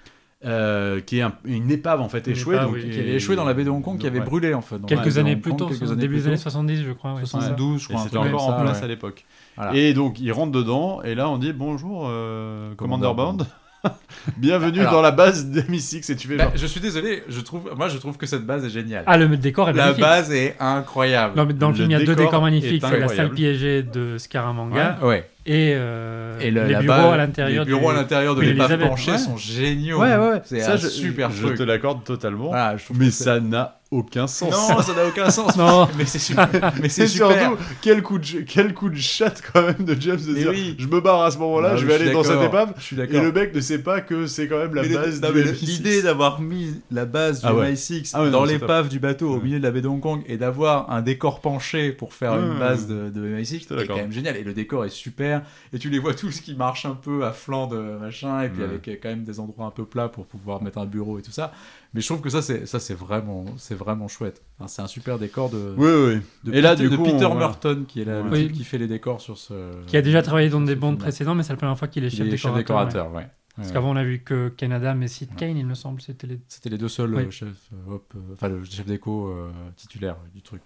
[SPEAKER 3] euh, qui est un- une épave en fait
[SPEAKER 4] Une
[SPEAKER 3] échouée,
[SPEAKER 4] épave,
[SPEAKER 3] donc
[SPEAKER 4] oui,
[SPEAKER 6] Qui avait échoué dans la baie de Hong Kong, qui avait
[SPEAKER 3] Ouais.
[SPEAKER 6] brûlé, en fait. dans la baie
[SPEAKER 4] Quelques
[SPEAKER 6] de
[SPEAKER 4] années
[SPEAKER 6] Hong
[SPEAKER 4] plus
[SPEAKER 6] Kong,
[SPEAKER 4] tôt,
[SPEAKER 6] quelques
[SPEAKER 4] c'est au
[SPEAKER 6] années
[SPEAKER 4] début
[SPEAKER 6] plus
[SPEAKER 4] des années
[SPEAKER 6] tôt.
[SPEAKER 4] 70, je crois. ouais, c'est ça.
[SPEAKER 6] 72, je
[SPEAKER 3] Et
[SPEAKER 6] crois. un
[SPEAKER 3] c'était
[SPEAKER 6] truc
[SPEAKER 3] encore
[SPEAKER 6] comme
[SPEAKER 3] en
[SPEAKER 6] ça,
[SPEAKER 3] place
[SPEAKER 6] ouais.
[SPEAKER 3] à l'époque.
[SPEAKER 6] Voilà.
[SPEAKER 3] Et donc, il rentre dedans, et là, on dit bonjour, euh, Commander Bond. Bienvenue
[SPEAKER 6] Alors-
[SPEAKER 3] dans la base d'Ami6, et tu fais
[SPEAKER 6] Bah,
[SPEAKER 3] genre.
[SPEAKER 6] je suis désolé, je trouve, moi je trouve que cette base est géniale.
[SPEAKER 4] Ah, le décor est
[SPEAKER 6] la
[SPEAKER 4] magnifique.
[SPEAKER 6] base est incroyable.
[SPEAKER 4] Non, mais dans le,
[SPEAKER 3] Le
[SPEAKER 4] film, il y a deux
[SPEAKER 3] décor
[SPEAKER 4] décors
[SPEAKER 3] est
[SPEAKER 4] magnifiques. C'est la salle
[SPEAKER 3] incroyable.
[SPEAKER 4] piégée de Scaramanga
[SPEAKER 6] ouais.
[SPEAKER 4] et, euh,
[SPEAKER 6] le-
[SPEAKER 4] les
[SPEAKER 6] la
[SPEAKER 4] bureaux
[SPEAKER 6] base-
[SPEAKER 4] à l'intérieur.
[SPEAKER 6] Les bureaux à
[SPEAKER 4] du-
[SPEAKER 6] l'intérieur de
[SPEAKER 4] Queen
[SPEAKER 6] l'épave
[SPEAKER 4] Elizabeth.
[SPEAKER 6] penchée
[SPEAKER 4] Ouais.
[SPEAKER 6] sont géniaux.
[SPEAKER 3] Ouais, ouais, ouais.
[SPEAKER 6] C'est
[SPEAKER 3] Ça,
[SPEAKER 6] un
[SPEAKER 3] je,
[SPEAKER 6] super
[SPEAKER 3] je
[SPEAKER 6] truc.
[SPEAKER 3] te l'accorde totalement.
[SPEAKER 6] Voilà, je trouve
[SPEAKER 3] mais
[SPEAKER 6] que c'est-
[SPEAKER 3] ça n'a aucun sens.
[SPEAKER 6] Non, ça n'a aucun sens.
[SPEAKER 4] Non.
[SPEAKER 6] Mais c'est super. Mais c'est
[SPEAKER 3] C'est
[SPEAKER 6] super.
[SPEAKER 3] surtout quel coup, de, quel coup de chatte quand même de James de
[SPEAKER 6] Mais
[SPEAKER 3] dire
[SPEAKER 6] oui.
[SPEAKER 3] je me barre à ce moment-là,
[SPEAKER 6] Non,
[SPEAKER 3] je
[SPEAKER 6] mais
[SPEAKER 3] vais
[SPEAKER 6] suis
[SPEAKER 3] aller dans cette
[SPEAKER 6] d'accord.
[SPEAKER 3] épave.
[SPEAKER 6] Je suis
[SPEAKER 3] Et
[SPEAKER 6] d'accord.
[SPEAKER 3] le mec ne sait pas que c'est quand même la
[SPEAKER 6] Mais le-
[SPEAKER 3] base
[SPEAKER 6] non,
[SPEAKER 3] du
[SPEAKER 6] mais le-
[SPEAKER 3] MI6.
[SPEAKER 6] L'idée d'avoir mis la base du
[SPEAKER 3] Ah ouais.
[SPEAKER 6] MI6
[SPEAKER 3] Ah ouais,
[SPEAKER 6] dans
[SPEAKER 3] non, c'est
[SPEAKER 6] l'épave du bateau au
[SPEAKER 3] Ouais.
[SPEAKER 6] milieu de la baie de Hong Kong et d'avoir un décor penché pour faire une
[SPEAKER 3] Ouais.
[SPEAKER 6] base de, de MI6
[SPEAKER 3] J'étais
[SPEAKER 6] est quand
[SPEAKER 3] d'accord.
[SPEAKER 6] même génial. Et le décor est super. Et tu les vois tous qui marchent un peu à flanc de machin et puis
[SPEAKER 3] Ouais.
[SPEAKER 6] avec euh, quand même des endroits un peu plats pour pouvoir mettre un bureau et tout ça. Mais je trouve que ça, c'est ça, c'est vraiment, c'est vraiment chouette. Enfin, c'est un super décor de.
[SPEAKER 3] Oui, oui.
[SPEAKER 6] de
[SPEAKER 3] Et là,
[SPEAKER 6] Peter-
[SPEAKER 3] du
[SPEAKER 6] de
[SPEAKER 3] coup,
[SPEAKER 6] Peter
[SPEAKER 3] on-
[SPEAKER 6] Merton qui est là, le
[SPEAKER 4] Oui.
[SPEAKER 6] type qui fait les décors sur ce.
[SPEAKER 4] Qui a déjà travaillé dans des
[SPEAKER 6] ce
[SPEAKER 4] bandes
[SPEAKER 6] film-là.
[SPEAKER 4] précédentes, mais c'est la première fois qu'il est
[SPEAKER 6] Il
[SPEAKER 4] chef
[SPEAKER 6] est chef
[SPEAKER 4] décorateur. ouais.
[SPEAKER 6] décorateur, ouais.
[SPEAKER 4] Parce
[SPEAKER 6] Ouais.
[SPEAKER 4] qu'avant, on a vu que Canada, mais Sid Kane, il me semble, c'était les.
[SPEAKER 6] C'était les deux seuls
[SPEAKER 4] Oui.
[SPEAKER 6] euh, chefs, euh, hop, euh, enfin le chef d'éco euh, titulaire euh, du truc.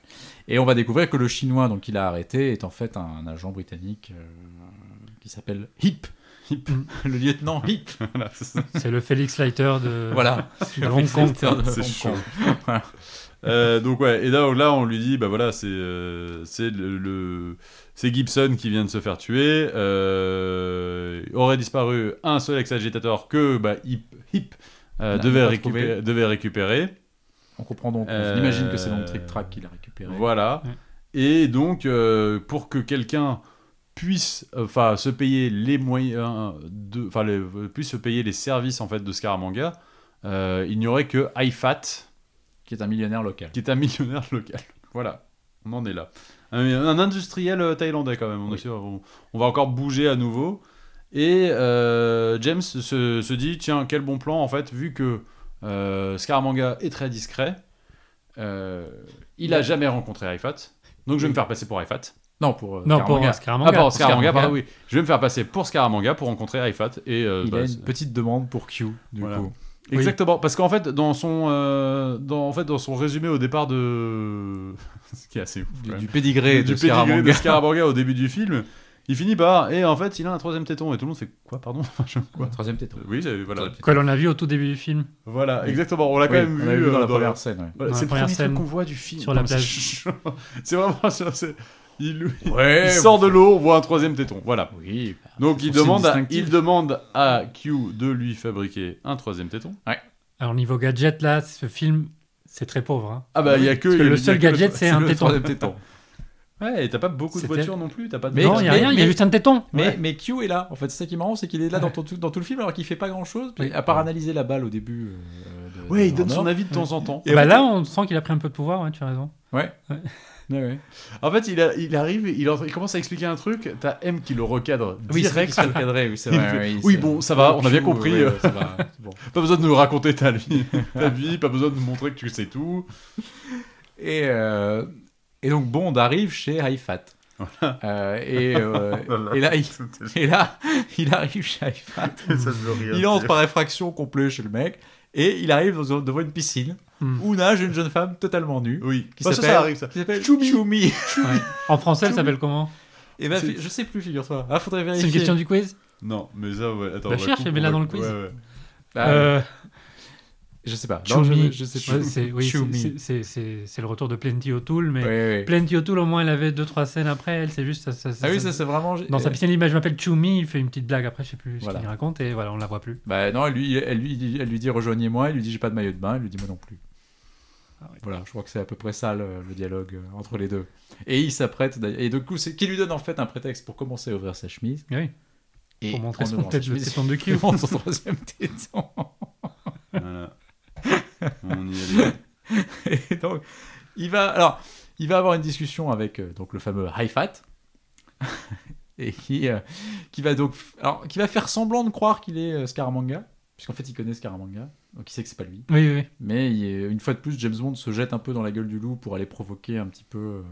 [SPEAKER 6] Et on va découvrir que le chinois, donc il a arrêté, est en fait un, agent britannique euh, qui s'appelle Hip. Hip.
[SPEAKER 3] Mm.
[SPEAKER 6] le lieutenant Hip.
[SPEAKER 3] Voilà, c'est ça.
[SPEAKER 4] C'est le Félix Leiter de.
[SPEAKER 6] voilà.
[SPEAKER 4] de Hong Kong.
[SPEAKER 3] C'est
[SPEAKER 6] C'est
[SPEAKER 3] chaud.
[SPEAKER 6] chaud.
[SPEAKER 3] Euh, donc ouais, et là, là on lui dit bah voilà c'est euh, c'est le, le- c'est Gibson qui vient de se faire tuer. euh, aurait disparu un seul ex-agitateur que bah Hip Hip euh,
[SPEAKER 6] N'a
[SPEAKER 3] devait,
[SPEAKER 6] Bah, pas
[SPEAKER 3] récupérer-
[SPEAKER 6] trouvé.
[SPEAKER 3] devait récupérer.
[SPEAKER 6] On comprend donc.
[SPEAKER 3] Euh,
[SPEAKER 6] On imagine que c'est dans le trick track qu'il a récupéré.
[SPEAKER 3] Voilà. Et donc euh, pour que quelqu'un puisse enfin se payer les moyens de enfin les- puisse se payer les services en fait de Scaramanga, euh, il n'y aurait que IFAT
[SPEAKER 6] Qui est un millionnaire local.
[SPEAKER 3] qui est un millionnaire local. Voilà, on en est là. Un, un industriel euh, thaïlandais quand même, on, est sûr, on, on va encore bouger à nouveau. Et euh, James se, se dit, tiens, quel bon plan en fait, vu que euh, Scaramanga est très discret, euh, il a jamais rencontré IFAT, donc je vais me faire passer pour IFAT.
[SPEAKER 6] Non, pour. euh,
[SPEAKER 4] Non, pour
[SPEAKER 6] Scaramanga.
[SPEAKER 3] Ah,
[SPEAKER 4] Scaramanga.
[SPEAKER 3] pardon, Scaramanga,
[SPEAKER 6] Scaramanga.
[SPEAKER 3] pardon, oui. Je vais me faire passer pour Scaramanga pour rencontrer IFAT. Et, euh,
[SPEAKER 6] Il
[SPEAKER 3] bah,
[SPEAKER 6] a
[SPEAKER 3] c'est-
[SPEAKER 6] une petite demande pour Q, du
[SPEAKER 3] Voilà.
[SPEAKER 6] coup.
[SPEAKER 4] Oui.
[SPEAKER 3] Exactement, parce qu'en fait, dans son, euh, dans, en fait, dans son résumé au départ de. Ce qui est assez ouf.
[SPEAKER 6] Du,
[SPEAKER 3] quand
[SPEAKER 6] du
[SPEAKER 3] même.
[SPEAKER 6] pédigré de
[SPEAKER 3] Du pédigré de
[SPEAKER 6] Scaramanga.
[SPEAKER 3] Scaramanga au début du film, il finit par. Et en fait, il a un troisième téton. Et tout le monde fait quoi, pardon Enfin, je- quoi
[SPEAKER 6] Troisième téton.
[SPEAKER 3] Oui, c'est- voilà.
[SPEAKER 4] Que l'on a vu au tout début du film.
[SPEAKER 3] Voilà, exactement. On l'a quand
[SPEAKER 6] Oui,
[SPEAKER 3] même
[SPEAKER 6] on
[SPEAKER 3] vu
[SPEAKER 6] l'avait vu
[SPEAKER 3] euh,
[SPEAKER 6] dans la
[SPEAKER 3] dans
[SPEAKER 6] première scène. ouais.
[SPEAKER 3] Voilà,
[SPEAKER 4] Dans la
[SPEAKER 3] c'est le
[SPEAKER 4] première
[SPEAKER 3] premier truc
[SPEAKER 4] scène.
[SPEAKER 3] qu'on voit du film.
[SPEAKER 4] Sur la
[SPEAKER 3] Non, c'est
[SPEAKER 4] plage.
[SPEAKER 3] chaud. C'est vraiment. ça, c'est- Il,
[SPEAKER 6] Ouais.
[SPEAKER 3] il sort de l'eau, on voit un troisième téton. Voilà.
[SPEAKER 6] Oui. bah,
[SPEAKER 3] Donc
[SPEAKER 6] c'est
[SPEAKER 3] il
[SPEAKER 6] son signe
[SPEAKER 3] demande, à,
[SPEAKER 6] distinctif.
[SPEAKER 3] il demande à Q de lui fabriquer un troisième téton.
[SPEAKER 4] Alors, niveau gadget, là, ce film, c'est très pauvre. hein.
[SPEAKER 3] Ah bah il y a que
[SPEAKER 4] Parce que
[SPEAKER 3] il y a
[SPEAKER 4] le
[SPEAKER 3] que
[SPEAKER 4] seul gadget, c'est un
[SPEAKER 6] le
[SPEAKER 4] téton.
[SPEAKER 6] troisième téton.
[SPEAKER 3] Ouais, et t'as pas beaucoup de
[SPEAKER 4] C'était-
[SPEAKER 3] voitures non plus, t'as pas de.
[SPEAKER 6] Mais-
[SPEAKER 4] non, il n'y a
[SPEAKER 6] mais-
[SPEAKER 4] rien, il y a
[SPEAKER 6] mais-
[SPEAKER 4] juste un téton.
[SPEAKER 6] Mais,
[SPEAKER 4] Ouais.
[SPEAKER 6] mais Q est là. En fait, c'est ça qui est marrant, c'est qu'il est là dans,
[SPEAKER 4] Ouais.
[SPEAKER 6] ton- tout, dans tout le film alors qu'il fait pas grand chose,
[SPEAKER 4] Oui.
[SPEAKER 6] à part analyser la balle au début. euh, de- de
[SPEAKER 3] ouais, il donne
[SPEAKER 6] Warner.
[SPEAKER 3] son avis de temps en temps.
[SPEAKER 6] Et
[SPEAKER 4] bah
[SPEAKER 6] en
[SPEAKER 4] là, on sent qu'il a pris un peu de pouvoir, ouais, tu as raison.
[SPEAKER 6] Ouais, ouais.
[SPEAKER 3] En fait, il, a- il arrive, il, entre- il commence à expliquer un truc, t'as M qui le recadre
[SPEAKER 6] Oui, c'est vrai
[SPEAKER 3] direct.
[SPEAKER 6] qu'il se fait cadrer, oui, c'est
[SPEAKER 3] Il
[SPEAKER 6] vrai,
[SPEAKER 3] fait,
[SPEAKER 6] oui,
[SPEAKER 3] oui,
[SPEAKER 6] c'est-
[SPEAKER 3] bon, ça va, on a bien
[SPEAKER 6] Q,
[SPEAKER 3] compris,
[SPEAKER 6] ouais,
[SPEAKER 3] euh.
[SPEAKER 6] ouais, ça va, c'est bon.
[SPEAKER 3] Pas besoin de nous raconter ta vie, ta vie, pas besoin de nous montrer que tu sais tout.
[SPEAKER 6] Et, euh, et donc Bond arrive chez Haifat. et, euh, et là, il, et là, il arrive chez Haifat. Il entre par effraction complète chez le mec et il arrive dans- devant une piscine
[SPEAKER 4] Hmm.
[SPEAKER 6] où nage une jeune femme totalement nue.
[SPEAKER 3] Oui,
[SPEAKER 6] Qui
[SPEAKER 3] Bah, ça,
[SPEAKER 6] s'appelle-
[SPEAKER 3] ça arrive ça.
[SPEAKER 6] qui s'appelle
[SPEAKER 3] Choumi.
[SPEAKER 6] Choumi.
[SPEAKER 4] Ouais. En français, elle s'appelle comment
[SPEAKER 6] Et ben,
[SPEAKER 3] C'est-
[SPEAKER 6] je sais plus, figure-toi. Ah, faudrait
[SPEAKER 4] C'est
[SPEAKER 6] vérifier.
[SPEAKER 4] une question du quiz
[SPEAKER 3] Non, mais ça, ouais, attends.
[SPEAKER 4] Bah,
[SPEAKER 3] on va
[SPEAKER 4] cherche,
[SPEAKER 3] couper,
[SPEAKER 4] mets-la
[SPEAKER 3] on va-
[SPEAKER 4] dans le quiz.
[SPEAKER 3] ouais, ouais.
[SPEAKER 6] Bah,
[SPEAKER 4] Euh,
[SPEAKER 6] Je sais pas. Non,
[SPEAKER 4] Chumi.
[SPEAKER 6] je, je sais
[SPEAKER 4] Ouais,
[SPEAKER 6] pas.
[SPEAKER 4] c'est- oui, c'est-
[SPEAKER 6] Chumi.
[SPEAKER 4] c'est- c'est- C'est c'est le retour de Plenty O'Toole, mais
[SPEAKER 6] Ouais, ouais.
[SPEAKER 4] Plenty O'Toole, au moins, elle avait 2-3 scènes après. Elle, c'est juste. ça- ça-
[SPEAKER 6] Ah
[SPEAKER 4] ça-
[SPEAKER 6] oui,
[SPEAKER 4] ça-
[SPEAKER 6] ça c'est vraiment. euh,
[SPEAKER 4] Dans
[SPEAKER 3] Euh,
[SPEAKER 4] sa piscine, il dit, Bah, je m'appelle Chumi, il fait une petite blague après, je sais plus
[SPEAKER 6] Voilà.
[SPEAKER 4] ce qu'il raconte, et voilà, on la voit plus.
[SPEAKER 6] Bah non, elle lui, elle lui, elle lui dit rejoignez-moi, elle lui dit j'ai pas de maillot de bain, elle lui dit moi non plus.
[SPEAKER 4] Ah
[SPEAKER 6] Voilà, je crois que c'est à peu près ça le, le dialogue euh, entre les deux. Et il s'apprête d'ailleurs- et du coup c'est qui lui donne en fait un prétexte pour commencer à ouvrir sa chemise.
[SPEAKER 4] Ah oui.
[SPEAKER 6] Et
[SPEAKER 4] pour montrer
[SPEAKER 6] on
[SPEAKER 4] son
[SPEAKER 6] avance.
[SPEAKER 4] tête
[SPEAKER 6] Je
[SPEAKER 4] de
[SPEAKER 6] me dis-
[SPEAKER 4] téton de cul.
[SPEAKER 6] on avance en troisième téton.
[SPEAKER 3] Voilà. On y allait.
[SPEAKER 6] Et donc, il va, alors, il va avoir une discussion avec euh, donc, le fameux High Fat. et qui, euh, qui va donc. Alors, qui va faire semblant de croire qu'il est euh, Scaramanga. Puisqu'en fait, il connaît Scaramanga. Donc, il sait que c'est pas lui.
[SPEAKER 4] Oui, oui, oui.
[SPEAKER 6] Mais il est- une fois de plus, James Bond se jette un peu dans la gueule du loup pour aller provoquer un petit peu euh,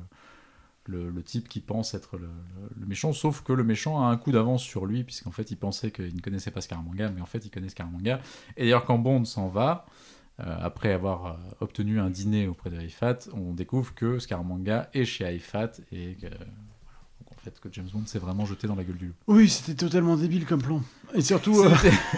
[SPEAKER 6] le, le type qui pense être le, le- le méchant. Sauf que le méchant a un coup d'avance sur lui, puisqu'en fait, il pensait qu'il ne connaissait pas Scaramanga, mais en fait, il connaît Scaramanga. Et d'ailleurs, quand Bond s'en va, euh, après avoir euh, obtenu un dîner auprès de Haifat, on découvre que Scaramanga est chez Haifat et que. voilà. Donc, en fait, que James Bond s'est vraiment jeté dans la gueule du loup.
[SPEAKER 3] Oui, c'était totalement débile comme plan. Et surtout, euh,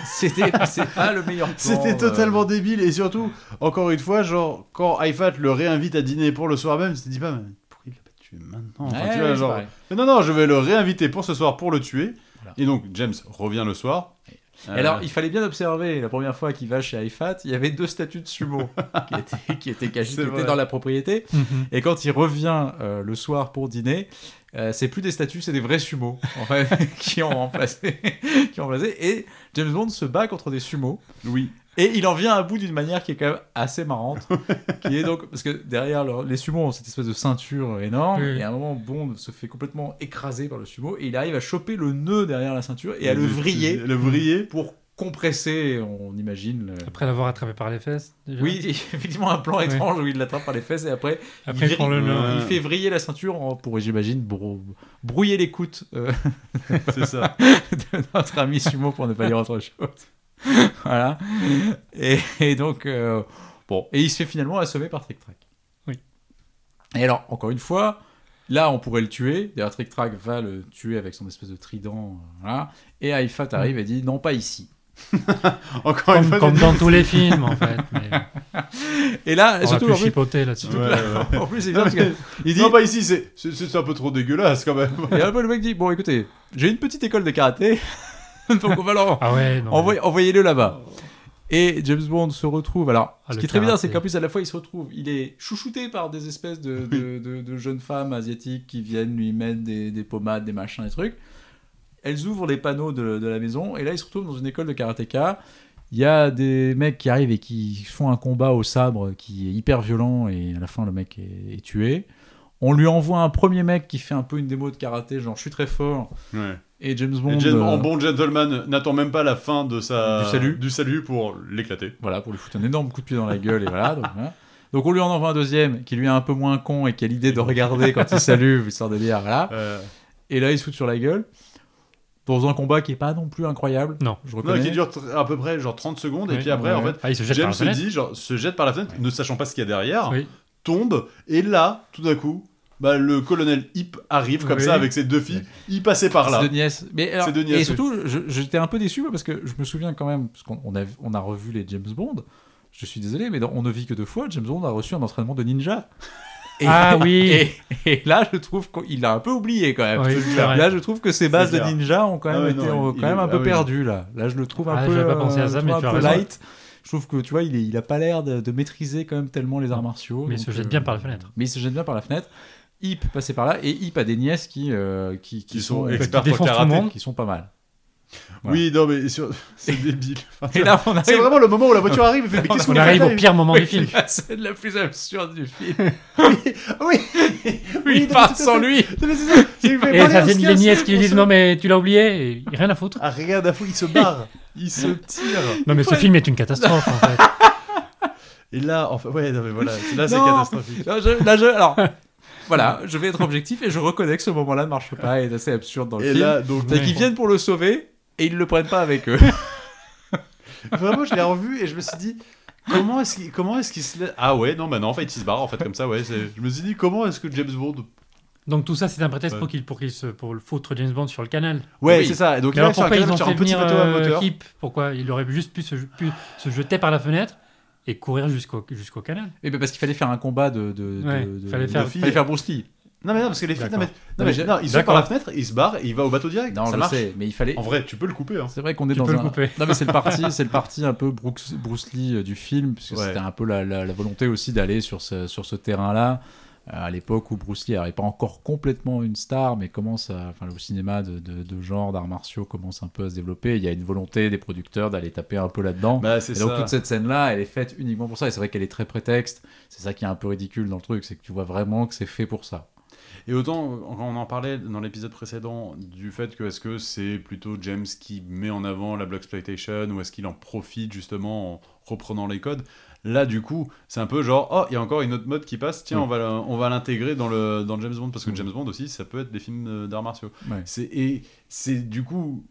[SPEAKER 6] C'était c'est pas le meilleur plan.
[SPEAKER 3] c'était
[SPEAKER 6] euh,
[SPEAKER 3] totalement débile. Et surtout, encore une fois, genre, quand Ifat le réinvite à dîner pour le soir même, je te dis pas, mais pourquoi il l'a pas tué maintenant Enfin,
[SPEAKER 6] Ouais,
[SPEAKER 3] tu vois,
[SPEAKER 6] c'est
[SPEAKER 3] genre,
[SPEAKER 6] pareil.
[SPEAKER 3] Mais non, non, je vais le réinviter pour ce soir pour le tuer.
[SPEAKER 6] Voilà.
[SPEAKER 3] Et donc, James revient le soir.
[SPEAKER 6] Et
[SPEAKER 3] Euh.
[SPEAKER 6] alors, il fallait bien observer, la première fois qu'il va chez Ifat, il y avait deux statues de sumo qui étaient, qui étaient cachées,
[SPEAKER 3] C'est
[SPEAKER 6] qui
[SPEAKER 3] vrai.
[SPEAKER 6] étaient dans la propriété.
[SPEAKER 4] Mhm.
[SPEAKER 6] Et quand il revient euh, le soir pour dîner, euh, c'est plus des statues, c'est des vrais sumos en fait, qui, ont remplacé, qui ont remplacé. Et James Bond se bat contre des sumos.
[SPEAKER 3] Euh, oui.
[SPEAKER 6] Et il en vient à bout d'une manière qui est quand même assez marrante. qui est donc, parce que derrière leur- les sumos ont cette espèce de ceinture énorme.
[SPEAKER 4] Oui.
[SPEAKER 6] Et à un moment, Bond se fait complètement écraser par le sumo. Et il arrive à choper le nœud derrière la ceinture et à le vriller
[SPEAKER 3] Euh, Le vriller.
[SPEAKER 6] pour compresser, on imagine. le-
[SPEAKER 4] Après l'avoir attrapé par les fesses. déjà.
[SPEAKER 6] Oui, effectivement, un plan étrange où il l'attrape par les fesses et après,
[SPEAKER 4] Après,
[SPEAKER 6] il,
[SPEAKER 4] il prend le
[SPEAKER 6] vrille-
[SPEAKER 4] nœud.
[SPEAKER 6] il fait vriller la ceinture en- pour, j'imagine, brou- brouiller l'écoute euh,
[SPEAKER 3] C'est ça.
[SPEAKER 6] de notre ami Sumo pour ne pas dire autre chose. voilà. Et, et donc, euh, bon. Et il se fait finalement assommer par Trick Track.
[SPEAKER 4] Oui.
[SPEAKER 6] Et alors, encore une fois, là, on pourrait le tuer. D'ailleurs, Trick Track va le tuer avec son espèce de trident. euh, voilà. Et Aifat arrive et dit non, pas ici.
[SPEAKER 3] Encore une
[SPEAKER 4] Comme,
[SPEAKER 3] fois.
[SPEAKER 4] comme dans tous les films, en fait. mais
[SPEAKER 6] Et là,
[SPEAKER 4] on a
[SPEAKER 6] surtout,
[SPEAKER 4] pu
[SPEAKER 6] en plus,
[SPEAKER 4] chipoter là-dessus.
[SPEAKER 3] Ouais, ouais.
[SPEAKER 6] en plus, c'est bizarre
[SPEAKER 3] Non,
[SPEAKER 6] parce que
[SPEAKER 3] mais-
[SPEAKER 6] il dit
[SPEAKER 3] non, bah ici, c'est- c'est c'est un peu trop dégueulasse quand même.
[SPEAKER 6] Et après, le mec dit Bon, écoutez, j'ai une petite école de karaté, donc on va leur.
[SPEAKER 4] Ah ouais, non.
[SPEAKER 6] envoyer- Envoyez-le là-bas. Et James Bond se retrouve. Alors,
[SPEAKER 4] Ah,
[SPEAKER 6] ce
[SPEAKER 4] le
[SPEAKER 6] qui est très bien,
[SPEAKER 4] karaté.
[SPEAKER 6] c'est qu'en plus, à la fois, il se retrouve. Il est chouchouté par des espèces de, de- de- de jeunes femmes asiatiques qui viennent lui mettre des, des pommades, des machins, des trucs. Elles ouvrent les panneaux de, de la maison, et là, il se retrouve dans une école de karatéka. Il y a des mecs qui arrivent et qui font un combat au sabre qui est hyper violent, et à la fin, le mec est, est tué. On lui envoie un premier mec qui fait un peu une démo de karaté, genre je suis très fort.
[SPEAKER 3] Ouais.
[SPEAKER 6] Et James Bond.
[SPEAKER 3] Et Jen-
[SPEAKER 6] euh,
[SPEAKER 3] en bon gentleman, n'attend même pas la fin de sa...
[SPEAKER 6] Du salut.
[SPEAKER 3] pour l'éclater.
[SPEAKER 6] voilà, pour lui foutre un énorme coup de pied dans la gueule, et voilà. Donc, voilà. Donc, on lui en envoie un deuxième, qui lui est un peu moins con et qui a l'idée de regarder quand il salue, histoire de dire, voilà.
[SPEAKER 3] Euh,
[SPEAKER 6] Et là, il se fout sur la gueule, dans un combat qui est pas non plus incroyable.
[SPEAKER 4] Non.
[SPEAKER 6] je
[SPEAKER 3] non,
[SPEAKER 6] reconnais.
[SPEAKER 3] qui dure tr- à peu près genre 30 secondes, et
[SPEAKER 4] Oui,
[SPEAKER 3] puis après,
[SPEAKER 6] ouais,
[SPEAKER 3] en
[SPEAKER 6] ouais.
[SPEAKER 3] fait,
[SPEAKER 4] Ah, il se jette
[SPEAKER 3] James
[SPEAKER 4] par
[SPEAKER 3] se
[SPEAKER 4] la fenêtre.
[SPEAKER 3] dit, ah, genre, se jette par la fenêtre, ne sachant pas ce qu'il y a derrière,
[SPEAKER 4] Oui.
[SPEAKER 3] tombe, et là, tout d'un coup, bah, le colonel Hip arrive comme
[SPEAKER 4] Oui.
[SPEAKER 3] ça avec ses deux filles, il passait par là.
[SPEAKER 6] C'est de Nièce. Mais alors-
[SPEAKER 3] C'est de Nièce,
[SPEAKER 6] et surtout, je- j'étais un peu déçu parce que je me souviens quand même, parce qu'on on a, on a revu les James Bond. Je suis désolé, mais dans- on ne vit que deux fois. James Bond a reçu un entraînement de ninja. Et-
[SPEAKER 4] Ah oui.
[SPEAKER 6] Et, et là, je trouve qu'il a un peu oublié quand même.
[SPEAKER 4] Oui,
[SPEAKER 3] c'est
[SPEAKER 4] c'est
[SPEAKER 3] clair.
[SPEAKER 4] vrai.
[SPEAKER 6] Là, je trouve que ces bases de
[SPEAKER 3] clair.
[SPEAKER 6] ninja ont quand même
[SPEAKER 3] Ah ouais,
[SPEAKER 6] été
[SPEAKER 3] non,
[SPEAKER 6] ont
[SPEAKER 3] il-
[SPEAKER 6] quand même
[SPEAKER 3] il-
[SPEAKER 6] un peu
[SPEAKER 3] ah oui.
[SPEAKER 6] perdu là. Là, je le trouve un
[SPEAKER 4] Ah,
[SPEAKER 6] peu,
[SPEAKER 4] j'avais pas pensé à ça,
[SPEAKER 6] je le
[SPEAKER 4] mais
[SPEAKER 6] trouve
[SPEAKER 4] tu
[SPEAKER 6] un
[SPEAKER 4] as
[SPEAKER 6] peu
[SPEAKER 4] raison.
[SPEAKER 6] light. Je trouve que tu vois, il, est- il a pas l'air de, de maîtriser quand même tellement les arts martiaux.
[SPEAKER 4] Mais il
[SPEAKER 6] donc,
[SPEAKER 4] se jette
[SPEAKER 6] euh,
[SPEAKER 4] bien par la fenêtre.
[SPEAKER 6] Mais il se jette bien par la fenêtre. Hip passait par là et Hip a des nièces qui euh, qui,
[SPEAKER 3] Qui sont
[SPEAKER 6] euh,
[SPEAKER 3] experts
[SPEAKER 4] défonce
[SPEAKER 3] en
[SPEAKER 4] tout le
[SPEAKER 3] karaté.
[SPEAKER 4] monde.
[SPEAKER 6] qui sont pas mal.
[SPEAKER 3] Oui, non, mais sur- c'est débile. Enfin,
[SPEAKER 6] Et là, on
[SPEAKER 3] c'est
[SPEAKER 6] arrive
[SPEAKER 3] vraiment le moment où la voiture arrive, elle fait, mais qu'est-ce
[SPEAKER 4] On
[SPEAKER 3] qu'on a
[SPEAKER 4] arrive
[SPEAKER 3] fait
[SPEAKER 4] au pire moment du film.
[SPEAKER 6] la scène la plus absurde du film.
[SPEAKER 3] Oui,
[SPEAKER 6] il part sans lui.
[SPEAKER 3] Mais c'est ça, il fait
[SPEAKER 4] Et
[SPEAKER 3] parler
[SPEAKER 4] ça,
[SPEAKER 3] au
[SPEAKER 4] c'est
[SPEAKER 3] skieur,
[SPEAKER 4] les nièces qui lui
[SPEAKER 3] on
[SPEAKER 4] disent
[SPEAKER 3] se-
[SPEAKER 4] non mais tu l'as oublié, et rien à foutre.
[SPEAKER 3] Ah, regarde, à fou, il se barre. Il se tire.
[SPEAKER 4] Non mais ce film est une catastrophe en fait.
[SPEAKER 3] Et là, enfin, ouais, non, mais voilà, là, c'est
[SPEAKER 6] Non.
[SPEAKER 3] catastrophique.
[SPEAKER 6] Là, je, là, je- alors voilà, je vais être objectif et je reconnais que ce moment-là ne marche pas et est assez absurde dans le
[SPEAKER 3] Et
[SPEAKER 6] film.
[SPEAKER 3] là, donc,
[SPEAKER 6] C'est
[SPEAKER 4] Ouais.
[SPEAKER 6] qu'ils viennent pour le sauver et ils le prennent pas avec eux.
[SPEAKER 3] vraiment, je l'ai revu et je me suis dit, comment est-ce qu'il comment est qu'il se laisse. Ah ouais, non, bah non, en fait, il se barre, en fait, comme ça, ouais. c'est- Je me suis dit, comment est-ce que James Bond.
[SPEAKER 4] Donc tout ça c'est un prétexte
[SPEAKER 3] Ouais.
[SPEAKER 4] pour qu'il pour qu'il se pour le foutre James Bond sur le canal.
[SPEAKER 3] Ouais,
[SPEAKER 6] Oui.
[SPEAKER 3] c'est ça. Et donc,
[SPEAKER 4] Mais
[SPEAKER 3] il
[SPEAKER 4] alors
[SPEAKER 3] arrive sur un
[SPEAKER 4] pourquoi ils
[SPEAKER 3] canal,
[SPEAKER 4] ont
[SPEAKER 3] sur un
[SPEAKER 4] fait
[SPEAKER 3] petit
[SPEAKER 4] venir
[SPEAKER 3] bateau à
[SPEAKER 4] euh,
[SPEAKER 3] moteur.
[SPEAKER 4] Hip Pourquoi il aurait juste pu se, pu se jeter par la fenêtre et courir jusqu'au jusqu'au canal
[SPEAKER 6] Et ben parce qu'il fallait faire un combat de. de, de-
[SPEAKER 4] Ouais,
[SPEAKER 6] de-
[SPEAKER 4] fallait
[SPEAKER 6] de-
[SPEAKER 4] faire-
[SPEAKER 6] fallait faire Bruce Lee.
[SPEAKER 3] Non, mais non, parce que les filles. Non, mais,
[SPEAKER 4] D'accord.
[SPEAKER 3] non, mais-
[SPEAKER 6] Non, mais
[SPEAKER 3] non, il saute par
[SPEAKER 4] d'accord.
[SPEAKER 3] la fenêtre, il se barre et il va au bateau direct.
[SPEAKER 6] Non,
[SPEAKER 3] ça
[SPEAKER 6] je
[SPEAKER 3] marche.
[SPEAKER 6] sais, mais il fallait.
[SPEAKER 3] En vrai, tu peux le couper. Hein.
[SPEAKER 6] C'est vrai qu'on est
[SPEAKER 4] Tu
[SPEAKER 6] dans
[SPEAKER 4] peux le
[SPEAKER 6] un.
[SPEAKER 4] couper.
[SPEAKER 6] Non mais c'est le parti, c'est le parti un peu Bruce, Bruce Lee euh, du film, puisque
[SPEAKER 3] Ouais.
[SPEAKER 6] c'était un peu la, la- la volonté aussi d'aller sur ce sur ce terrain-là. euh, à l'époque où Bruce Lee n'est pas encore complètement une star, mais commence à, enfin, le cinéma de, de- de genre, d'arts martiaux commence un peu à se développer. Il y a une volonté des producteurs d'aller taper un peu là-dedans.
[SPEAKER 3] Bah, c'est
[SPEAKER 6] Et donc
[SPEAKER 3] ça.
[SPEAKER 6] toute cette scène-là, elle est faite uniquement pour ça. Et c'est vrai qu'elle est très prétexte. C'est ça qui est un peu ridicule dans le truc, c'est que tu vois vraiment que c'est fait pour ça.
[SPEAKER 3] Et autant, euh, quand on en parlait dans l'épisode précédent, du fait que est-ce que c'est plutôt James qui met en avant la Blaxploitation ou est-ce qu'il en profite justement en reprenant les codes Là, du coup, c'est un peu genre, oh, il y a encore une autre mode qui passe, tiens,
[SPEAKER 6] Oui.
[SPEAKER 3] on va, la- on va l'intégrer dans, le, dans le James Bond, parce que
[SPEAKER 6] Oui.
[SPEAKER 3] James Bond aussi, ça peut être des films euh, d'arts martiaux.
[SPEAKER 6] Ouais.
[SPEAKER 3] C'est- Et c'est du coup,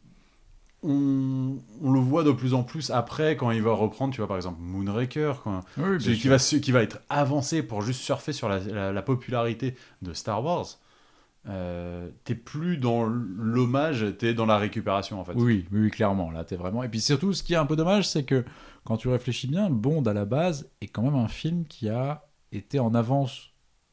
[SPEAKER 3] on, on le voit de plus en plus après quand il va reprendre, tu vois, par exemple, Moonraker, quand, celui qui va, su- qui va être avancé pour juste surfer sur la, la- la popularité de Star Wars, euh, t'es plus dans l'hommage, t'es dans la récupération en fait.
[SPEAKER 6] Oui, oui, oui, clairement. Là, t'es vraiment. Et puis surtout, ce qui est un peu dommage, c'est que quand tu réfléchis bien, Bond à la base est quand même un film qui a été en avance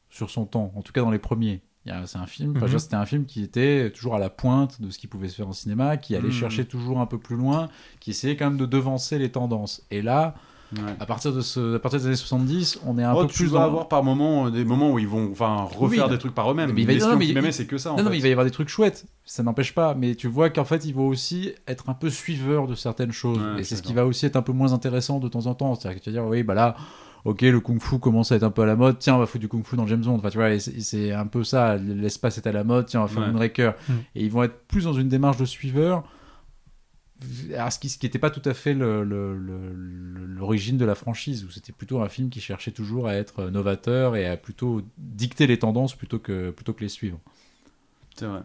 [SPEAKER 6] sur son temps, en tout cas dans les premiers. Il y a- C'est un film. enfin, je
[SPEAKER 4] Mhm.
[SPEAKER 6] veux dire, C'était un film qui était toujours à la pointe de ce qui pouvait se faire en cinéma, qui allait
[SPEAKER 3] Mhm.
[SPEAKER 6] chercher toujours un peu plus loin, qui essayait quand même de devancer les tendances. Et là,
[SPEAKER 3] Ouais.
[SPEAKER 6] à partir de ce, à partir des années 70, on est un
[SPEAKER 3] Oh,
[SPEAKER 6] peu
[SPEAKER 3] tu
[SPEAKER 6] plus
[SPEAKER 3] vas
[SPEAKER 6] dans-
[SPEAKER 3] avoir par moments euh, des moments où ils vont enfin refaire
[SPEAKER 6] Oui,
[SPEAKER 3] des trucs par eux-mêmes.
[SPEAKER 6] mais il va-
[SPEAKER 3] Mais,
[SPEAKER 6] non,
[SPEAKER 3] ce
[SPEAKER 6] mais
[SPEAKER 3] qui
[SPEAKER 6] il-
[SPEAKER 3] m'aimait, c'est que ça. en
[SPEAKER 6] Non, non,
[SPEAKER 3] fait.
[SPEAKER 6] mais il va y avoir des trucs chouettes, ça n'empêche pas, mais tu vois qu'en fait, il va aussi être un peu suiveur de certaines choses,
[SPEAKER 3] Ouais,
[SPEAKER 6] et
[SPEAKER 3] je suis
[SPEAKER 6] c'est ce qui va aussi être un peu moins intéressant de temps en temps. C'est-à-dire que tu vas dire, oui, bah là, ok, le kung-fu commence à être un peu à la mode, tiens, on va foutre du kung-fu dans James Bond, enfin, tu vois, et c'est- c'est un peu ça, l'espace est à la mode, tiens, on va faire
[SPEAKER 3] Ouais.
[SPEAKER 6] Moonraker,
[SPEAKER 4] Mm.
[SPEAKER 6] et ils vont être plus dans une démarche de suiveur, alors, ce qui n'était pas tout à fait le- le- le- le- l'origine de la franchise, où c'était plutôt un film qui cherchait toujours à être euh, novateur et à plutôt dicter les tendances plutôt que, plutôt que les suivre.
[SPEAKER 3] C'est vrai.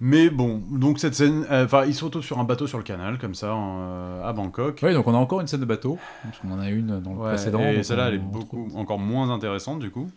[SPEAKER 3] Mais bon, donc cette scène, euh, enfin, ils se retrouvent sur un bateau sur le canal comme ça en, euh, à Bangkok.
[SPEAKER 6] Oui, donc on a encore une scène de bateau, parce qu'on en a une dans le
[SPEAKER 3] Ouais,
[SPEAKER 6] précédent.
[SPEAKER 3] et
[SPEAKER 6] donc
[SPEAKER 3] celle-là,
[SPEAKER 6] on-
[SPEAKER 3] elle est
[SPEAKER 6] on retrouve-
[SPEAKER 3] beaucoup encore moins intéressante du coup.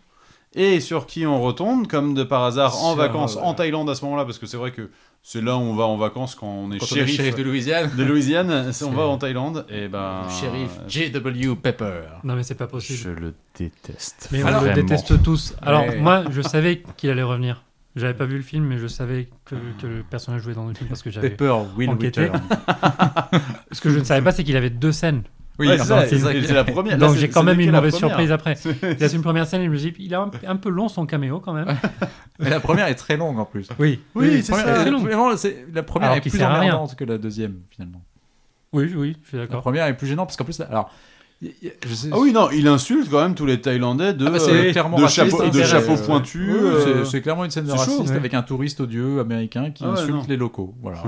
[SPEAKER 3] Et sur qui on retombe, comme de par hasard, en
[SPEAKER 6] Sur,
[SPEAKER 3] vacances
[SPEAKER 6] euh,
[SPEAKER 3] en Thaïlande à ce moment-là, parce que c'est vrai que c'est là où on va en vacances quand on est
[SPEAKER 6] Quand on est
[SPEAKER 3] shérif,
[SPEAKER 6] shérif de
[SPEAKER 3] de...
[SPEAKER 6] Louisiane,
[SPEAKER 3] Louisiane, c'est- on
[SPEAKER 6] C'est-
[SPEAKER 3] va en Thaïlande, et ben.
[SPEAKER 6] le shérif J.W. Pepper.
[SPEAKER 4] Non, mais c'est pas possible.
[SPEAKER 1] le déteste.
[SPEAKER 4] Mais on
[SPEAKER 1] Vraiment.
[SPEAKER 4] le déteste tous. Alors,
[SPEAKER 6] Ouais.
[SPEAKER 4] moi, je savais qu'il allait revenir. J'avais pas vu le film, mais je savais que, que le personnage jouait dans le film parce que j'avais.
[SPEAKER 6] Pepper Will
[SPEAKER 4] Enquêté.
[SPEAKER 6] Return.
[SPEAKER 4] Ce que je ne savais pas, c'est qu'il avait deux scènes.
[SPEAKER 6] Oui,
[SPEAKER 3] Ouais, c'est
[SPEAKER 6] enfin,
[SPEAKER 3] ça,
[SPEAKER 6] c'est ça
[SPEAKER 3] et
[SPEAKER 6] qui-
[SPEAKER 3] c'est la première. Là,
[SPEAKER 4] Donc,
[SPEAKER 3] c'est-
[SPEAKER 4] j'ai quand
[SPEAKER 3] c'est
[SPEAKER 4] même
[SPEAKER 3] dès
[SPEAKER 4] une
[SPEAKER 3] qu'elle est
[SPEAKER 4] mauvaise
[SPEAKER 3] la première.
[SPEAKER 4] surprise après. Il a fait une première scène et je me dis, il a un, un peu long son caméo quand
[SPEAKER 6] Ah.
[SPEAKER 4] même.
[SPEAKER 6] Mais la première est très longue en plus.
[SPEAKER 4] Oui,
[SPEAKER 3] Oui, c'est
[SPEAKER 6] la
[SPEAKER 3] ça.
[SPEAKER 6] première-
[SPEAKER 4] Très longue.
[SPEAKER 6] vraiment, c'est- La première
[SPEAKER 4] Alors
[SPEAKER 6] est
[SPEAKER 4] qu'il
[SPEAKER 6] plus
[SPEAKER 4] sert à rien.
[SPEAKER 6] emmerdante que la deuxième, finalement.
[SPEAKER 4] oui, oui, je suis
[SPEAKER 6] La
[SPEAKER 4] d'accord.
[SPEAKER 6] première est plus gênante, parce qu'en plus, alors. y- y- Je sais,
[SPEAKER 3] Ah oui, non, il insulte quand même tous les Thaïlandais de,
[SPEAKER 6] Ah bah, c'est
[SPEAKER 3] euh,
[SPEAKER 6] clairement
[SPEAKER 3] de
[SPEAKER 6] raciste,
[SPEAKER 3] chapeau,
[SPEAKER 6] hein,
[SPEAKER 3] de
[SPEAKER 6] c'est-
[SPEAKER 3] chapeau
[SPEAKER 6] c'est- Oui,
[SPEAKER 3] pointu.
[SPEAKER 6] oui,
[SPEAKER 3] euh,
[SPEAKER 6] c'est- C'est clairement une scène de
[SPEAKER 3] c'est chaud,
[SPEAKER 6] racisme
[SPEAKER 4] ouais.
[SPEAKER 6] avec un touriste odieux américain qui
[SPEAKER 3] Ah ouais,
[SPEAKER 6] insulte
[SPEAKER 3] non.
[SPEAKER 6] les locaux. Voilà,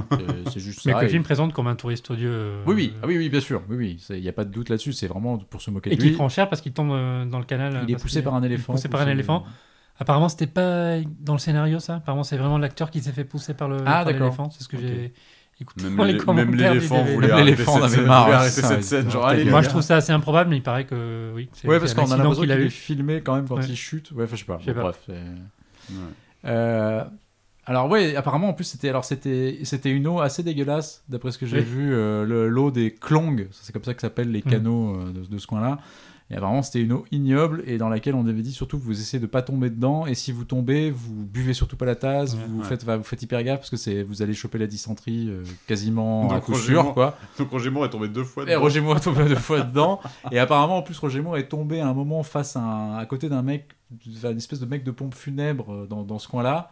[SPEAKER 6] C'est- c'est juste
[SPEAKER 4] Mais
[SPEAKER 6] ça.
[SPEAKER 4] que le
[SPEAKER 6] et-
[SPEAKER 4] film présente comme un touriste odieux. euh,
[SPEAKER 6] Oui, oui, ah oui, oui, bien sûr. Oui, oui, il n'y a pas de doute là-dessus. C'est vraiment pour se moquer
[SPEAKER 4] Et
[SPEAKER 6] de
[SPEAKER 4] qui
[SPEAKER 6] lui.
[SPEAKER 4] prend cher parce qu'il tombe euh, dans le canal. euh,
[SPEAKER 6] il est
[SPEAKER 4] parce
[SPEAKER 6] poussé
[SPEAKER 4] qu'il
[SPEAKER 6] par un éléphant.
[SPEAKER 4] poussé par un
[SPEAKER 6] poussé-
[SPEAKER 4] éléphant. Apparemment, c'était pas dans le scénario, ça. Apparemment, c'est vraiment l'acteur qui s'est fait pousser par le
[SPEAKER 6] Ah,
[SPEAKER 4] par
[SPEAKER 6] d'accord.
[SPEAKER 4] l'éléphant. C'est ce que
[SPEAKER 6] Ok.
[SPEAKER 4] j'ai écouté
[SPEAKER 3] Même
[SPEAKER 4] dans les
[SPEAKER 3] l'élé-
[SPEAKER 4] commentaires.
[SPEAKER 3] même
[SPEAKER 4] du
[SPEAKER 3] l'éléphant
[SPEAKER 4] DVD.
[SPEAKER 3] voulait
[SPEAKER 6] Même
[SPEAKER 3] arrêter
[SPEAKER 6] l'éléphant en
[SPEAKER 3] cette
[SPEAKER 6] avait
[SPEAKER 3] scène,
[SPEAKER 6] marre,
[SPEAKER 3] voulait
[SPEAKER 6] ouais,
[SPEAKER 3] arrêter
[SPEAKER 6] ça,
[SPEAKER 3] cette
[SPEAKER 6] ouais.
[SPEAKER 3] scène. Genre,
[SPEAKER 6] Ouais,
[SPEAKER 3] allez, les
[SPEAKER 4] Moi,
[SPEAKER 3] gars.
[SPEAKER 4] je trouve ça assez improbable, mais il paraît que oui. c'est-
[SPEAKER 6] Ouais,
[SPEAKER 4] c'est
[SPEAKER 6] parce
[SPEAKER 4] un
[SPEAKER 6] qu'on a
[SPEAKER 4] accident
[SPEAKER 6] l'impression
[SPEAKER 4] qu'il
[SPEAKER 6] qu'il
[SPEAKER 4] a
[SPEAKER 6] est
[SPEAKER 4] eu.
[SPEAKER 6] filmé quand même quand
[SPEAKER 4] Ouais.
[SPEAKER 6] il chute. Ouais, enfin, je sais pas.
[SPEAKER 4] Je sais
[SPEAKER 6] Bon,
[SPEAKER 4] pas.
[SPEAKER 6] Bref. c'est- Euh, Alors ouais, apparemment en plus c'était alors c'était c'était une eau assez dégueulasse d'après ce que j'ai
[SPEAKER 4] Oui. Mm.
[SPEAKER 6] vu euh, le- l'eau des Klong, ça, c'est comme ça que s'appellent les canaux euh, de, de ce coin-là. Et apparemment c'était une eau ignoble et dans laquelle on avait dit surtout que vous essayez de pas tomber dedans et si vous tombez vous buvez surtout pas la tasse,
[SPEAKER 4] Ouais.
[SPEAKER 6] vous
[SPEAKER 3] Ouais.
[SPEAKER 6] faites vous faites hyper gaffe parce que c'est vous allez choper la dysenterie euh, quasiment à
[SPEAKER 3] Donc,
[SPEAKER 6] coup
[SPEAKER 3] Roger
[SPEAKER 6] sûr
[SPEAKER 3] Moore-
[SPEAKER 6] quoi.
[SPEAKER 3] Donc Roger Moore est tombé deux fois.
[SPEAKER 6] Et
[SPEAKER 3] dedans.
[SPEAKER 6] Eh, Roger Moore est tombé deux fois dedans. Et apparemment, en plus, Roger Moore est tombé à un moment face à, un- à côté d'un mec, une espèce de mec de pompe funèbre euh, dans, dans ce coin-là.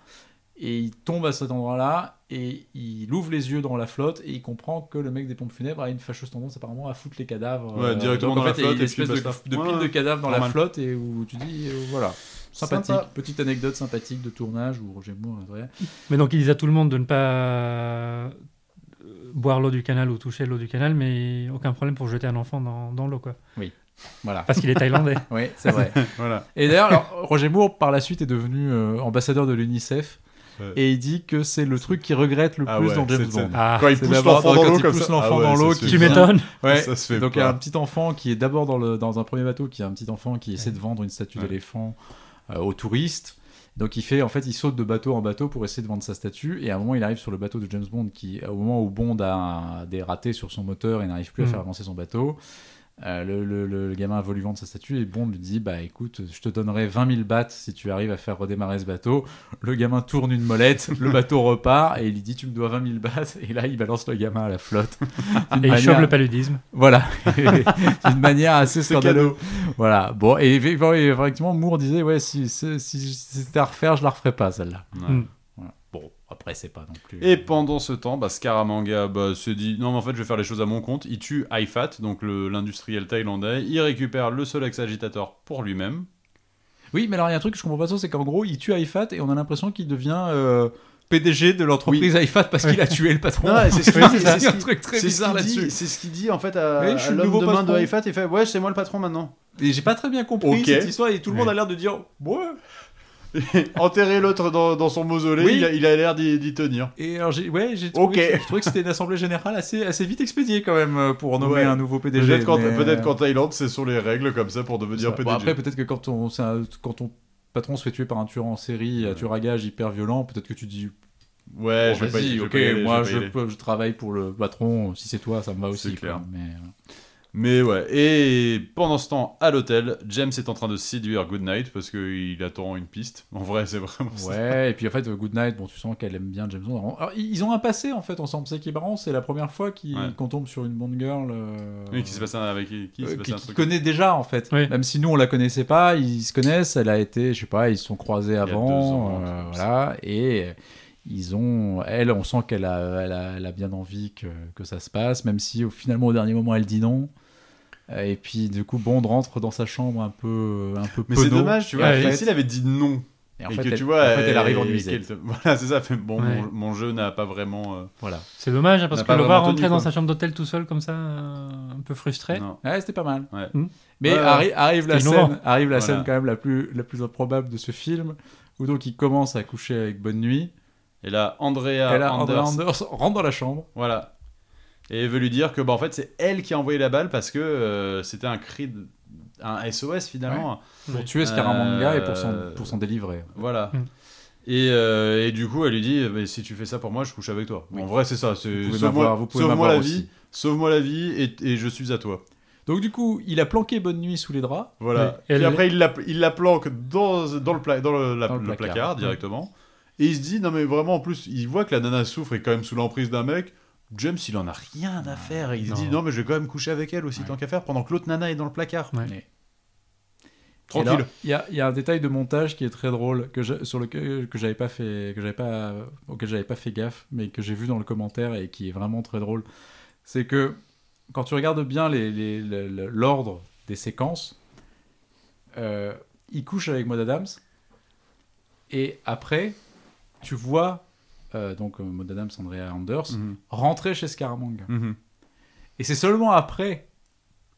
[SPEAKER 6] Et il tombe à cet endroit-là, et il ouvre les yeux dans la flotte, et il comprend que le mec des pompes funèbres a une fâcheuse tendance apparemment à foutre les cadavres.
[SPEAKER 3] Ouais,
[SPEAKER 6] euh,
[SPEAKER 3] directement
[SPEAKER 6] donc,
[SPEAKER 3] dans
[SPEAKER 6] en
[SPEAKER 3] la
[SPEAKER 6] fait,
[SPEAKER 3] flotte,
[SPEAKER 6] Il y a
[SPEAKER 3] et
[SPEAKER 6] une espèce
[SPEAKER 3] puis
[SPEAKER 6] de,
[SPEAKER 3] basta.
[SPEAKER 6] de pile
[SPEAKER 3] Ouais,
[SPEAKER 6] de cadavres dans
[SPEAKER 3] normal.
[SPEAKER 6] la flotte, et où tu dis, euh, voilà, sympathique.
[SPEAKER 3] Sympa.
[SPEAKER 6] Petite anecdote sympathique de tournage où Roger Moore est vrai.
[SPEAKER 4] Mais donc, il disait à tout le monde de ne pas euh, boire l'eau du canal ou toucher l'eau du canal, mais aucun problème pour jeter un enfant dans, dans l'eau, quoi.
[SPEAKER 6] Voilà,
[SPEAKER 4] Parce qu'il est thaïlandais.
[SPEAKER 6] oui, c'est vrai.
[SPEAKER 3] Voilà.
[SPEAKER 6] Et d'ailleurs, alors, Roger Moore, par la suite, est devenu euh, ambassadeur de l'UNICEF.
[SPEAKER 3] Ouais.
[SPEAKER 6] Et il dit que c'est le truc qu'il regrette le
[SPEAKER 3] Ah
[SPEAKER 6] plus
[SPEAKER 3] ouais,
[SPEAKER 6] dans James
[SPEAKER 3] cette scène.
[SPEAKER 6] Bond.
[SPEAKER 4] Ah,
[SPEAKER 3] Quand il
[SPEAKER 6] c'est
[SPEAKER 3] pousse
[SPEAKER 6] d'abord quand
[SPEAKER 3] l'enfant dans l'eau
[SPEAKER 6] il
[SPEAKER 3] comme
[SPEAKER 6] pousse
[SPEAKER 3] ça.
[SPEAKER 6] l'enfant dans l'eau,
[SPEAKER 3] c'est
[SPEAKER 6] qui
[SPEAKER 4] tu
[SPEAKER 3] sûr.
[SPEAKER 4] m'étonnes.
[SPEAKER 6] Ouais.
[SPEAKER 3] Ça se fait
[SPEAKER 6] Donc il y a
[SPEAKER 3] pas.
[SPEAKER 6] un petit enfant qui est d'abord dans, le- dans un premier bateau, qui est un petit enfant qui essaie de vendre une statue
[SPEAKER 3] Ouais.
[SPEAKER 6] d'éléphant euh, aux touristes. Donc il fait, en fait, il saute de bateau en bateau pour essayer de vendre sa statue. Et à un moment, il arrive sur le bateau de James Bond, qui, au moment où Bond a un- des ratés sur son moteur et n'arrive plus à
[SPEAKER 4] Mhm.
[SPEAKER 6] faire avancer son bateau, Euh, le, le- le- le gamin veut lui vendre sa statue et Bond lui dit Bah écoute, je te donnerai 20 000 bahts si tu arrives à faire redémarrer ce bateau. Le gamin tourne une molette, le bateau repart et il lui dit Tu me dois 20 000 bahts. Et là, il balance le gamin à la flotte. D'une
[SPEAKER 4] Et il
[SPEAKER 6] manière-
[SPEAKER 4] chope le paludisme.
[SPEAKER 6] Voilà, d'une manière assez scandaleuse.
[SPEAKER 3] cadeau.
[SPEAKER 6] Voilà, bon, et, et- et effectivement, Moore disait Ouais, si, si, si c'était à refaire, je la referais pas celle-là.
[SPEAKER 4] Mm.
[SPEAKER 6] Bon, après, c'est pas non plus.
[SPEAKER 3] Et pendant ce temps, bah, Scaramanga bah, se dit Non, mais en fait, je vais faire les choses à mon compte. Il tue IFAT, donc le- l'industriel thaïlandais. Il récupère le Solex Agitator pour lui-même.
[SPEAKER 6] Oui, mais alors il y a un truc que je comprends pas trop, c'est qu'en gros, il tue IFAT et on a l'impression qu'il devient euh, PDG de l'entreprise IFAT parce qu'il a tué le patron.
[SPEAKER 3] Ah, c'est ce qu'il
[SPEAKER 6] Oui,
[SPEAKER 3] dit, c'est ce
[SPEAKER 6] un
[SPEAKER 3] qu'il-
[SPEAKER 6] truc très
[SPEAKER 3] C'est ce
[SPEAKER 6] bizarre
[SPEAKER 3] qu'il dit,
[SPEAKER 6] là-dessus.
[SPEAKER 3] c'est ce qu'il dit en fait à,
[SPEAKER 6] Oui, je suis
[SPEAKER 3] à
[SPEAKER 6] le
[SPEAKER 3] l'homme
[SPEAKER 6] nouveau
[SPEAKER 3] de main de
[SPEAKER 6] patron.
[SPEAKER 3] IFAT. Il fait Ouais, c'est moi le patron maintenant.
[SPEAKER 6] Et j'ai pas très bien compris
[SPEAKER 3] Ok.
[SPEAKER 6] cette histoire et tout le monde a l'air de dire ouais.
[SPEAKER 3] Enterrer l'autre dans, dans son mausolée,
[SPEAKER 6] Oui.
[SPEAKER 3] il a- il a l'air d'y d'y tenir.
[SPEAKER 6] Et alors j'ai ouais, j'ai trouvé,
[SPEAKER 3] Ok.
[SPEAKER 6] que- je trouvais que c'était une assemblée générale assez assez vite expédiée quand même euh, pour nommer
[SPEAKER 3] Ouais.
[SPEAKER 6] un nouveau PDG.
[SPEAKER 3] Peut-être qu'en
[SPEAKER 6] mais-
[SPEAKER 3] peut-être qu'en Thaïlande, c'est sur les règles comme euh, ça pour
[SPEAKER 6] Ça-
[SPEAKER 3] devenir
[SPEAKER 6] bon,
[SPEAKER 3] PDG.
[SPEAKER 6] après peut-être que quand on c'est un- quand ton patron se fait tuer par un tueur en série, un tueur à gage hyper violent, peut-être que tu dis
[SPEAKER 3] ouais, Eh, je
[SPEAKER 6] Bon,
[SPEAKER 3] vais pas y-
[SPEAKER 6] vas-y,
[SPEAKER 3] je vais
[SPEAKER 6] ok,
[SPEAKER 3] pas y aller,
[SPEAKER 6] moi
[SPEAKER 3] vais
[SPEAKER 6] je,
[SPEAKER 3] pas y aller.
[SPEAKER 6] peux- je travaille pour le patron, si c'est toi, ça me va aussi. quoi.
[SPEAKER 3] C'est clair.
[SPEAKER 6] Mais, euh,
[SPEAKER 3] Mais ouais, et pendant ce temps, à l'hôtel, James est en train de séduire Goodnight parce qu'il attend une piste. En vrai, c'est vraiment ça.
[SPEAKER 6] Ouais, et puis en fait, euh, Goodnight, bon, tu sens qu'elle aime bien James Bond. Alors, ils ils ont un passé en fait ensemble, c'est qui est marrant, c'est la première fois qu'ils- qu'on
[SPEAKER 3] Ouais.
[SPEAKER 6] tombe sur une Bond girl. euh,
[SPEAKER 3] Oui, qui se passe un- avec qui, qui
[SPEAKER 6] euh,
[SPEAKER 3] se passe
[SPEAKER 6] qui-
[SPEAKER 3] un
[SPEAKER 6] qui
[SPEAKER 3] truc.
[SPEAKER 6] connaît déjà en fait.
[SPEAKER 4] Oui.
[SPEAKER 6] Même si nous on la connaissait pas, ils se connaissent, elle a été, je sais pas, ils se sont croisés
[SPEAKER 3] y a deux
[SPEAKER 6] avant,
[SPEAKER 3] ans, un truc
[SPEAKER 6] euh,
[SPEAKER 3] comme ça.
[SPEAKER 6] voilà, et ils ont, elle, on sent qu'elle a, elle a, elle a bien envie que, que ça se passe, même si au, finalement au dernier moment elle dit non. Euh, Et puis du coup Bond rentre dans sa chambre un peu, un peu
[SPEAKER 3] Mais c'est
[SPEAKER 6] penaud,
[SPEAKER 3] dommage, tu vois.
[SPEAKER 6] et en fait-
[SPEAKER 3] S'il avait dit non,
[SPEAKER 6] et en
[SPEAKER 3] et
[SPEAKER 6] fait,
[SPEAKER 3] que
[SPEAKER 6] elle-
[SPEAKER 3] tu vois,
[SPEAKER 6] en fait, elle arrive en
[SPEAKER 3] et
[SPEAKER 6] nuisette.
[SPEAKER 3] qu'elle te- Voilà, c'est ça. Fait, bon,
[SPEAKER 4] Ouais.
[SPEAKER 3] mon, mon jeu n'a pas vraiment. euh,
[SPEAKER 6] Voilà.
[SPEAKER 4] C'est dommage, hein, parce
[SPEAKER 3] On a
[SPEAKER 4] que
[SPEAKER 3] pas
[SPEAKER 4] le voir
[SPEAKER 3] vraiment
[SPEAKER 4] rentrer
[SPEAKER 3] tenu,
[SPEAKER 4] dans
[SPEAKER 3] quoi.
[SPEAKER 4] sa chambre d'hôtel tout seul, comme ça, euh, un peu frustré.
[SPEAKER 3] non.
[SPEAKER 6] Ouais, c'était pas mal.
[SPEAKER 3] Ouais.
[SPEAKER 4] Mm.
[SPEAKER 6] Mais
[SPEAKER 3] Ouais,
[SPEAKER 6] arri- arrive la
[SPEAKER 4] C'était innovant.
[SPEAKER 6] scène, arrive la
[SPEAKER 3] Voilà.
[SPEAKER 6] scène quand même la plus, la plus improbable de ce film, où donc il commence à coucher avec Bonne Nuit.
[SPEAKER 3] Et là, Andrea
[SPEAKER 6] et là, Andrea
[SPEAKER 3] Anders,
[SPEAKER 6] Anders rentre dans la chambre.
[SPEAKER 3] voilà, et veut lui dire que bah en fait c'est elle qui a envoyé la balle parce que euh, c'était un cri, de- un SOS finalement.
[SPEAKER 6] Pour
[SPEAKER 4] Oui.
[SPEAKER 6] tuer Scaramanga et pour s'en,
[SPEAKER 3] Euh,
[SPEAKER 6] pour s'en délivrer.
[SPEAKER 3] Voilà.
[SPEAKER 4] Mm.
[SPEAKER 3] Et, euh, et du coup, elle lui dit Mais si tu fais ça pour moi, je couche avec toi.
[SPEAKER 6] Oui.
[SPEAKER 3] En vrai, c'est ça. c'est-
[SPEAKER 6] Vous pouvez m'avoir- vous
[SPEAKER 3] Sauve-moi
[SPEAKER 6] pouvez
[SPEAKER 3] sauve-moi la
[SPEAKER 6] m'avoir
[SPEAKER 3] vie.
[SPEAKER 6] aussi.
[SPEAKER 3] Sauve-moi la vie et, et je suis à toi.
[SPEAKER 6] Donc du coup, il a planqué Bonne Nuit sous les draps.
[SPEAKER 3] Voilà.
[SPEAKER 4] Oui. Et
[SPEAKER 3] Et
[SPEAKER 4] elle-
[SPEAKER 3] après, il la, il la planque dans, dans, le, pla- dans, le, la-
[SPEAKER 6] Dans le
[SPEAKER 3] le
[SPEAKER 6] placard.
[SPEAKER 3] placard, directement. Et il se dit Non, mais vraiment, en plus, il voit que la nana souffre et quand même sous l'emprise d'un mec. James, il en a rien à faire. Il
[SPEAKER 4] Non.
[SPEAKER 3] se dit Non, mais je vais quand même coucher avec elle aussi,
[SPEAKER 6] Ouais.
[SPEAKER 3] tant qu'à faire, pendant que l'autre nana est dans le placard.
[SPEAKER 4] Ouais.
[SPEAKER 6] Et
[SPEAKER 3] Tranquille.
[SPEAKER 6] là, Il y a, il y a un détail de montage qui est très drôle que je- sur lequel que j'avais pas fait, que j'avais pas, auquel j'avais pas fait gaffe, mais que j'ai vu dans le commentaire et qui est vraiment très drôle. C'est que quand tu regardes bien les- les- le- le- l'ordre des séquences, euh, il couche avec Maud Adams et après tu vois euh, donc euh, Maud Adams, Andrea Anders
[SPEAKER 3] Mhm.
[SPEAKER 6] rentrer chez Scaramanga.
[SPEAKER 3] Mhm.
[SPEAKER 6] Et c'est seulement après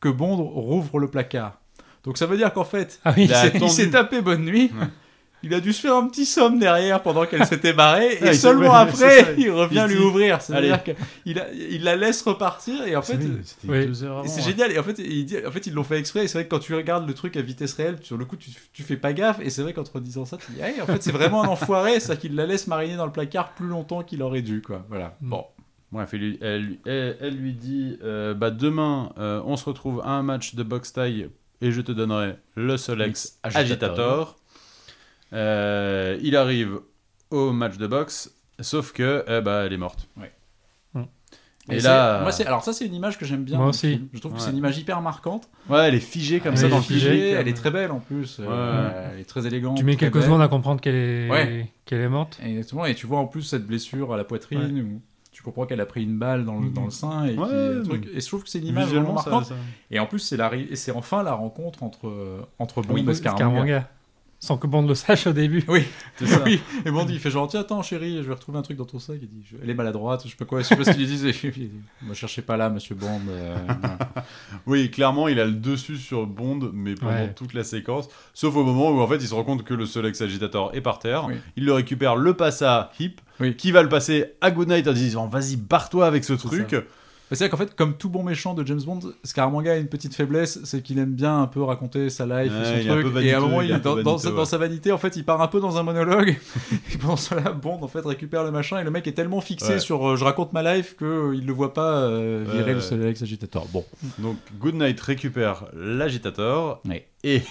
[SPEAKER 6] que Bond rouvre le placard. Donc ça veut dire qu'en fait,
[SPEAKER 4] Ah
[SPEAKER 6] il
[SPEAKER 4] oui,
[SPEAKER 3] Il a
[SPEAKER 6] s'est- il
[SPEAKER 3] attendu.
[SPEAKER 6] s'est tapé bonne nuit.
[SPEAKER 3] Ouais.
[SPEAKER 6] Il a dû se faire un petit somme derrière pendant qu'elle s'était barrée.
[SPEAKER 3] Ah,
[SPEAKER 6] et
[SPEAKER 3] il
[SPEAKER 6] seulement
[SPEAKER 3] s'est- ouais, c'est ça.
[SPEAKER 6] après, il revient
[SPEAKER 3] Il
[SPEAKER 6] lui
[SPEAKER 3] dit, Ah,
[SPEAKER 6] ouvrir. C'est-à-dire qu'il a- il la laisse repartir. Et en fait,
[SPEAKER 3] C'était
[SPEAKER 4] oui.
[SPEAKER 3] deux heures avant,
[SPEAKER 6] c'est
[SPEAKER 3] ouais.
[SPEAKER 6] génial. Et en fait, il dit- en fait ils l'ont fait exprès. Et c'est vrai que quand tu regardes le truc à vitesse réelle, sur le coup, tu, tu fais pas gaffe. Et c'est vrai qu'en te disant ça, tu dis, Hey, en fait, c'est vraiment un enfoiré. C'est-à-dire qu'il la laisse mariner dans le placard plus longtemps qu'il aurait dû. Quoi. Voilà.
[SPEAKER 4] Mm.
[SPEAKER 6] Bon.
[SPEAKER 3] Bref, il lui- elle, lui- elle- elle lui dit euh, bah, Demain, euh, on se retrouve à un match de boxe taille et je te donnerai le Solex
[SPEAKER 6] Ex- agitator.
[SPEAKER 3] agitator. Euh, il arrive au match de boxe, sauf que eh bah, elle est morte. Et
[SPEAKER 6] c'est-
[SPEAKER 3] là- euh,
[SPEAKER 6] moi, c'est- alors ça c'est une image que j'aime bien.
[SPEAKER 4] Moi
[SPEAKER 6] dans le
[SPEAKER 4] aussi.
[SPEAKER 6] film. Je trouve que c'est
[SPEAKER 3] Ouais.
[SPEAKER 6] une image hyper marquante.
[SPEAKER 3] Ouais, elle est figée comme
[SPEAKER 4] Elle
[SPEAKER 3] ça
[SPEAKER 4] est
[SPEAKER 3] dans le
[SPEAKER 4] figée.
[SPEAKER 3] film.
[SPEAKER 6] elle
[SPEAKER 4] comme-
[SPEAKER 6] est très belle en plus. Euh, elle est très élégante.
[SPEAKER 4] Tu mets
[SPEAKER 6] très
[SPEAKER 4] quelques
[SPEAKER 6] belle.
[SPEAKER 4] secondes à comprendre qu'elle est,
[SPEAKER 6] Ouais.
[SPEAKER 4] qu'elle est morte.
[SPEAKER 6] Exactement. Et tu vois en plus cette blessure à la poitrine où tu comprends qu'elle a pris une balle dans le, dans
[SPEAKER 4] Mm-hmm.
[SPEAKER 6] le sein et,
[SPEAKER 3] Ouais,
[SPEAKER 6] qu'il y a un
[SPEAKER 3] mais-
[SPEAKER 6] truc. Et je trouve que c'est une image vraiment
[SPEAKER 3] Visuellement, ça-
[SPEAKER 6] marquante.
[SPEAKER 3] ça-
[SPEAKER 6] Et en plus c'est la ri- et c'est enfin la rencontre entre euh, entre Bond
[SPEAKER 4] Oui,
[SPEAKER 6] et Scaramanga.
[SPEAKER 4] Scaramanga. Sans que Bond le sache au début.
[SPEAKER 6] Oui,
[SPEAKER 3] c'est ça.
[SPEAKER 6] oui. Et Bond il fait genre tiens attends chérie je vais retrouver un truc dans ton sac. Il dit je- elle est maladroite je sais pas quoi je sais pas ce qu'il lui dit. Me cherchez pas là Monsieur Bond. euh, voilà.
[SPEAKER 3] Oui, clairement, il a le dessus sur Bond, mais pendant
[SPEAKER 4] Ouais.
[SPEAKER 3] toute la séquence. Sauf au moment où, en fait, il se rend compte que le Solex Agitator est par terre.
[SPEAKER 6] Oui.
[SPEAKER 3] Il le récupère, le passe à Hip,
[SPEAKER 6] Oui.
[SPEAKER 3] qui va le passer à Goodnight en disant Vas-y, barre-toi avec ce
[SPEAKER 6] C'est
[SPEAKER 3] truc.
[SPEAKER 6] Bah, C'est-à-dire qu'en fait, comme tout bon méchant de James Bond, Scaramanga a une petite faiblesse, c'est qu'il aime bien un peu raconter sa life
[SPEAKER 3] Ouais,
[SPEAKER 6] et son
[SPEAKER 3] il est un
[SPEAKER 6] truc.
[SPEAKER 3] peu
[SPEAKER 6] et à un
[SPEAKER 3] vaniteux,
[SPEAKER 6] moment,
[SPEAKER 3] il
[SPEAKER 6] il
[SPEAKER 3] est
[SPEAKER 6] est
[SPEAKER 3] un peu
[SPEAKER 6] dans, dans-
[SPEAKER 3] vaniteux, ouais.
[SPEAKER 6] dans sa vanité, en fait, il part un peu dans un monologue. et pendant cela, Bond, en fait, récupère le machin. Et le mec est tellement fixé
[SPEAKER 3] Ouais.
[SPEAKER 6] sur euh, je raconte ma life qu'il le voit pas euh,
[SPEAKER 3] Ouais,
[SPEAKER 6] virer
[SPEAKER 3] ouais.
[SPEAKER 6] le soleil avec s'agitateur. Bon.
[SPEAKER 3] Donc Goodnight récupère l'agitateur.
[SPEAKER 6] Ouais.
[SPEAKER 3] Et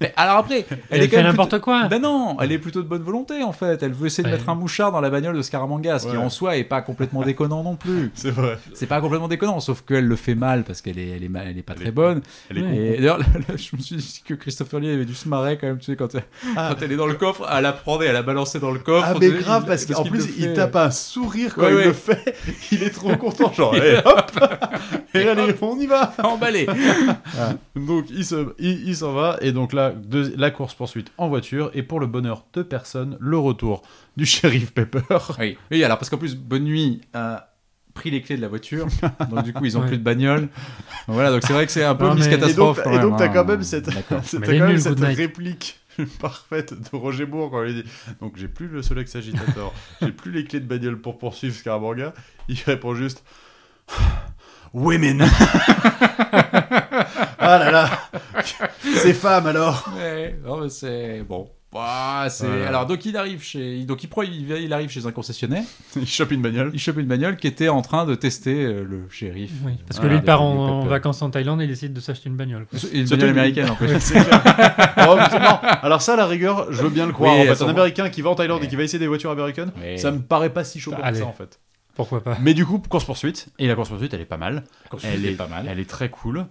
[SPEAKER 6] Mais alors après,
[SPEAKER 4] Elle,
[SPEAKER 6] est quand
[SPEAKER 4] fait
[SPEAKER 6] même
[SPEAKER 4] n'importe quoi.
[SPEAKER 6] Ben non, elle est plutôt de bonne volonté en fait. Elle veut essayer de
[SPEAKER 4] Ouais.
[SPEAKER 6] mettre un mouchard dans la bagnole de Scaramanga, ce qui
[SPEAKER 3] Ouais.
[SPEAKER 6] en soi est pas complètement déconnant non plus.
[SPEAKER 3] c'est vrai.
[SPEAKER 6] C'est pas complètement déconnant, sauf qu'elle le fait mal parce qu'elle est, elle est, mal- elle est pas
[SPEAKER 3] Elle
[SPEAKER 6] très
[SPEAKER 3] est-
[SPEAKER 6] bonne.
[SPEAKER 3] Elle est
[SPEAKER 4] Ouais.
[SPEAKER 3] con.
[SPEAKER 6] Et d'ailleurs, là, là, je me suis dit que Christopher Lee avait dû se marrer quand même, tu sais, quand, elle- quand elle est dans le coffre, à la prendre et à la balancer dans le coffre.
[SPEAKER 3] Ah
[SPEAKER 6] Tu
[SPEAKER 3] mais
[SPEAKER 6] sais,
[SPEAKER 3] grave
[SPEAKER 6] Oh, il-
[SPEAKER 3] parce qu'en
[SPEAKER 6] qu'il
[SPEAKER 3] plus
[SPEAKER 6] le
[SPEAKER 3] il
[SPEAKER 6] fait,
[SPEAKER 3] tape un sourire quand
[SPEAKER 6] Ouais,
[SPEAKER 3] il
[SPEAKER 6] ouais.
[SPEAKER 3] le fait, il est trop content genre Allez, hop et là les- on y va.
[SPEAKER 6] euh, emballé.
[SPEAKER 3] Donc il se il, il s'en va et donc là deux- la course poursuite en voiture et pour le bonheur de personne le retour du shérif Pepper.
[SPEAKER 6] oui. oui, alors parce qu'en plus, Bonne Nuit a pris les clés de la voiture, donc du coup ils ont
[SPEAKER 4] Ouais.
[SPEAKER 6] plus de bagnole. Voilà, donc c'est vrai que c'est un peu
[SPEAKER 4] Non,
[SPEAKER 6] Miss
[SPEAKER 4] mais-
[SPEAKER 3] Et donc
[SPEAKER 6] Catastrophe.
[SPEAKER 3] et donc t'as
[SPEAKER 6] hein.
[SPEAKER 3] quand même cette
[SPEAKER 6] D'accord.
[SPEAKER 3] c'est-
[SPEAKER 4] Mais
[SPEAKER 3] t'as
[SPEAKER 4] les
[SPEAKER 3] quand même
[SPEAKER 4] nuls,
[SPEAKER 3] cette
[SPEAKER 4] Goodnight.
[SPEAKER 3] réplique parfaite de Roger Moore quand il dit donc j'ai plus le soleil Sagittator, j'ai plus les clés de bagnole pour poursuivre Scaramanga, il répond juste Women Ah là là Ces femmes alors
[SPEAKER 6] Ouais, non, mais c'est bon. Bah, c'est...
[SPEAKER 3] Ouais.
[SPEAKER 6] Alors donc il arrive chez donc il prend il, va- il arrive chez un concessionnaire,
[SPEAKER 3] Il chope une bagnole.
[SPEAKER 6] il chope une bagnole qui était en train de tester euh, le shérif.
[SPEAKER 4] Oui,
[SPEAKER 3] Ah,
[SPEAKER 4] parce que
[SPEAKER 6] Voilà,
[SPEAKER 4] lui,
[SPEAKER 3] bah,
[SPEAKER 4] il part en,
[SPEAKER 6] des- des
[SPEAKER 4] en
[SPEAKER 6] peuples.
[SPEAKER 4] vacances en Thaïlande et il décide de s'acheter une bagnole. quoi.
[SPEAKER 6] Une
[SPEAKER 3] Surtout
[SPEAKER 6] bagnole américaine en fait.
[SPEAKER 3] C'est clair. Oh, putain, non. Alors ça à la rigueur, je veux bien le croire.
[SPEAKER 6] Oui,
[SPEAKER 3] en fait,
[SPEAKER 6] elles
[SPEAKER 3] un
[SPEAKER 6] sont-
[SPEAKER 3] américain qui va en Thaïlande
[SPEAKER 6] Ouais.
[SPEAKER 3] et qui va essayer des voitures américaines,
[SPEAKER 6] Ouais.
[SPEAKER 3] ça me paraît pas si chaud comme
[SPEAKER 4] Allez.
[SPEAKER 3] ça en fait.
[SPEAKER 4] Pourquoi pas
[SPEAKER 3] Mais du coup, course poursuite, et la course poursuite elle est pas mal.
[SPEAKER 6] Elle est pas mal.
[SPEAKER 3] Elle est très cool.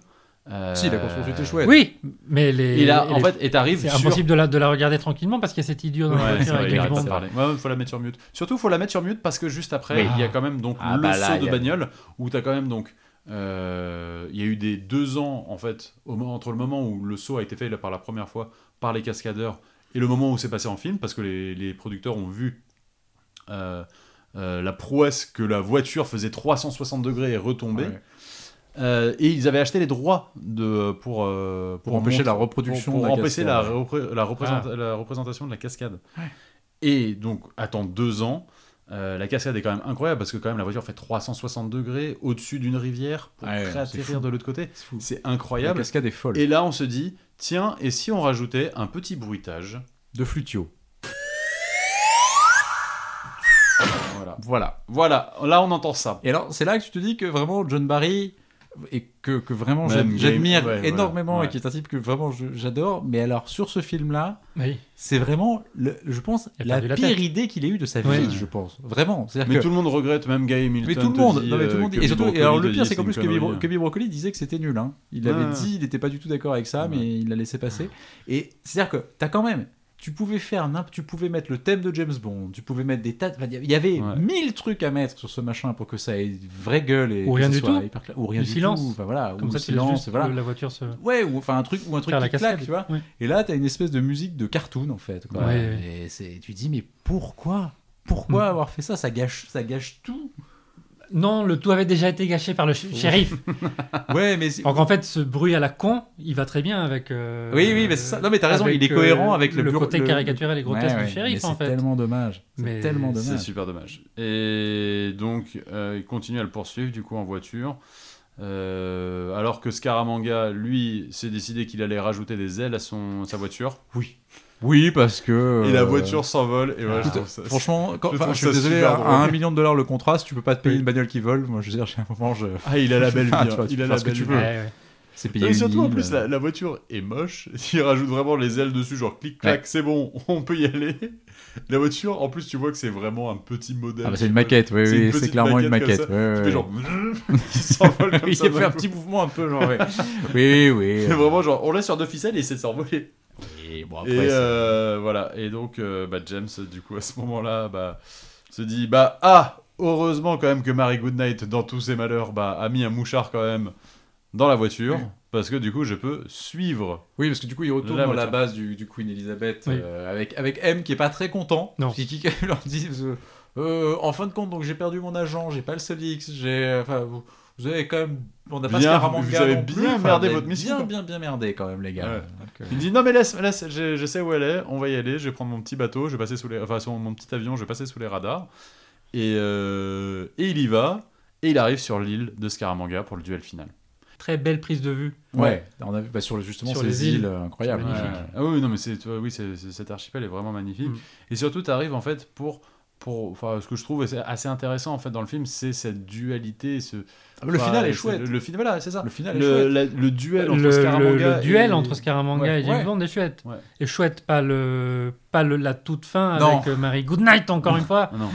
[SPEAKER 3] Euh,
[SPEAKER 6] Si la construction était chouette.
[SPEAKER 4] Oui, mais les.
[SPEAKER 3] Et là,
[SPEAKER 4] les-
[SPEAKER 3] en fait, et t'arrives
[SPEAKER 4] c'est
[SPEAKER 3] sur...
[SPEAKER 4] impossible de la, de la regarder tranquillement parce qu'il y a cet idiot dans la
[SPEAKER 3] Ouais, c'est
[SPEAKER 4] voiture
[SPEAKER 3] vrai,
[SPEAKER 4] avec
[SPEAKER 3] il
[SPEAKER 4] les
[SPEAKER 3] arrête pas
[SPEAKER 4] bombes.
[SPEAKER 3] de parler. Ouais, ouais, faut la mettre sur mute. Surtout, faut la mettre sur mute parce que juste après,
[SPEAKER 4] Oui.
[SPEAKER 3] il y a quand même donc
[SPEAKER 6] Ah,
[SPEAKER 3] le
[SPEAKER 6] bah là,
[SPEAKER 3] saut
[SPEAKER 6] il
[SPEAKER 3] de
[SPEAKER 6] y a-
[SPEAKER 3] bagnole où t'as quand même donc. euh, Il y a eu des deux ans en fait au moment- entre le moment où le saut a été fait là, par la première fois par les cascadeurs et le moment où c'est passé en film parce que les, les producteurs ont vu euh, euh, la prouesse que la voiture faisait 360 degrés et retombait
[SPEAKER 6] Ouais.
[SPEAKER 3] Euh, et ils avaient acheté les droits de pour euh,
[SPEAKER 6] Pour empêcher
[SPEAKER 3] monter-
[SPEAKER 6] la reproduction
[SPEAKER 3] pour, pour
[SPEAKER 6] de la
[SPEAKER 3] empêcher la,
[SPEAKER 6] cascade.
[SPEAKER 3] repré- la représenta-
[SPEAKER 6] Ah.
[SPEAKER 3] la représentation de la cascade et donc attends deux ans euh, la cascade est quand même incroyable parce que quand même la voiture fait 360 degrés au-dessus d'une rivière pour
[SPEAKER 6] Ah Ouais, c'est
[SPEAKER 3] atterrir
[SPEAKER 6] fou.
[SPEAKER 3] de l'autre côté
[SPEAKER 6] C'est fou.
[SPEAKER 3] c'est
[SPEAKER 6] La
[SPEAKER 3] incroyable
[SPEAKER 6] cascade est folle.
[SPEAKER 3] et là on se dit tiens et si on rajoutait un petit bruitage
[SPEAKER 6] De flutio.
[SPEAKER 3] voilà
[SPEAKER 6] Voilà.
[SPEAKER 3] voilà là on entend ça
[SPEAKER 6] Et alors c'est là que tu te dis que vraiment John Barry et que, que vraiment
[SPEAKER 3] Même
[SPEAKER 6] j'ad-
[SPEAKER 3] game,
[SPEAKER 6] j'admire
[SPEAKER 3] ouais, voilà.
[SPEAKER 6] énormément
[SPEAKER 3] Ouais.
[SPEAKER 6] et qui est un type que vraiment je- j'adore. Mais alors sur ce film là.
[SPEAKER 4] Oui.
[SPEAKER 6] C'est vraiment, le- je pense,
[SPEAKER 4] Il a
[SPEAKER 6] la,
[SPEAKER 4] perdu la
[SPEAKER 6] pire
[SPEAKER 4] tête.
[SPEAKER 6] idée qu'il ait eue de sa vie,
[SPEAKER 4] Ouais.
[SPEAKER 6] je pense. Vraiment. C'est-à-dire
[SPEAKER 3] mais
[SPEAKER 6] que-
[SPEAKER 3] tout le monde regrette même Guy Hamilton
[SPEAKER 6] mais tout le
[SPEAKER 3] te
[SPEAKER 6] monde,
[SPEAKER 3] dit,
[SPEAKER 6] non, mais tout le
[SPEAKER 3] euh,
[SPEAKER 6] monde-
[SPEAKER 3] que
[SPEAKER 6] et surtout,
[SPEAKER 3] Brocoli
[SPEAKER 6] et alors le
[SPEAKER 3] te
[SPEAKER 6] pire,
[SPEAKER 3] dit,
[SPEAKER 6] c'est qu'en
[SPEAKER 3] une
[SPEAKER 6] plus que
[SPEAKER 3] connerie.
[SPEAKER 6] Bibro-
[SPEAKER 3] hein.
[SPEAKER 6] que Brocoli disait que c'était nul. hein. Il l'avait
[SPEAKER 3] Ah.
[SPEAKER 6] dit, il n'était pas du tout d'accord avec ça,
[SPEAKER 3] Ouais.
[SPEAKER 6] mais il l'a laissé passer. Et c'est-à-dire que t'as quand même, tu pouvais faire, n'imp- tu pouvais mettre le thème de James Bond, tu pouvais mettre des tas, de- enfin, il y avait
[SPEAKER 3] Ouais.
[SPEAKER 6] mille trucs à mettre sur ce machin pour que ça ait une vraie gueule et
[SPEAKER 4] Ou
[SPEAKER 6] que
[SPEAKER 4] rien
[SPEAKER 6] ça
[SPEAKER 4] du
[SPEAKER 6] soit
[SPEAKER 4] tout.
[SPEAKER 6] hyper clair. ou rien
[SPEAKER 4] Du
[SPEAKER 6] du
[SPEAKER 4] silence.
[SPEAKER 6] tout, enfin, voilà,
[SPEAKER 4] Comme
[SPEAKER 6] ou
[SPEAKER 4] ça, tu laisses
[SPEAKER 6] silence,
[SPEAKER 4] juste
[SPEAKER 6] voilà.
[SPEAKER 4] que la voiture se.
[SPEAKER 6] Ouais, ou enfin un truc ou un truc
[SPEAKER 4] Faire la
[SPEAKER 6] qui claque,
[SPEAKER 4] cascade.
[SPEAKER 6] tu vois.
[SPEAKER 4] Ouais.
[SPEAKER 6] Et là, t'as une espèce de musique de cartoon en fait. quoi.
[SPEAKER 4] Ouais, Mm.
[SPEAKER 6] Et c'est- tu te dis mais pourquoi Pourquoi avoir fait ça Ça gâche, ça gâche tout.
[SPEAKER 4] Non, le tout avait déjà été gâché par le sh- shérif.
[SPEAKER 6] Ouais, mais c'est-
[SPEAKER 4] Donc en fait, ce bruit à la con, il va très bien avec. euh,
[SPEAKER 6] Oui, oui, mais c'est ça. Non, mais t'as raison, il est cohérent avec le bur-
[SPEAKER 4] côté
[SPEAKER 6] le-
[SPEAKER 4] caricatural et grotesque
[SPEAKER 6] Ouais, ouais,
[SPEAKER 4] du shérif
[SPEAKER 6] mais
[SPEAKER 4] en
[SPEAKER 6] C'est
[SPEAKER 4] fait.
[SPEAKER 6] tellement dommage.
[SPEAKER 4] Mais
[SPEAKER 6] C'est tellement
[SPEAKER 3] C'est
[SPEAKER 6] dommage.
[SPEAKER 3] super dommage. Et donc, euh, il continue à le poursuivre, du coup, en voiture. Euh, alors que Scaramanga, lui, s'est décidé qu'il allait rajouter des ailes à son, sa voiture.
[SPEAKER 6] Oui. Oui, parce que.
[SPEAKER 3] Et la
[SPEAKER 6] euh,
[SPEAKER 3] voiture s'envole. Et voilà, je
[SPEAKER 6] Écoute,
[SPEAKER 3] trouve ça-
[SPEAKER 6] Franchement, quand,
[SPEAKER 3] Je
[SPEAKER 6] enfin,
[SPEAKER 3] trouve
[SPEAKER 6] je suis
[SPEAKER 3] ça
[SPEAKER 6] désolé, hein,
[SPEAKER 3] super
[SPEAKER 6] à,
[SPEAKER 3] drôle.
[SPEAKER 6] à un million de dollars le contrat, si tu peux pas te payer une bagnole qui vole, moi je veux dire, j'ai un moment, je.
[SPEAKER 3] Ah, il a la belle vie.
[SPEAKER 6] Ah, tu vois,
[SPEAKER 3] hein.
[SPEAKER 6] tu
[SPEAKER 3] il
[SPEAKER 6] peux
[SPEAKER 3] a
[SPEAKER 6] faire
[SPEAKER 3] la
[SPEAKER 6] ce que
[SPEAKER 3] belle
[SPEAKER 6] tu
[SPEAKER 3] vie.
[SPEAKER 6] veux.
[SPEAKER 4] Ouais, ouais.
[SPEAKER 6] C'est payé.
[SPEAKER 3] Et
[SPEAKER 6] une
[SPEAKER 3] surtout, en
[SPEAKER 6] île.
[SPEAKER 3] plus, la, la voiture est moche. Il rajoute vraiment les ailes dessus, genre clic-clac, c'est bon, on peut y aller. La voiture, en plus, tu vois que c'est vraiment un petit modèle.
[SPEAKER 6] Ah, bah, c'est une maquette, oui,
[SPEAKER 3] C'est une
[SPEAKER 6] oui, c'est
[SPEAKER 3] petite
[SPEAKER 6] clairement une maquette.
[SPEAKER 3] maquette comme
[SPEAKER 6] ouais,
[SPEAKER 3] Tu
[SPEAKER 6] ouais.
[SPEAKER 3] fais genre. qui s'envole comme
[SPEAKER 6] Il
[SPEAKER 3] ça.
[SPEAKER 6] a fait
[SPEAKER 3] d'un
[SPEAKER 6] un
[SPEAKER 3] coup.
[SPEAKER 6] petit mouvement un peu, genre, ouais. Oui, oui.
[SPEAKER 3] C'est vraiment genre, on laisse sur deux ficelles et il essaie de s'envoler.
[SPEAKER 6] Et bon,
[SPEAKER 3] et
[SPEAKER 6] après, c'est-
[SPEAKER 3] euh, voilà. Et donc, euh, bah, James, du coup, à ce moment-là, bah, se dit bah ah, heureusement quand même que Mary Goodnight, dans tous ses malheurs, bah, a mis un mouchard quand même dans la voiture.
[SPEAKER 6] Oui.
[SPEAKER 3] Parce que du coup, je peux suivre.
[SPEAKER 6] Oui, parce que du coup, il retourne
[SPEAKER 3] La
[SPEAKER 6] dans la
[SPEAKER 3] voiture.
[SPEAKER 6] base du, du Queen Elizabeth
[SPEAKER 4] Oui.
[SPEAKER 6] euh, avec, avec M qui est pas très content.
[SPEAKER 4] Non.
[SPEAKER 6] Qui, qui leur dit euh, Euh, En fin de compte, donc j'ai perdu mon agent, j'ai pas le Solix, j'ai. euh, Enfin, vous, vous avez quand même. On n'a pas
[SPEAKER 3] Bien,
[SPEAKER 6] Scaramanga
[SPEAKER 3] vous avez
[SPEAKER 6] non
[SPEAKER 3] bien
[SPEAKER 6] plus, enfin,
[SPEAKER 3] merdé
[SPEAKER 6] vous avez
[SPEAKER 3] votre mission,
[SPEAKER 6] Bien,
[SPEAKER 3] quoi.
[SPEAKER 6] bien, bien merdé quand même, les gars.
[SPEAKER 3] Ouais.
[SPEAKER 6] Donc, euh,
[SPEAKER 3] Il dit non mais laisse, laisse, je, je sais où elle est, on va y aller, je vais prendre mon petit bateau, je vais passer sous les, enfin sur mon petit avion, je vais passer sous les radars. Et, euh, et il y va. Et il arrive sur l'île de Scaramanga pour le duel final.
[SPEAKER 4] Très belle prise de vue.
[SPEAKER 6] Ouais, on a vu bah, sur le- justement
[SPEAKER 4] Sur
[SPEAKER 6] ces
[SPEAKER 4] les
[SPEAKER 6] îles,
[SPEAKER 4] îles.
[SPEAKER 6] euh, incroyables.
[SPEAKER 4] C'est magnifique.
[SPEAKER 6] Ouais.
[SPEAKER 3] Ah oui, non, mais c'est, tu vois, oui, c'est- c'est- cet archipel est vraiment magnifique.
[SPEAKER 4] Mm.
[SPEAKER 3] Et surtout, tu arrives en fait pour. pour enfin, ce que je trouve assez- assez intéressant en fait dans le film, c'est cette dualité. Ce,
[SPEAKER 6] Ah, Le
[SPEAKER 3] enfin,
[SPEAKER 6] final est
[SPEAKER 3] c'est-
[SPEAKER 6] chouette.
[SPEAKER 3] Le, le final, voilà, c'est ça.
[SPEAKER 6] Le final est
[SPEAKER 3] Le,
[SPEAKER 6] chouette.
[SPEAKER 3] la- le duel entre
[SPEAKER 4] le, le-
[SPEAKER 3] Scaramanga.
[SPEAKER 4] le duel
[SPEAKER 3] et-
[SPEAKER 4] entre Scaramanga
[SPEAKER 3] Ouais,
[SPEAKER 4] et James
[SPEAKER 6] ouais.
[SPEAKER 4] Bond est chouette.
[SPEAKER 3] Ouais.
[SPEAKER 4] Et chouette, pas, le, pas le, la toute fin
[SPEAKER 6] Non.
[SPEAKER 4] avec euh, Marie Goodnight, encore une fois.
[SPEAKER 3] Ah non.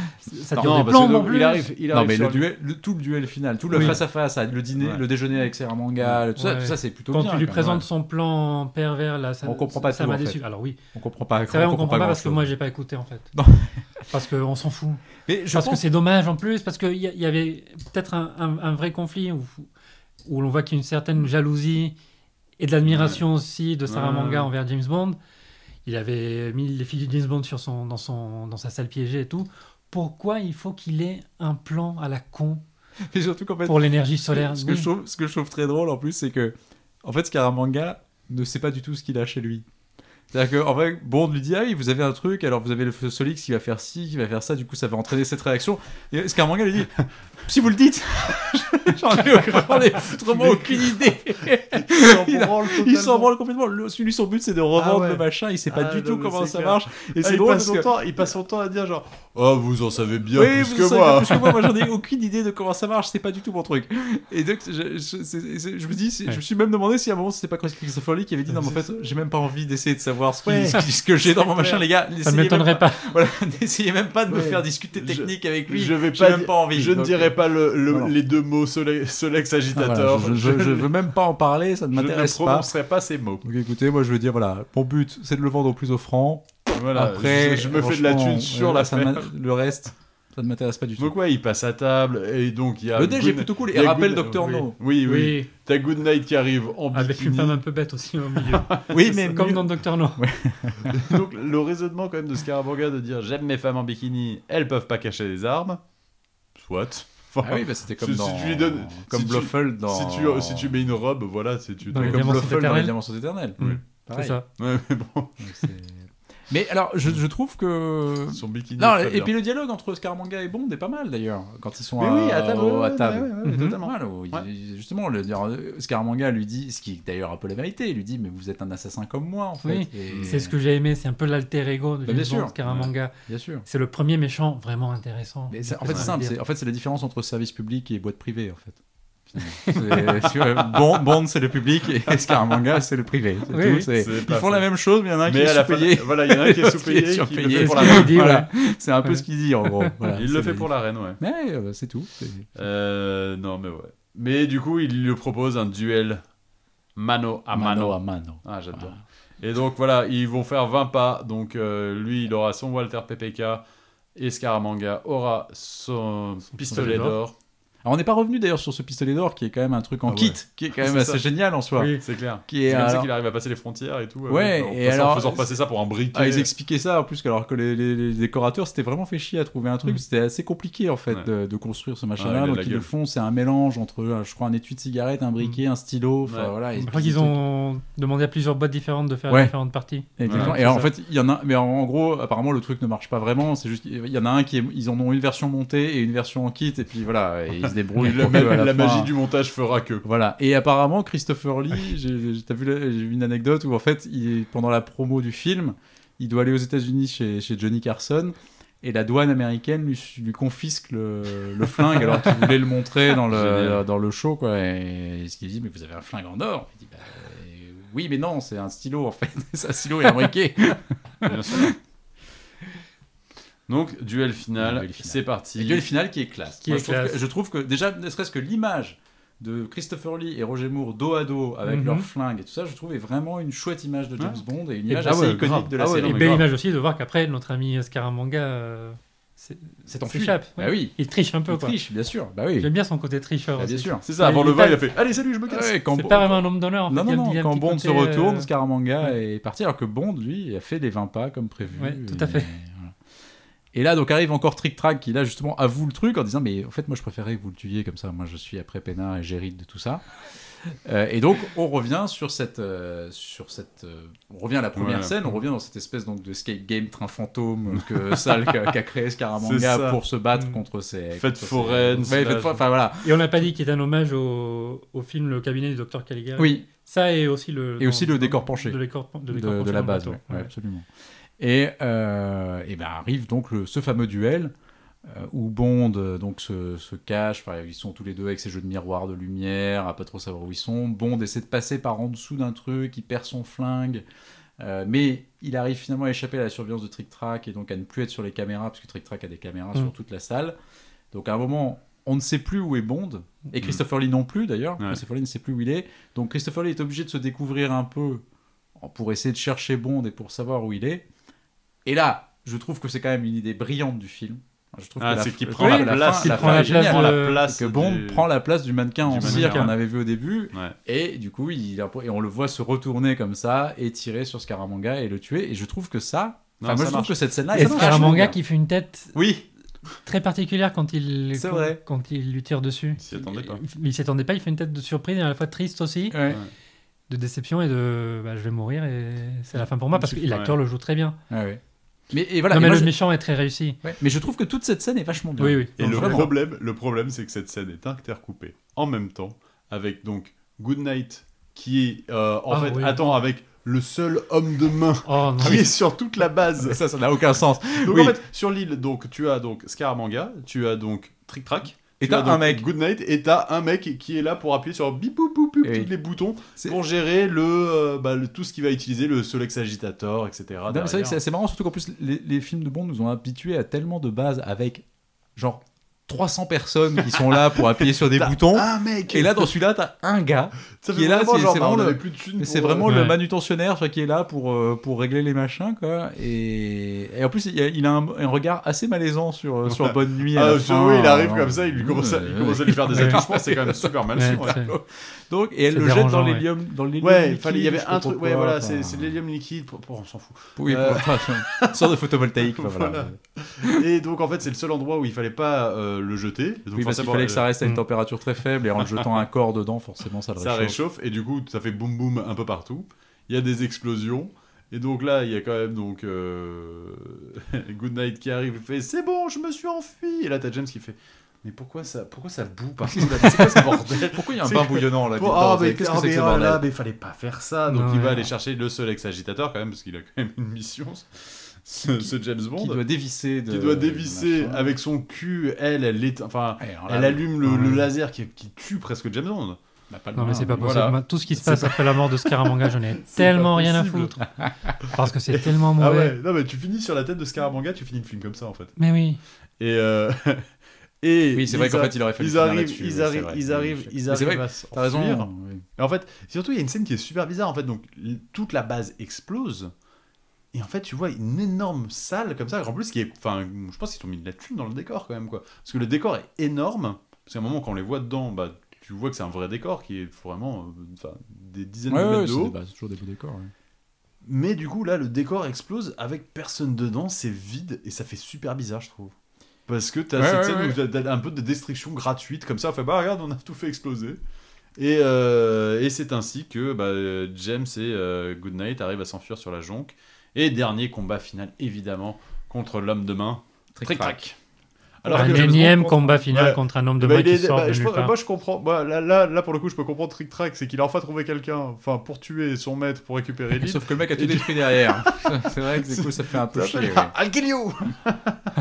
[SPEAKER 4] Ça
[SPEAKER 3] Non,
[SPEAKER 4] dure des
[SPEAKER 3] parce
[SPEAKER 4] plombes
[SPEAKER 3] que
[SPEAKER 4] en
[SPEAKER 3] le-
[SPEAKER 4] plus.
[SPEAKER 3] il arrive, il
[SPEAKER 6] Non
[SPEAKER 3] arrive
[SPEAKER 6] mais
[SPEAKER 3] sur
[SPEAKER 6] le duel, le- tout le duel final, tout le
[SPEAKER 4] Oui.
[SPEAKER 6] face à face, le dîner,
[SPEAKER 3] Ouais.
[SPEAKER 6] le déjeuner avec Scaramanga, le- tout, ça,
[SPEAKER 4] Ouais.
[SPEAKER 6] tout ça c'est plutôt
[SPEAKER 4] Quand
[SPEAKER 6] bien.
[SPEAKER 4] tu lui
[SPEAKER 6] quand même,
[SPEAKER 4] présentes
[SPEAKER 6] ouais.
[SPEAKER 4] son plan pervers, là, ça
[SPEAKER 6] On comprend pas
[SPEAKER 4] ça
[SPEAKER 6] tout,
[SPEAKER 4] m'a
[SPEAKER 6] en fait.
[SPEAKER 4] déçu. Alors oui,
[SPEAKER 6] on comprend pas.
[SPEAKER 4] c'est vrai, on, comprend pas, parce que
[SPEAKER 6] grand-chose.
[SPEAKER 4] moi, j'ai pas écouté en fait.
[SPEAKER 6] Non.
[SPEAKER 4] parce qu'on s'en fout.
[SPEAKER 6] mais je
[SPEAKER 4] parce
[SPEAKER 6] pense
[SPEAKER 4] que c'est dommage en plus, parce qu'il y, a- il y avait peut-être un, un- un vrai conflit où, où l'on voit qu'il y a une certaine jalousie et de l'admiration aussi de Saramanga
[SPEAKER 3] Ouais.
[SPEAKER 4] envers James Bond. Il avait mis les filles de James Bond sur son, dans, son, dans sa salle piégée et tout. Pourquoi il faut qu'il ait un plan à la con
[SPEAKER 6] mais surtout qu'en fait,
[SPEAKER 4] pour l'énergie solaire
[SPEAKER 6] ce que,
[SPEAKER 4] Oui.
[SPEAKER 6] je trouve, ce que je trouve très drôle en plus, c'est que en fait, Scaramanga ne sait pas du tout ce qu'il a chez lui. C'est-à-dire qu'en vrai, Bond lui dit Ah oui, vous avez un truc, alors vous avez le feu solix qui va faire ci, qui va faire ça, du coup ça va entraîner cette réaction. Et Scaramanga lui dit Si vous le dites J'en ai vraiment les- vraiment aucune idée Il a- Il s'en branle complètement. Le- Lui, son but, c'est de revendre
[SPEAKER 3] Ah ouais.
[SPEAKER 6] le machin. Il sait pas
[SPEAKER 3] Ah
[SPEAKER 6] du
[SPEAKER 3] non,
[SPEAKER 6] tout
[SPEAKER 3] mais
[SPEAKER 6] comment
[SPEAKER 3] c'est
[SPEAKER 6] ça
[SPEAKER 3] clair.
[SPEAKER 6] marche. Et
[SPEAKER 3] Ah,
[SPEAKER 6] c'est
[SPEAKER 3] il,
[SPEAKER 6] drôle parce
[SPEAKER 3] passe son
[SPEAKER 6] que.
[SPEAKER 3] temps, il passe son temps à dire genre Oh, vous en savez bien
[SPEAKER 6] oui,
[SPEAKER 3] plus
[SPEAKER 6] vous
[SPEAKER 3] que
[SPEAKER 6] savez
[SPEAKER 3] moi.
[SPEAKER 6] plus que moi. Moi, j'en ai aucune idée de comment ça marche. C'est pas du tout mon truc. Et donc, je, je, c'est- c'est- je me dis, c'est- je me suis même demandé si à un moment, c'était pas Christopher Lee qui avait dit non, mais en fait, j'ai même pas envie d'essayer de savoir ce, qui-
[SPEAKER 4] Ouais.
[SPEAKER 6] ce qui- ce que j'ai dans mon
[SPEAKER 4] C'est
[SPEAKER 6] machin, les gars.
[SPEAKER 4] Ça ne
[SPEAKER 6] N'essayez même
[SPEAKER 4] m'étonnerait pas.
[SPEAKER 6] Voilà, n'essayez même pas de me
[SPEAKER 3] Ouais.
[SPEAKER 6] faire discuter
[SPEAKER 3] Je-
[SPEAKER 6] technique avec lui.
[SPEAKER 3] je vais
[SPEAKER 6] J'ai
[SPEAKER 3] pas
[SPEAKER 6] même
[SPEAKER 3] dire-
[SPEAKER 6] pas envie.
[SPEAKER 3] Je ne
[SPEAKER 6] Donc,
[SPEAKER 3] dirais pas le- le-
[SPEAKER 6] voilà.
[SPEAKER 3] les deux mots sole- Solex
[SPEAKER 6] ah, voilà,
[SPEAKER 3] agitateur.
[SPEAKER 6] je, je- je veux même pas en parler. Ça ne
[SPEAKER 3] je ne
[SPEAKER 6] m'intéresse pas.
[SPEAKER 3] prononcerai pas ces mots.
[SPEAKER 6] Donc écoutez, moi je veux dire, voilà, mon but c'est de le vendre au plus offrant.
[SPEAKER 3] Voilà,
[SPEAKER 6] Après,
[SPEAKER 3] je, je me fais de la
[SPEAKER 6] franchement,
[SPEAKER 3] thune sur
[SPEAKER 6] euh,
[SPEAKER 3] la
[SPEAKER 6] ça
[SPEAKER 3] l'affaire.
[SPEAKER 6] m'a- Le reste, ça ne m'intéresse pas du tout.
[SPEAKER 3] Donc ouais, il passe à table et donc il y a
[SPEAKER 6] le DG est
[SPEAKER 3] Good-
[SPEAKER 6] plutôt cool.
[SPEAKER 3] il y
[SPEAKER 6] Et
[SPEAKER 3] a
[SPEAKER 6] rappelle
[SPEAKER 3] Good-
[SPEAKER 6] Docteur
[SPEAKER 3] oui.
[SPEAKER 6] No.
[SPEAKER 3] Oui, oui.
[SPEAKER 4] Oui,
[SPEAKER 3] T'as Good Night qui arrive en
[SPEAKER 4] avec une
[SPEAKER 3] bikini.
[SPEAKER 4] femme un peu bête aussi au milieu.
[SPEAKER 6] Oui, mais
[SPEAKER 4] Comme
[SPEAKER 6] mieux-
[SPEAKER 4] dans Docteur No.
[SPEAKER 3] Donc le raisonnement quand même de Scaramanga de dire j'aime mes femmes en bikini, elles peuvent pas cacher les armes. Soit. Enfin,
[SPEAKER 6] Ah oui, bah, c'était comme
[SPEAKER 3] Si- si
[SPEAKER 6] dans.
[SPEAKER 3] tu lui donnes-
[SPEAKER 6] Comme
[SPEAKER 3] si tu-
[SPEAKER 6] Blofeld dans.
[SPEAKER 3] si tu si tu mets une robe, voilà, c'est tu.
[SPEAKER 4] Dans les
[SPEAKER 6] Comme
[SPEAKER 4] Diamants sont
[SPEAKER 6] Blofeld dans Les
[SPEAKER 4] éternels.
[SPEAKER 6] Diamants sont éternels.
[SPEAKER 4] Mm. C'est
[SPEAKER 6] Pareil.
[SPEAKER 4] ça.
[SPEAKER 3] Ouais, mais bon,
[SPEAKER 6] Donc, c'est- Mais alors, je, je trouve que.
[SPEAKER 3] son bikini.
[SPEAKER 6] Non,
[SPEAKER 3] est très
[SPEAKER 6] et
[SPEAKER 3] bien.
[SPEAKER 6] puis le dialogue entre Scaramanga et Bond est pas mal d'ailleurs. Quand ils sont
[SPEAKER 3] Mais
[SPEAKER 6] à,
[SPEAKER 3] oui, à table.
[SPEAKER 6] au-
[SPEAKER 3] ouais,
[SPEAKER 6] Oh, à
[SPEAKER 3] ouais,
[SPEAKER 6] table.
[SPEAKER 3] ouais, ouais, ouais,
[SPEAKER 4] Mhm.
[SPEAKER 3] totalement.
[SPEAKER 6] Mal, où il-
[SPEAKER 3] Ouais.
[SPEAKER 6] Justement, le, dire- Scaramanga lui dit, ce qui est d'ailleurs un peu la vérité, il lui dit Mais vous êtes un assassin comme moi en fait.
[SPEAKER 4] Oui,
[SPEAKER 6] Et-
[SPEAKER 4] C'est ce que j'ai aimé, c'est un peu l'alter ego de
[SPEAKER 6] Bah,
[SPEAKER 4] James
[SPEAKER 6] bien
[SPEAKER 4] Bond,
[SPEAKER 6] sûr.
[SPEAKER 4] Scaramanga.
[SPEAKER 6] Bien sûr.
[SPEAKER 4] C'est le premier méchant vraiment intéressant.
[SPEAKER 6] Mais c'est- en fait,
[SPEAKER 4] Ouais.
[SPEAKER 6] c'est simple.
[SPEAKER 4] Dire.
[SPEAKER 6] c'est- En fait, c'est la différence entre service public et boîte privée, en fait. Finalement. C'est- tu vois, Bond, Bond, c'est le public et Scaramanga, c'est le privé. c'est
[SPEAKER 4] Oui,
[SPEAKER 6] tout,
[SPEAKER 4] oui.
[SPEAKER 6] c'est-
[SPEAKER 3] C'est
[SPEAKER 6] Ils
[SPEAKER 3] pas
[SPEAKER 6] font la
[SPEAKER 3] faux.
[SPEAKER 6] même chose, mais il y en a un qui
[SPEAKER 3] Mais à
[SPEAKER 6] est
[SPEAKER 3] la fin,
[SPEAKER 6] sous-payé.
[SPEAKER 3] voilà, il y en a un qui est
[SPEAKER 6] L'autre qui est
[SPEAKER 3] sous-payé, et qui le
[SPEAKER 6] surpayé.
[SPEAKER 3] fait pour la
[SPEAKER 4] Parce
[SPEAKER 3] reine.
[SPEAKER 4] qu'il dit,
[SPEAKER 6] Voilà. C'est un peu
[SPEAKER 4] Ouais.
[SPEAKER 6] ce qu'il dit, en gros. Voilà,
[SPEAKER 3] Il le
[SPEAKER 6] c'est-
[SPEAKER 3] fait pour la reine, ouais.
[SPEAKER 6] Ouais, euh, c'est tout. c'est-
[SPEAKER 3] Euh, non, mais ouais. Mais du coup, il lui propose un duel mano à mano.
[SPEAKER 6] Mano à mano.
[SPEAKER 3] Ah, j'adore. Et donc voilà, ils vont faire 20 pas. Donc euh, lui, il aura son Walter PPK et Scaramanga aura son, pistolet
[SPEAKER 4] pistolet d'or.
[SPEAKER 3] d'or.
[SPEAKER 6] Alors, on n'est pas revenu d'ailleurs sur ce pistolet d'or qui est quand même un truc en
[SPEAKER 3] Ah ouais.
[SPEAKER 6] kit, qui est quand même
[SPEAKER 3] C'est
[SPEAKER 6] assez
[SPEAKER 3] ça.
[SPEAKER 6] génial en soi.
[SPEAKER 3] Oui, c'est clair.
[SPEAKER 6] Qui est
[SPEAKER 3] C'est comme ça
[SPEAKER 6] alors-
[SPEAKER 3] qu'il arrive à passer les frontières et tout. euh,
[SPEAKER 6] Ouais,
[SPEAKER 3] en,
[SPEAKER 6] et
[SPEAKER 3] passant- en
[SPEAKER 6] alors-
[SPEAKER 3] faisant passer ça pour un briquet.
[SPEAKER 6] Ah, ils expliquaient ça en plus, alors que les, les- les décorateurs c'était vraiment fait chier à trouver un truc,
[SPEAKER 4] Mm.
[SPEAKER 6] c'était assez compliqué en fait
[SPEAKER 3] Ouais.
[SPEAKER 6] de, de construire ce
[SPEAKER 3] Ouais, il
[SPEAKER 6] machin-là.
[SPEAKER 3] a de
[SPEAKER 6] donc
[SPEAKER 3] la
[SPEAKER 6] ils le
[SPEAKER 3] gueule. Mm.
[SPEAKER 6] font, c'est un mélange entre, euh, je crois, un étui de cigarette, un briquet, un stylo. enfin,
[SPEAKER 3] Ouais.
[SPEAKER 6] Voilà, Ah, ils-
[SPEAKER 4] Je crois qu'ils ont demandé à plusieurs boîtes différentes de faire
[SPEAKER 6] Ouais.
[SPEAKER 4] différentes parties.
[SPEAKER 6] Exactement.
[SPEAKER 4] Ouais,
[SPEAKER 6] et
[SPEAKER 4] c'est
[SPEAKER 6] alors, en
[SPEAKER 4] ça.
[SPEAKER 6] fait, il y en a, mais en- en gros, apparemment le truc ne marche pas vraiment. C'est juste, qu'il y en a un qui, est- ils en ont une version montée et une version en kit, et puis voilà, et ils se débrouillent.
[SPEAKER 3] La,
[SPEAKER 6] pour que, à
[SPEAKER 3] la
[SPEAKER 6] fin,
[SPEAKER 3] magie du montage fera que.
[SPEAKER 6] Voilà. Et apparemment, Christopher Lee, j'ai j'ai- t'as vu la- j'ai vu une anecdote où en fait, il, pendant la promo du film, il doit aller aux États-Unis chez, chez Johnny Carson et la douane américaine lui, lui confisque le, le flingue alors qu'il voulait le montrer dans le,
[SPEAKER 3] Génial.
[SPEAKER 6] dans le show. Quoi. Et, ce qu'il dit, mais vous avez un flingue en or Il dit, bah, euh, oui, mais non, c'est un stylo en fait. C'est un stylo et un briquet.
[SPEAKER 3] Bien sûr. Donc, duel final,
[SPEAKER 6] Duel final.
[SPEAKER 3] c'est parti.
[SPEAKER 6] C'est le duel final qui est classe.
[SPEAKER 4] Qui
[SPEAKER 6] Moi,
[SPEAKER 4] est
[SPEAKER 6] je, trouve
[SPEAKER 4] classe.
[SPEAKER 6] que- je trouve que déjà, ne serait-ce que l'image de Christopher Lee et Roger Moore dos à dos avec
[SPEAKER 4] Mhm.
[SPEAKER 6] leurs flingues et tout ça, je trouve est vraiment une chouette image de James Bond et une
[SPEAKER 4] Et
[SPEAKER 6] image
[SPEAKER 4] bah
[SPEAKER 6] assez
[SPEAKER 4] ouais,
[SPEAKER 6] iconique
[SPEAKER 3] grave.
[SPEAKER 6] de la
[SPEAKER 3] Ah ouais,
[SPEAKER 6] série.
[SPEAKER 3] non,
[SPEAKER 4] Et
[SPEAKER 3] mais
[SPEAKER 4] belle
[SPEAKER 3] grave.
[SPEAKER 4] image aussi de voir qu'après, notre ami Scaramanga euh, s'é-
[SPEAKER 6] C'est en
[SPEAKER 4] s'échappe.
[SPEAKER 6] Bah
[SPEAKER 4] Ouais.
[SPEAKER 6] oui,
[SPEAKER 4] Il triche un peu.
[SPEAKER 6] il
[SPEAKER 4] quoi.
[SPEAKER 6] triche, bien sûr. Bah oui,
[SPEAKER 4] J'aime bien son côté tricheur.
[SPEAKER 6] Bah, bien
[SPEAKER 4] aussi.
[SPEAKER 6] sûr.
[SPEAKER 3] C'est ça, avant
[SPEAKER 4] Il
[SPEAKER 3] le
[SPEAKER 4] est
[SPEAKER 3] vin,
[SPEAKER 4] pas-
[SPEAKER 3] il a fait Allez, salut, je me casse.
[SPEAKER 6] Ouais, quand
[SPEAKER 4] C'est
[SPEAKER 6] Bond-
[SPEAKER 4] pas vraiment un homme d'honneur. en fait.
[SPEAKER 6] Non,
[SPEAKER 4] Il y
[SPEAKER 6] non,
[SPEAKER 4] a-
[SPEAKER 6] non,
[SPEAKER 4] il y a un
[SPEAKER 6] quand
[SPEAKER 4] petit
[SPEAKER 6] Bond se
[SPEAKER 4] côté, euh,
[SPEAKER 6] retourne, Scaramanga est parti, alors que Bond, lui, a fait les 20 pas comme prévu.
[SPEAKER 4] Ouais, tout à fait.
[SPEAKER 6] Et, voilà. Et là, donc arrive encore Trick Track qui, là, justement, avoue le truc en disant Mais en fait, moi, je préférais que vous le tuiez comme ça. Moi, je suis après Pénard et j'hérite de tout ça. Euh, et donc, on revient sur cette. euh, sur cette euh, on revient à la première
[SPEAKER 3] Ouais.
[SPEAKER 6] scène, on revient dans cette espèce donc, de skate game train fantôme que Sal qu'a qu'a créé
[SPEAKER 3] C'est ça.
[SPEAKER 6] Scaramanga pour se battre
[SPEAKER 4] Mm.
[SPEAKER 6] contre ces.
[SPEAKER 3] Fête
[SPEAKER 6] contre ces-
[SPEAKER 3] foraine,
[SPEAKER 6] Ouais,
[SPEAKER 3] slash-
[SPEAKER 6] fête foraine, Enfin, voilà.
[SPEAKER 4] Et on n'a pas dit qu'il est un hommage au, au film Le cabinet du docteur Caligari.
[SPEAKER 6] Oui,
[SPEAKER 4] Ça et aussi le.
[SPEAKER 6] Et aussi le décor penché.
[SPEAKER 4] De, décor- de,
[SPEAKER 6] de,
[SPEAKER 4] décor
[SPEAKER 6] de
[SPEAKER 4] penché
[SPEAKER 6] la
[SPEAKER 4] dans le
[SPEAKER 6] base,
[SPEAKER 4] bateau.
[SPEAKER 6] ouais, ouais,
[SPEAKER 4] Ouais.
[SPEAKER 6] absolument. Et, euh, et ben arrive donc le- ce fameux duel euh, où Bond euh, donc se, se cache. Enfin, ils sont tous les deux avec ces jeux de miroirs, de lumière, à pas trop savoir où ils sont. Bond essaie de passer par en dessous d'un truc, il perd son flingue. euh, mais il arrive finalement à échapper à la surveillance de Trick Track et donc à ne plus être sur les caméras, parce que Trick Track a des caméras
[SPEAKER 4] Mm.
[SPEAKER 6] sur toute la salle. Donc à un moment, on ne sait plus où est Bond, et Christopher Lee non plus d'ailleurs.
[SPEAKER 3] Mm. Ouais.
[SPEAKER 6] Christopher Lee ne sait plus où il est. Donc Christopher Lee est obligé de se découvrir un peu pour essayer de chercher Bond et pour savoir où il est. Et là, je trouve que c'est quand même une idée brillante du film. Je trouve
[SPEAKER 3] Ah,
[SPEAKER 6] que la-
[SPEAKER 3] c'est qu'il
[SPEAKER 6] je
[SPEAKER 3] prend
[SPEAKER 6] trouve
[SPEAKER 3] la
[SPEAKER 6] que
[SPEAKER 3] place,
[SPEAKER 6] fin-
[SPEAKER 3] il
[SPEAKER 6] la
[SPEAKER 3] prend
[SPEAKER 6] fin
[SPEAKER 3] la
[SPEAKER 6] est
[SPEAKER 3] place,
[SPEAKER 6] géniale.
[SPEAKER 3] prend la
[SPEAKER 4] euh,
[SPEAKER 3] place
[SPEAKER 6] C'est que Bond
[SPEAKER 3] du-
[SPEAKER 6] prend la place du mannequin en
[SPEAKER 3] du
[SPEAKER 6] cire
[SPEAKER 4] mannequin.
[SPEAKER 6] qu'on avait vu au début.
[SPEAKER 3] Ouais.
[SPEAKER 6] Et du coup, il, et on le voit se retourner comme ça et tirer sur Scaramanga et le tuer. Et je trouve que ça.
[SPEAKER 3] Non,
[SPEAKER 6] enfin, moi,
[SPEAKER 3] ça
[SPEAKER 6] je trouve
[SPEAKER 3] marche.
[SPEAKER 6] que cette scène-là
[SPEAKER 4] Et
[SPEAKER 6] est vachement bien.
[SPEAKER 4] Scaramanga qui fait une tête
[SPEAKER 3] Oui.
[SPEAKER 4] très particulière quand il,
[SPEAKER 6] C'est vrai.
[SPEAKER 4] quand il lui tire dessus.
[SPEAKER 3] Il s'y attendait pas.
[SPEAKER 4] Il- Il s'y attendait pas, il fait une tête de surprise et à la fois triste aussi,
[SPEAKER 6] Ouais.
[SPEAKER 4] de déception et de bah, je vais mourir et c'est la fin pour moi parce que
[SPEAKER 3] Ouais.
[SPEAKER 4] l'acteur le joue très bien.
[SPEAKER 6] Ouais, ouais. Mais, et voilà,
[SPEAKER 4] non,
[SPEAKER 6] et
[SPEAKER 4] mais
[SPEAKER 6] moi,
[SPEAKER 4] le
[SPEAKER 6] je-
[SPEAKER 4] méchant est très réussi.
[SPEAKER 6] ouais. mais je trouve que toute cette scène est vachement bien.
[SPEAKER 4] Oui, oui.
[SPEAKER 3] Et
[SPEAKER 4] Donc,
[SPEAKER 3] le
[SPEAKER 4] vraiment.
[SPEAKER 3] problème, le problème, c'est que cette scène est intercoupée en même temps avec donc Goodnight qui est euh, en
[SPEAKER 4] Ah,
[SPEAKER 3] fait
[SPEAKER 4] oui.
[SPEAKER 3] attends avec le seul homme de main
[SPEAKER 4] Oh non.
[SPEAKER 3] qui est sur toute la base.
[SPEAKER 6] Ça, ça n'a aucun sens.
[SPEAKER 3] Donc
[SPEAKER 6] Ah Oui.
[SPEAKER 3] en fait, sur l'île, donc tu as donc Scaramanga, tu as donc Trick Track.
[SPEAKER 6] Et
[SPEAKER 3] tu
[SPEAKER 6] t'as
[SPEAKER 3] as donc
[SPEAKER 6] un mec.
[SPEAKER 3] Goodnight, et t'as un mec qui est là pour appuyer sur bip boup, boup, boup,
[SPEAKER 6] Et oui.
[SPEAKER 3] tous les boutons
[SPEAKER 6] C'est-
[SPEAKER 3] pour gérer le, euh, bah, le- tout ce qu'il va utiliser, le Solex Agitator, etc.
[SPEAKER 6] Non, mais c'est vrai que
[SPEAKER 3] derrière.
[SPEAKER 6] c'est assez marrant, surtout qu'en plus, les, les films de Bond nous ont habitués à tellement de bases avec genre 300 personnes qui sont là pour appuyer sur des
[SPEAKER 3] T'as
[SPEAKER 6] boutons.
[SPEAKER 3] un mec
[SPEAKER 6] Et là, dans celui-là, t'as un gars.
[SPEAKER 3] ça
[SPEAKER 6] qui est là,
[SPEAKER 3] vraiment
[SPEAKER 6] c'est-
[SPEAKER 3] genre,
[SPEAKER 6] c'est
[SPEAKER 3] bah, on
[SPEAKER 6] vraiment le-
[SPEAKER 3] avait plus de thunes
[SPEAKER 6] Mais
[SPEAKER 3] pour,
[SPEAKER 6] c'est vraiment
[SPEAKER 3] euh,
[SPEAKER 6] le
[SPEAKER 4] Ouais.
[SPEAKER 6] manutentionnaire tu vois, qui est là pour, euh, pour régler les machins. Quoi. Et, et en plus, il y a, il a un, un regard assez malaisant sur, euh, sur Bonne Nuit. à
[SPEAKER 3] Ah,
[SPEAKER 6] la
[SPEAKER 3] sur-
[SPEAKER 6] fin,
[SPEAKER 3] oui, il arrive
[SPEAKER 6] euh,
[SPEAKER 3] comme ça, il lui commence à, il
[SPEAKER 6] euh,
[SPEAKER 3] commence à lui faire des
[SPEAKER 4] Ouais.
[SPEAKER 3] attouchements, c'est quand même super
[SPEAKER 4] Ouais,
[SPEAKER 3] malsain.
[SPEAKER 4] c'est-
[SPEAKER 6] Donc, et elle
[SPEAKER 4] C'est
[SPEAKER 6] le jette dans
[SPEAKER 4] dérangeant, ouais.
[SPEAKER 6] l'hélium. dans l'hélium
[SPEAKER 3] Ouais, il
[SPEAKER 6] liquide,
[SPEAKER 3] fallait, il y avait
[SPEAKER 6] je
[SPEAKER 3] un
[SPEAKER 6] sais pas
[SPEAKER 3] truc, ouais,
[SPEAKER 6] pourquoi,
[SPEAKER 3] voilà,
[SPEAKER 6] enfin,
[SPEAKER 3] c'est c'est de l'hélium liquide, pour- pour- on s'en fout.
[SPEAKER 6] Oui,
[SPEAKER 3] Euh.
[SPEAKER 6] pour- enfin, sorte de photovoltaïque. enfin, voilà.
[SPEAKER 3] Voilà. Et donc en fait, c'est le seul endroit où il fallait pas euh, le jeter. Et Donc,
[SPEAKER 6] Oui, parce qu'il
[SPEAKER 3] forcément,
[SPEAKER 6] fallait que ça reste à une
[SPEAKER 4] Mm.
[SPEAKER 6] température très faible et en le jetant un corps dedans, forcément, ça le
[SPEAKER 3] euh, ça
[SPEAKER 6] réchauffe.
[SPEAKER 3] réchauffe et du coup ça fait boum boum un peu partout. Il y a des explosions et donc là il y a quand même donc euh... Goodnight qui arrive et fait c'est bon je me suis enfui et là t'as James qui fait mais pourquoi ça pourquoi ça boue partout là C'est quoi ce bordel
[SPEAKER 6] Pourquoi il y a un
[SPEAKER 3] C'est-
[SPEAKER 6] bain bouillonnant là
[SPEAKER 3] Pour-
[SPEAKER 6] dedans,
[SPEAKER 3] Ah
[SPEAKER 6] vous
[SPEAKER 3] mais
[SPEAKER 6] savez, Qu'est-ce
[SPEAKER 3] ah,
[SPEAKER 6] que c'est que
[SPEAKER 3] mais
[SPEAKER 6] ce
[SPEAKER 3] oh là
[SPEAKER 6] bordel
[SPEAKER 3] là, mais il fallait pas faire ça donc
[SPEAKER 4] Non,
[SPEAKER 3] il va
[SPEAKER 4] ouais.
[SPEAKER 3] aller chercher le seul ex-agitateur quand même parce qu'il a quand même une mission ce, ce James Bond
[SPEAKER 6] Qui doit dévisser. de-
[SPEAKER 3] qui doit dévisser
[SPEAKER 6] machin.
[SPEAKER 3] avec son cul elle elle l'éteint- enfin
[SPEAKER 6] Et alors là,
[SPEAKER 3] elle allume le,
[SPEAKER 4] Ouais.
[SPEAKER 3] le laser qui, qui tue presque James Bond
[SPEAKER 6] bah, pas le
[SPEAKER 4] Non, mais
[SPEAKER 6] malin,
[SPEAKER 4] c'est pas
[SPEAKER 6] mais
[SPEAKER 4] possible.
[SPEAKER 3] voilà.
[SPEAKER 4] Moi, Tout ce qui se
[SPEAKER 3] C'est
[SPEAKER 4] passe après la mort de Scaramanga, j'en ai tellement
[SPEAKER 3] pas
[SPEAKER 4] rien à
[SPEAKER 3] possible.
[SPEAKER 4] foutre. Parce que c'est tellement
[SPEAKER 3] Ah
[SPEAKER 4] mauvais.
[SPEAKER 3] ouais, non mais tu finis sur la tête de Scaramanga, tu finis le film comme ça en fait.
[SPEAKER 4] Mais oui.
[SPEAKER 3] Et euh, et
[SPEAKER 6] Oui, c'est vrai
[SPEAKER 3] ils a-
[SPEAKER 6] qu'en fait, il aurait fallu
[SPEAKER 3] ils
[SPEAKER 6] finir
[SPEAKER 3] arrivent,
[SPEAKER 6] là-dessus,
[SPEAKER 3] ils
[SPEAKER 6] ouais, c'est
[SPEAKER 3] arrivent,
[SPEAKER 6] vrai.
[SPEAKER 3] ils arrivent, ils
[SPEAKER 6] Mais c'est
[SPEAKER 3] arrivent.
[SPEAKER 6] vrai
[SPEAKER 3] à
[SPEAKER 6] que T'as raison.
[SPEAKER 3] s'enfuir.
[SPEAKER 6] oui.
[SPEAKER 3] Et en fait, surtout il y a une scène qui est super bizarre en fait. Donc l- toute la base explose. Et en fait, tu vois une énorme salle comme ça. En plus, qui est, enfin, je pense qu'ils ont mis de la thune dans le décor quand même quoi. Parce que le décor est énorme. Parce qu'à un moment, quand on les voit dedans, bah, tu vois que c'est un vrai décor qui est vraiment, euh, enfin, des dizaines
[SPEAKER 6] Ouais,
[SPEAKER 3] de
[SPEAKER 6] ouais,
[SPEAKER 3] mètres de
[SPEAKER 6] c'est
[SPEAKER 3] haut.
[SPEAKER 6] des- bah, c'est toujours des beaux décors. ouais.
[SPEAKER 3] Mais du coup, là, le décor explose avec personne dedans, c'est vide et ça fait super bizarre, je trouve. Parce que t'as
[SPEAKER 6] Ouais,
[SPEAKER 3] cette
[SPEAKER 6] ouais,
[SPEAKER 3] scène
[SPEAKER 6] ouais.
[SPEAKER 3] où t'as- t'as un peu de destruction gratuite, comme ça, on fait bah regarde, on a tout fait exploser. Et, euh, et c'est ainsi que bah, euh, James et euh, Goodnight arrivent à s'enfuir sur la jonque. Et dernier combat final, évidemment, contre l'homme de main, Trick Track.
[SPEAKER 4] un
[SPEAKER 3] James Bond
[SPEAKER 4] énième
[SPEAKER 3] pense-
[SPEAKER 4] combat final
[SPEAKER 3] Ouais.
[SPEAKER 4] contre un homme de
[SPEAKER 3] Bah,
[SPEAKER 4] main
[SPEAKER 3] il
[SPEAKER 4] qui
[SPEAKER 3] est-
[SPEAKER 4] sort
[SPEAKER 3] bah,
[SPEAKER 4] de
[SPEAKER 3] je
[SPEAKER 4] nulle
[SPEAKER 3] pense-
[SPEAKER 4] part.
[SPEAKER 3] moi je comprends. Bah, là, là, là, pour le coup, je peux comprendre Trick Track, c'est qu'il a enfin trouvé quelqu'un, enfin pour tuer son maître, pour récupérer l'île.
[SPEAKER 6] Sauf que le mec a tout détruit derrière. c'est vrai que du coup, ça fait un peu
[SPEAKER 3] Ça
[SPEAKER 6] chier.
[SPEAKER 3] s'appelle-
[SPEAKER 6] ouais.
[SPEAKER 3] I'll kill you
[SPEAKER 6] Ah,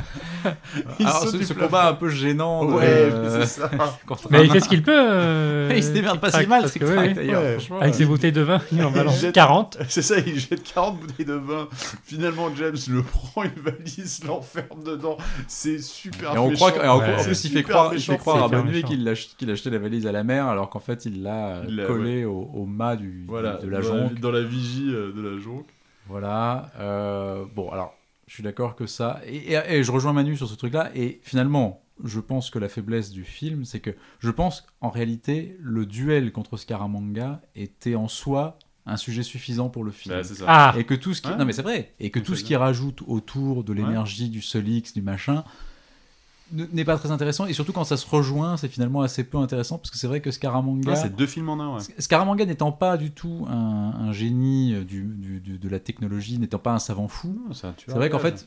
[SPEAKER 3] Il
[SPEAKER 6] Alors,
[SPEAKER 3] saute
[SPEAKER 6] ce
[SPEAKER 3] du
[SPEAKER 6] ce
[SPEAKER 3] plafond.
[SPEAKER 6] combat un peu gênant. de-
[SPEAKER 3] Ouais, mais c'est ça.
[SPEAKER 6] contre un-
[SPEAKER 4] Mais il fait ce qu'il peut. euh,
[SPEAKER 6] Il se démerde pas
[SPEAKER 4] Tic-Tac,
[SPEAKER 6] si mal,
[SPEAKER 4] parce
[SPEAKER 6] c'est
[SPEAKER 4] que, oui, oui.
[SPEAKER 3] Ouais.
[SPEAKER 6] d'ailleurs. franchement,
[SPEAKER 4] Avec ses
[SPEAKER 6] euh,
[SPEAKER 4] bouteilles de vin, il en balance
[SPEAKER 3] jette-
[SPEAKER 4] 40.
[SPEAKER 3] C'est ça, il jette 40 bouteilles de vin. Finalement, James le prend, une valise, l'enferme dedans. C'est super
[SPEAKER 6] Et on
[SPEAKER 3] méchant.
[SPEAKER 6] croit que- et en, en
[SPEAKER 4] Ouais.
[SPEAKER 6] plus, il fait
[SPEAKER 3] Super
[SPEAKER 6] croire, il
[SPEAKER 3] méchant,
[SPEAKER 6] fait croire à
[SPEAKER 4] c'est hyper
[SPEAKER 6] Bonne Nuit
[SPEAKER 4] méchant.
[SPEAKER 6] qu'il a, ach- qu'il a acheté la valise à la mer, alors qu'en fait, il l'a
[SPEAKER 3] Il l'a,
[SPEAKER 6] collée au, au mât du,
[SPEAKER 3] Voilà,
[SPEAKER 6] de la
[SPEAKER 3] dans la,
[SPEAKER 6] jonque.
[SPEAKER 3] dans la vigie euh, de la jonque.
[SPEAKER 6] Voilà. euh, bon, alors, je suis d'accord que ça. Et, et- et je rejoins Manu sur ce truc-là. Et finalement, je pense que la faiblesse du film, c'est que je pense qu'en réalité, le duel contre Scaramanga était en soi un sujet suffisant pour le film.
[SPEAKER 3] Bah, c'est ça.
[SPEAKER 4] Ah,
[SPEAKER 6] et que tout ce qui
[SPEAKER 3] Ouais.
[SPEAKER 6] non mais c'est vrai et que
[SPEAKER 3] On
[SPEAKER 6] tout
[SPEAKER 3] fait
[SPEAKER 6] ce
[SPEAKER 3] ça.
[SPEAKER 6] qui rajoute autour de l'énergie du solix du machin ne- n'est pas très intéressant et surtout quand ça se rejoint c'est finalement assez peu intéressant parce que c'est vrai que Scaramanga
[SPEAKER 3] Ouais, c'est deux films en un, ouais.
[SPEAKER 6] Scaramanga n'étant pas du tout un, un génie euh, du, du- du- de la technologie n'étant pas un savant fou
[SPEAKER 3] Non, Ah, ça, tu
[SPEAKER 6] c'est
[SPEAKER 3] vois,
[SPEAKER 6] vrai qu'en
[SPEAKER 3] ouais.
[SPEAKER 6] fait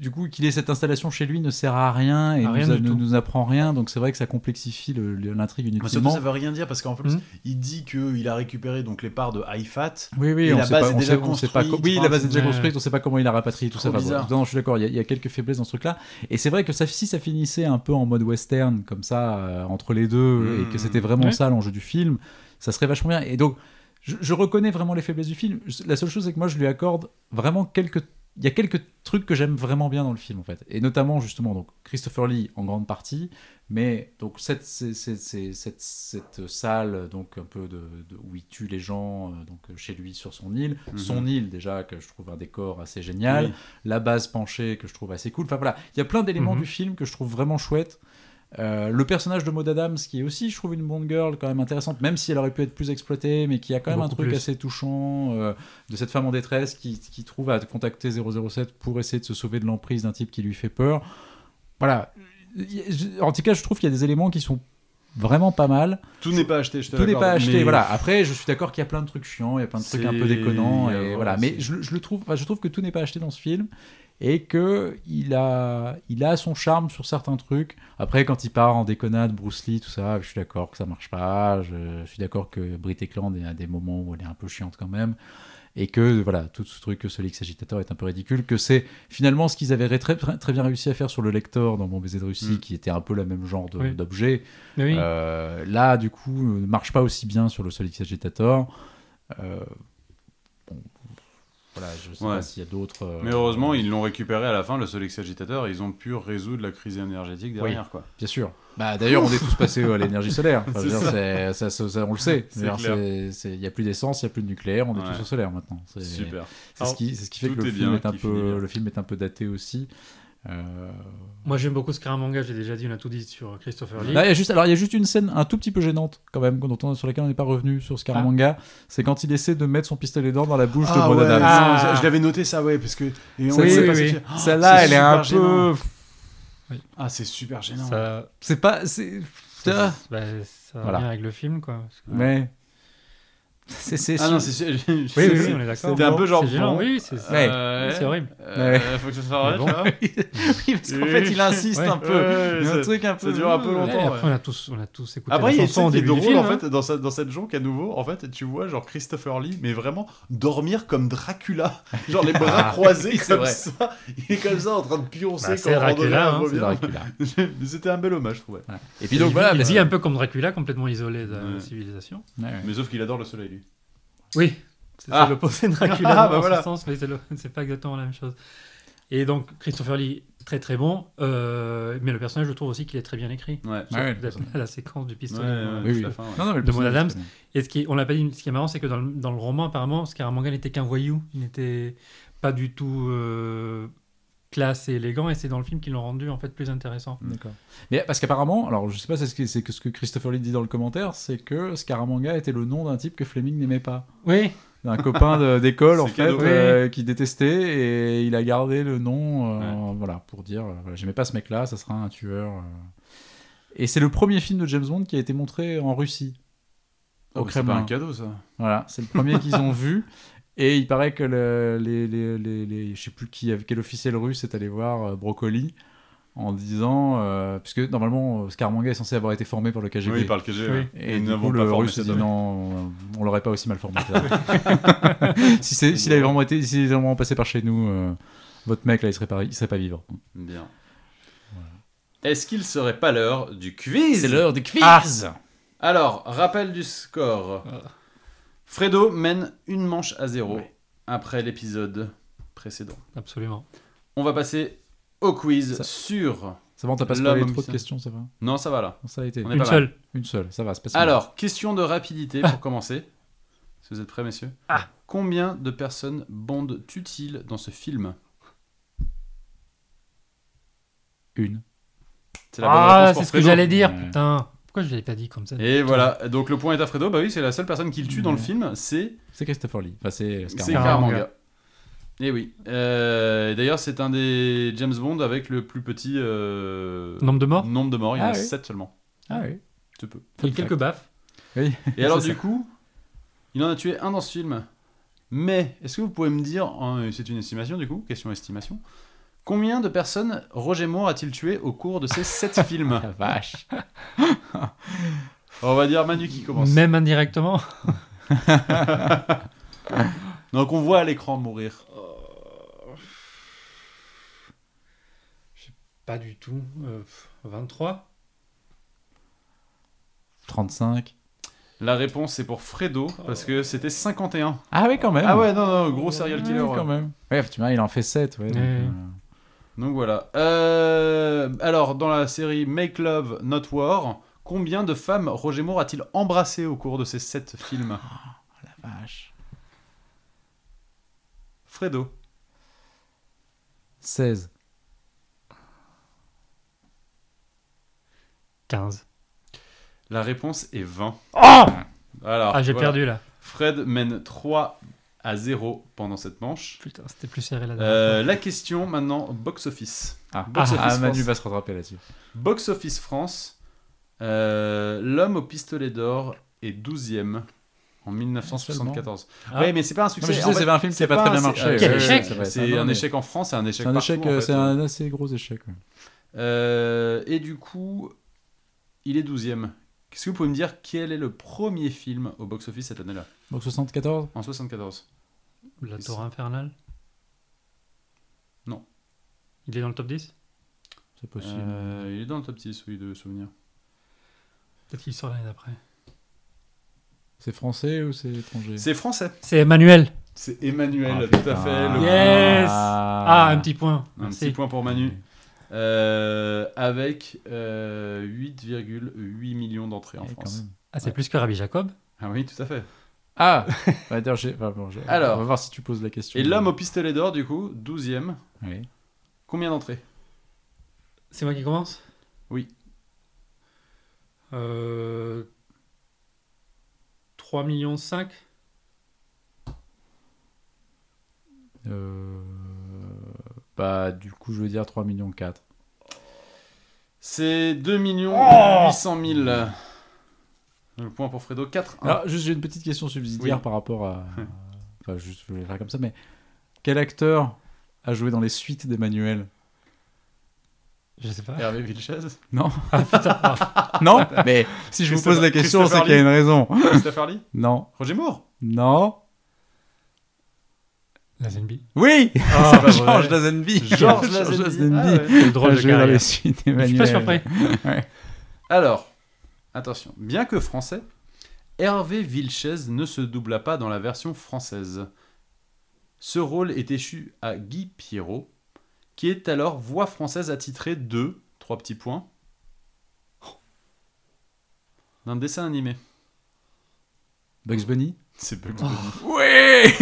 [SPEAKER 6] du coup qu'il ait cette installation chez lui ne sert à rien et
[SPEAKER 4] À rien
[SPEAKER 6] nous, a-
[SPEAKER 4] du
[SPEAKER 6] ne
[SPEAKER 4] tout.
[SPEAKER 6] nous apprend rien donc c'est vrai que ça complexifie le- le- l'intrigue
[SPEAKER 7] Mais surtout,
[SPEAKER 6] inutilement
[SPEAKER 7] ça veut rien dire parce qu'en plus,
[SPEAKER 6] Hmm.
[SPEAKER 4] Mhm.
[SPEAKER 7] il dit qu'il a récupéré donc les parts de Hi-Fat.
[SPEAKER 6] Oui, oui,
[SPEAKER 7] Et
[SPEAKER 6] on
[SPEAKER 7] la
[SPEAKER 6] sait
[SPEAKER 7] base
[SPEAKER 6] pas-
[SPEAKER 7] est
[SPEAKER 6] on
[SPEAKER 7] déjà
[SPEAKER 6] sait- on sait pas co-
[SPEAKER 7] construite,
[SPEAKER 6] Oui,
[SPEAKER 7] enfin,
[SPEAKER 6] la base est déjà
[SPEAKER 4] c'est-
[SPEAKER 6] construite, on sait pas comment il a rapatrié tout
[SPEAKER 7] Trop
[SPEAKER 6] ça. Enfin, bon,
[SPEAKER 7] bizarre.
[SPEAKER 6] non, je suis d'accord, il y, a- il y a quelques faiblesses dans ce truc-là. Et c'est vrai que ça, si ça finissait un peu en mode western, comme ça, euh, entre les deux,
[SPEAKER 3] Mmh.
[SPEAKER 6] et que c'était vraiment
[SPEAKER 4] Ouais.
[SPEAKER 6] ça l'enjeu du film, ça serait vachement bien. Et donc, je, je reconnais vraiment les faiblesses du film. Je- La seule chose, c'est que moi, je lui accorde vraiment quelques. Il y a quelques trucs que j'aime vraiment bien dans le film, en fait. Et notamment, justement, donc Christopher Lee en grande partie. Mais donc cette, c'est- c'est- c'est- cette, cette salle donc un peu de, de- où il tue les gens euh, donc chez lui sur son île,
[SPEAKER 3] Mhm.
[SPEAKER 6] son île déjà que je trouve un décor assez génial,
[SPEAKER 3] Oui.
[SPEAKER 6] la base penchée que je trouve assez cool. Enfin voilà, il y a plein d'éléments
[SPEAKER 4] Mhm.
[SPEAKER 6] du film que je trouve vraiment chouettes. Euh, le personnage de Maud Adams qui est aussi je trouve une bonne girl quand même intéressante même si elle aurait pu être plus exploitée mais qui a quand même un
[SPEAKER 4] Beaucoup
[SPEAKER 6] truc
[SPEAKER 4] plus.
[SPEAKER 6] assez touchant euh, de cette femme en détresse qui, qui trouve à contacter 007 pour essayer de se sauver de l'emprise d'un type qui lui fait peur voilà. Je- En tout cas, je trouve qu'il y a des éléments qui sont vraiment pas mal.
[SPEAKER 3] Tout n'est pas acheté, je te
[SPEAKER 6] Tout n'est pas
[SPEAKER 3] l'accorde,
[SPEAKER 6] acheté,
[SPEAKER 3] mais-
[SPEAKER 6] voilà. Après, je suis d'accord qu'il y a plein de trucs chiants, il y a plein de trucs un peu
[SPEAKER 3] C'est-
[SPEAKER 6] déconnants, et
[SPEAKER 3] Ouais,
[SPEAKER 6] voilà.
[SPEAKER 3] c'est-
[SPEAKER 6] Mais je, le- je le trouve, enfin, je trouve que tout n'est pas acheté dans ce film et que il a, il a son charme sur certains trucs. Après, quand il part en déconnade, Bruce Lee, tout ça, je suis d'accord que ça marche pas. Je, je suis d'accord que Brit Eklund a des moments où elle est un peu chiante quand même. Et que voilà, tout ce truc que ce Lex Agitator est un peu ridicule, que c'est finalement ce qu'ils avaient ré- très, très, très bien réussi à faire sur le lecteur dans Mon baiser de Russie,
[SPEAKER 3] Mm.
[SPEAKER 6] qui était un peu le même genre de-
[SPEAKER 4] Oui.
[SPEAKER 6] d'objet.
[SPEAKER 4] mais oui.
[SPEAKER 6] Euh, là, du coup, ne marche pas aussi bien sur le Solix Agitator. Euh, bon, voilà, je sais
[SPEAKER 3] Ouais.
[SPEAKER 6] pas s'il y a d'autres. euh,
[SPEAKER 3] Mais heureusement, ils l'ont récupéré à la fin, le seul agitateur, et ils ont pu résoudre la crise énergétique derrière, quoi.
[SPEAKER 6] Bien sûr. Bah, d'ailleurs, on est tous passés à l'énergie solaire. Enfin, je veux
[SPEAKER 3] C'est
[SPEAKER 6] dire, c'est- ça, se- ça, on le sait.
[SPEAKER 3] C'est
[SPEAKER 6] C'est-à-dire,
[SPEAKER 3] clair.
[SPEAKER 6] c'est- c'est- Il n'y a plus d'essence, il n'y a plus de nucléaire, on est
[SPEAKER 3] Ouais.
[SPEAKER 6] tous au solaire maintenant. C'est-
[SPEAKER 3] Super.
[SPEAKER 6] C'est ce, qui- c'est ce qui fait
[SPEAKER 3] Tout
[SPEAKER 6] que le
[SPEAKER 3] est
[SPEAKER 6] film,
[SPEAKER 3] bien,
[SPEAKER 6] est un
[SPEAKER 3] qui finit
[SPEAKER 6] peu,
[SPEAKER 3] bien.
[SPEAKER 6] le film est un peu daté aussi. Euh,
[SPEAKER 4] Moi, j'aime beaucoup Scaramanga, j'ai déjà dit, on a tout dit sur Christopher Lee.
[SPEAKER 6] Là, il y a juste, alors il y a juste une scène un tout petit peu gênante quand même, dont on- sur laquelle on n'est pas revenu sur Scaramanga. C'est quand il essaie de mettre son pistolet d'or dans la bouche de
[SPEAKER 7] Ah
[SPEAKER 6] Maud
[SPEAKER 7] ouais,
[SPEAKER 6] Adams.
[SPEAKER 4] Ah.
[SPEAKER 7] ça, Je l'avais noté ça, ouais, parce que. Et
[SPEAKER 6] Ça,
[SPEAKER 7] ne sait
[SPEAKER 6] oui,
[SPEAKER 7] pas
[SPEAKER 6] Oh,
[SPEAKER 4] oui,
[SPEAKER 7] ce
[SPEAKER 4] oui.
[SPEAKER 7] qu'il y a.
[SPEAKER 6] Ah, Celle-là,
[SPEAKER 7] c'est
[SPEAKER 6] elle est un
[SPEAKER 7] super
[SPEAKER 6] peu.
[SPEAKER 7] Ah, c'est super gênant.
[SPEAKER 4] ça,
[SPEAKER 6] C'est pas. C'est.
[SPEAKER 4] ça,
[SPEAKER 6] Ah.
[SPEAKER 4] bah, ça
[SPEAKER 6] Voilà.
[SPEAKER 4] va bien avec le film, quoi. Parce que-
[SPEAKER 6] Mais. C'est. c'est
[SPEAKER 3] Ah
[SPEAKER 6] sûr.
[SPEAKER 3] non, c'est. Oui,
[SPEAKER 4] Oui, oui, oui, on est d'accord.
[SPEAKER 3] C'était un peu genre.
[SPEAKER 4] C'est gênant,
[SPEAKER 3] bon,
[SPEAKER 4] oui, c'est c'est-
[SPEAKER 6] Ouais.
[SPEAKER 3] euh,
[SPEAKER 4] oui, c'est horrible.
[SPEAKER 3] euh, Faut que ça
[SPEAKER 6] Mais
[SPEAKER 3] s'arrête,
[SPEAKER 6] bon.
[SPEAKER 3] là.
[SPEAKER 6] oui, parce qu'en fait, il insiste
[SPEAKER 4] Ouais.
[SPEAKER 6] un peu. Il y a un
[SPEAKER 3] ça-
[SPEAKER 6] truc un peu.
[SPEAKER 3] ça dure un peu
[SPEAKER 4] Ouais,
[SPEAKER 3] longtemps.
[SPEAKER 4] après, on a tous, on a tous écouté
[SPEAKER 3] Après, il y a
[SPEAKER 4] la
[SPEAKER 3] une
[SPEAKER 4] chanson
[SPEAKER 3] scène
[SPEAKER 4] en
[SPEAKER 3] qui est
[SPEAKER 4] début du
[SPEAKER 3] drôle,
[SPEAKER 4] film.
[SPEAKER 3] en
[SPEAKER 4] hein.
[SPEAKER 3] fait, dans, sa- dans cette jonque à nouveau, en fait, tu vois, genre, Christopher Lee, mais vraiment dormir comme Dracula. Genre, les bras
[SPEAKER 6] Ah,
[SPEAKER 3] croisés
[SPEAKER 6] c'est
[SPEAKER 3] comme
[SPEAKER 6] vrai.
[SPEAKER 3] ça. Il est comme ça, en train de pioncer
[SPEAKER 4] Bah,
[SPEAKER 3] quand
[SPEAKER 4] c'est Dracula, hein,
[SPEAKER 3] on
[SPEAKER 6] C'est Dracula.
[SPEAKER 3] C'était un bel hommage, je trouvais.
[SPEAKER 6] Et puis donc voilà,
[SPEAKER 4] il
[SPEAKER 6] mais
[SPEAKER 4] vit un peu comme Dracula, complètement isolé de
[SPEAKER 3] euh, Ouais.
[SPEAKER 4] la civilisation.
[SPEAKER 6] Ouais, ouais.
[SPEAKER 3] Mais sauf qu'il adore le soleil, lui.
[SPEAKER 4] Oui, c'est
[SPEAKER 3] Ah.
[SPEAKER 4] c'est l'opposé de Dracula
[SPEAKER 3] Ah,
[SPEAKER 4] dans
[SPEAKER 3] bah
[SPEAKER 4] ce
[SPEAKER 3] voilà.
[SPEAKER 4] sens, mais c'est le- c'est pas exactement la même chose. Et donc, Christopher Lee, très très bon, euh, mais le personnage, je trouve aussi qu'il est très bien écrit.
[SPEAKER 3] Ouais.
[SPEAKER 6] Ah Ouais, ouais, le
[SPEAKER 4] la,
[SPEAKER 6] personnage.
[SPEAKER 4] la séquence du pistolet.
[SPEAKER 3] Ouais,
[SPEAKER 6] Oui,
[SPEAKER 3] ouais,
[SPEAKER 6] oui.
[SPEAKER 3] la fin, ouais.
[SPEAKER 6] Non, non, mais le
[SPEAKER 4] de Maud
[SPEAKER 6] personnage,
[SPEAKER 4] Adams.
[SPEAKER 6] c'est bien.
[SPEAKER 4] Et ce qui est- on l'a pas dit, ce qui est marrant, c'est que dans le, dans le roman, apparemment, Scaramanga n'était qu'un voyou. Il n'était pas du tout euh, classe et élégant, et c'est dans le film qu'ils l'ont rendu en fait plus intéressant.
[SPEAKER 6] D'accord. Mais parce qu'apparemment, alors je sais pas, c'est ce, que, c'est que ce que Christopher Lee dit dans le commentaire, c'est que Scaramanga était le nom d'un type que Fleming n'aimait pas.
[SPEAKER 4] Oui,
[SPEAKER 6] D'un copain de- d'école, en
[SPEAKER 3] C'est
[SPEAKER 6] fait,
[SPEAKER 3] cadeau.
[SPEAKER 6] euh, qui détestait, et il a gardé le nom, euh, voilà, pour dire, euh, voilà, j'aimais pas ce mec-là, ça sera un tueur. euh. Et c'est le premier film de James Bond qui a été montré en Russie, au
[SPEAKER 3] Oh, mais c'est pas
[SPEAKER 6] Kremlin.
[SPEAKER 3] un cadeau, ça.
[SPEAKER 6] Voilà, c'est le premier qu'ils ont vu. Et il paraît que le- les, les, les, les- je sais plus qui, quel officiel russe est allé voir euh, Brocoli en disant, euh, puisque normalement euh, Scaramanga est censé avoir été formé par le KGB.
[SPEAKER 3] Oui, il parle KGB.
[SPEAKER 4] Oui.
[SPEAKER 3] ouais.
[SPEAKER 6] Et
[SPEAKER 3] Nous
[SPEAKER 6] du
[SPEAKER 3] n'avons
[SPEAKER 6] coup,
[SPEAKER 3] pas
[SPEAKER 6] le
[SPEAKER 3] formé
[SPEAKER 6] russe a
[SPEAKER 3] cet
[SPEAKER 6] dit
[SPEAKER 3] homme.
[SPEAKER 6] non, on l'aurait pas aussi mal formé. que ça. si c'est- s'il avait vraiment été, s'il était vraiment passé par chez nous, euh, votre mec là, il serait pas, il serait pas vivant.
[SPEAKER 3] Bien. Est-ce qu'il serait pas l'heure du quiz
[SPEAKER 6] du quiz.
[SPEAKER 3] Alors, rappel du score. Fredo mène une manche à zéro après l'épisode précédent.
[SPEAKER 4] absolument.
[SPEAKER 3] On va passer au quiz
[SPEAKER 6] Ça-
[SPEAKER 3] sur...
[SPEAKER 6] Ça va, on t'a pas
[SPEAKER 3] L'homme
[SPEAKER 6] spoilé
[SPEAKER 3] homme
[SPEAKER 6] trop de
[SPEAKER 3] puissant.
[SPEAKER 6] questions, ça va.
[SPEAKER 3] Non, ça va là.
[SPEAKER 6] Ça a été
[SPEAKER 3] On est
[SPEAKER 4] Une
[SPEAKER 3] pas mal.
[SPEAKER 4] seule.
[SPEAKER 6] une seule, ça va. c'est pas si mal.
[SPEAKER 3] Alors, question de rapidité pour commencer. Si vous êtes prêts, messieurs.
[SPEAKER 4] Ah.
[SPEAKER 3] Combien de personnes Bond tue-t-il dans ce film
[SPEAKER 6] une.
[SPEAKER 3] C'est
[SPEAKER 4] Ah,
[SPEAKER 3] pour
[SPEAKER 4] c'est ce que
[SPEAKER 3] Fredo.
[SPEAKER 4] j'allais dire,
[SPEAKER 6] Ouais.
[SPEAKER 4] putain. Pourquoi je l'avais pas dit comme ça
[SPEAKER 3] Et voilà, donc le point est à Fredo, bah oui, c'est la seule personne qui le tue dans
[SPEAKER 4] Mmh.
[SPEAKER 3] le film, c'est
[SPEAKER 6] C'est Christopher Lee. Enfin, c'est
[SPEAKER 3] C'est
[SPEAKER 6] Scaramanga.
[SPEAKER 3] Caramanga. Et Eh oui. Euh, D'ailleurs, c'est un des James Bond avec le plus petit euh,
[SPEAKER 4] Nombre de morts
[SPEAKER 3] nombre de morts. Il y
[SPEAKER 6] Ah
[SPEAKER 3] en a
[SPEAKER 6] oui.
[SPEAKER 3] 7 seulement.
[SPEAKER 6] Ah oui.
[SPEAKER 3] Tu peux.
[SPEAKER 4] Et quelques baffes.
[SPEAKER 3] Et alors,
[SPEAKER 6] C'est
[SPEAKER 3] du
[SPEAKER 6] ça.
[SPEAKER 3] coup, il en a tué un dans ce film. Mais, est-ce que vous pouvez me dire, hein, c'est une estimation du coup, question estimation, combien de personnes Roger Moore a-t-il tué au cours de ces 7 films
[SPEAKER 6] La vache.
[SPEAKER 3] On va dire Manu qui commence.
[SPEAKER 4] Même indirectement.
[SPEAKER 3] Donc, on voit à l'écran mourir.
[SPEAKER 4] Pas du tout. Euh, 23
[SPEAKER 6] 35.
[SPEAKER 3] La réponse c'est pour Fredo, parce que c'était 51.
[SPEAKER 6] Ah oui, quand même.
[SPEAKER 3] Ah ouais, non, non, gros
[SPEAKER 6] Ah
[SPEAKER 3] serial
[SPEAKER 6] oui,
[SPEAKER 3] killer. ouais.
[SPEAKER 6] quand même. Ouais, tu vois, il en fait 7. Ouais, donc,
[SPEAKER 4] Ouais.
[SPEAKER 6] euh,
[SPEAKER 3] Donc voilà. Euh, alors, dans la série Make Love, Not War, combien de femmes Roger Moore a-t-il embrassé au cours de ces sept films
[SPEAKER 6] la vache.
[SPEAKER 3] Fredo.
[SPEAKER 6] 16.
[SPEAKER 4] 15.
[SPEAKER 3] La réponse est 20.
[SPEAKER 4] Oh
[SPEAKER 3] Alors,
[SPEAKER 4] Ah, j'ai
[SPEAKER 3] voilà.
[SPEAKER 4] perdu là.
[SPEAKER 3] Fred mène 3 à 0 pendant cette manche.
[SPEAKER 4] Putain, c'était plus serré là.
[SPEAKER 3] Euh, la question maintenant, box-office.
[SPEAKER 6] Ah,
[SPEAKER 3] Box
[SPEAKER 6] Ah,
[SPEAKER 3] office
[SPEAKER 6] Manu
[SPEAKER 3] France.
[SPEAKER 6] va se rattraper là-dessus.
[SPEAKER 3] Box-office France, euh, L'homme au pistolet d'or est 12e en 1974.
[SPEAKER 4] Ah.
[SPEAKER 3] Ouais, mais c'est pas un succès.
[SPEAKER 6] Non, mais je
[SPEAKER 3] En
[SPEAKER 6] sais,
[SPEAKER 3] fait,
[SPEAKER 6] c'est un film qui
[SPEAKER 3] c'est
[SPEAKER 6] n'a pas,
[SPEAKER 3] pas
[SPEAKER 6] très bien
[SPEAKER 3] un-
[SPEAKER 6] marché. Euh,
[SPEAKER 3] c'est-
[SPEAKER 4] Quel
[SPEAKER 6] ouais,
[SPEAKER 4] échec
[SPEAKER 6] c'est vrai,
[SPEAKER 3] c'est un échec en France, c'est un échec
[SPEAKER 6] C'est un
[SPEAKER 3] partout,
[SPEAKER 6] échec,
[SPEAKER 3] en
[SPEAKER 6] euh,
[SPEAKER 3] fait.
[SPEAKER 6] c'est un assez gros échec. ouais.
[SPEAKER 3] Euh, et du coup, il est 12e. Qu'est-ce que vous pouvez me dire Quel est le premier film au box-office cette année-là
[SPEAKER 6] Donc 74
[SPEAKER 3] En 74.
[SPEAKER 4] La tour infernale
[SPEAKER 3] Non.
[SPEAKER 4] Il est dans le top 10
[SPEAKER 6] C'est possible.
[SPEAKER 3] Euh, il est dans le top 6, oui, de souvenir.
[SPEAKER 4] Peut-être qu'il sort l'année d'après.
[SPEAKER 6] C'est français ou c'est étranger
[SPEAKER 3] C'est français.
[SPEAKER 4] C'est Emmanuel.
[SPEAKER 3] C'est Emmanuel,
[SPEAKER 6] Ah,
[SPEAKER 3] tout à
[SPEAKER 6] putain.
[SPEAKER 3] fait. le-
[SPEAKER 4] Yeah. Yes Ah, un petit point.
[SPEAKER 3] Un
[SPEAKER 4] Merci.
[SPEAKER 3] petit point pour Manu. Euh, avec euh, 8,8 millions d'entrées en
[SPEAKER 6] Ouais, Eh, quand
[SPEAKER 3] France.
[SPEAKER 6] même.
[SPEAKER 4] Ah, c'est plus que Rabbi Jacob.
[SPEAKER 3] Ah oui, tout à fait.
[SPEAKER 6] Ah Bah, d'ailleurs, j'ai- enfin, bon, j'ai-
[SPEAKER 3] Alors.
[SPEAKER 6] On va voir si tu poses la question.
[SPEAKER 3] Et l'homme au pistolet d'or, du coup, 12e.
[SPEAKER 6] Ouais.
[SPEAKER 3] Combien d'entrées
[SPEAKER 4] C'est moi qui commence
[SPEAKER 3] Oui.
[SPEAKER 4] Euh... 3 millions 5
[SPEAKER 6] Euh, Bah, du coup, je veux dire 3 millions 4.
[SPEAKER 3] C'est 2 millions 800 000. Le point pour Fredo, 4
[SPEAKER 6] Alors, juste, j'ai une petite question subsidiaire
[SPEAKER 3] Ah. Oui.
[SPEAKER 6] par rapport à. Enfin, juste, je voulais faire comme ça, mais quel acteur a joué dans les suites d'Emmanuel
[SPEAKER 4] Je sais pas.
[SPEAKER 3] Hervé Vilchez
[SPEAKER 6] Non Non Mais si je vous pose la question, c'est
[SPEAKER 3] Christopher
[SPEAKER 6] qu'il y a
[SPEAKER 3] Lee.
[SPEAKER 6] une raison.
[SPEAKER 3] Christopher Lee
[SPEAKER 6] Non.
[SPEAKER 3] Roger Moore
[SPEAKER 6] Non.
[SPEAKER 4] La ZNB.
[SPEAKER 6] Oui
[SPEAKER 4] Ah, pas vrai.
[SPEAKER 6] Georges Lazenby
[SPEAKER 3] Georges Lazenby. Ah ouais.
[SPEAKER 4] Quel drôle
[SPEAKER 6] a
[SPEAKER 4] de
[SPEAKER 6] joué dans
[SPEAKER 4] carrière.
[SPEAKER 6] les suites
[SPEAKER 4] Je
[SPEAKER 6] d'Emmanuel.
[SPEAKER 4] suis pas surpris.
[SPEAKER 3] Alors, attention, bien que français, Hervé Vilchez ne se doubla pas dans la version française. Ce rôle est échu à Guy Pierrot, qui est alors voix française attitrée de trois petits points d'un dessin animé.
[SPEAKER 6] Bugs Bunny
[SPEAKER 3] C'est peu
[SPEAKER 6] Oui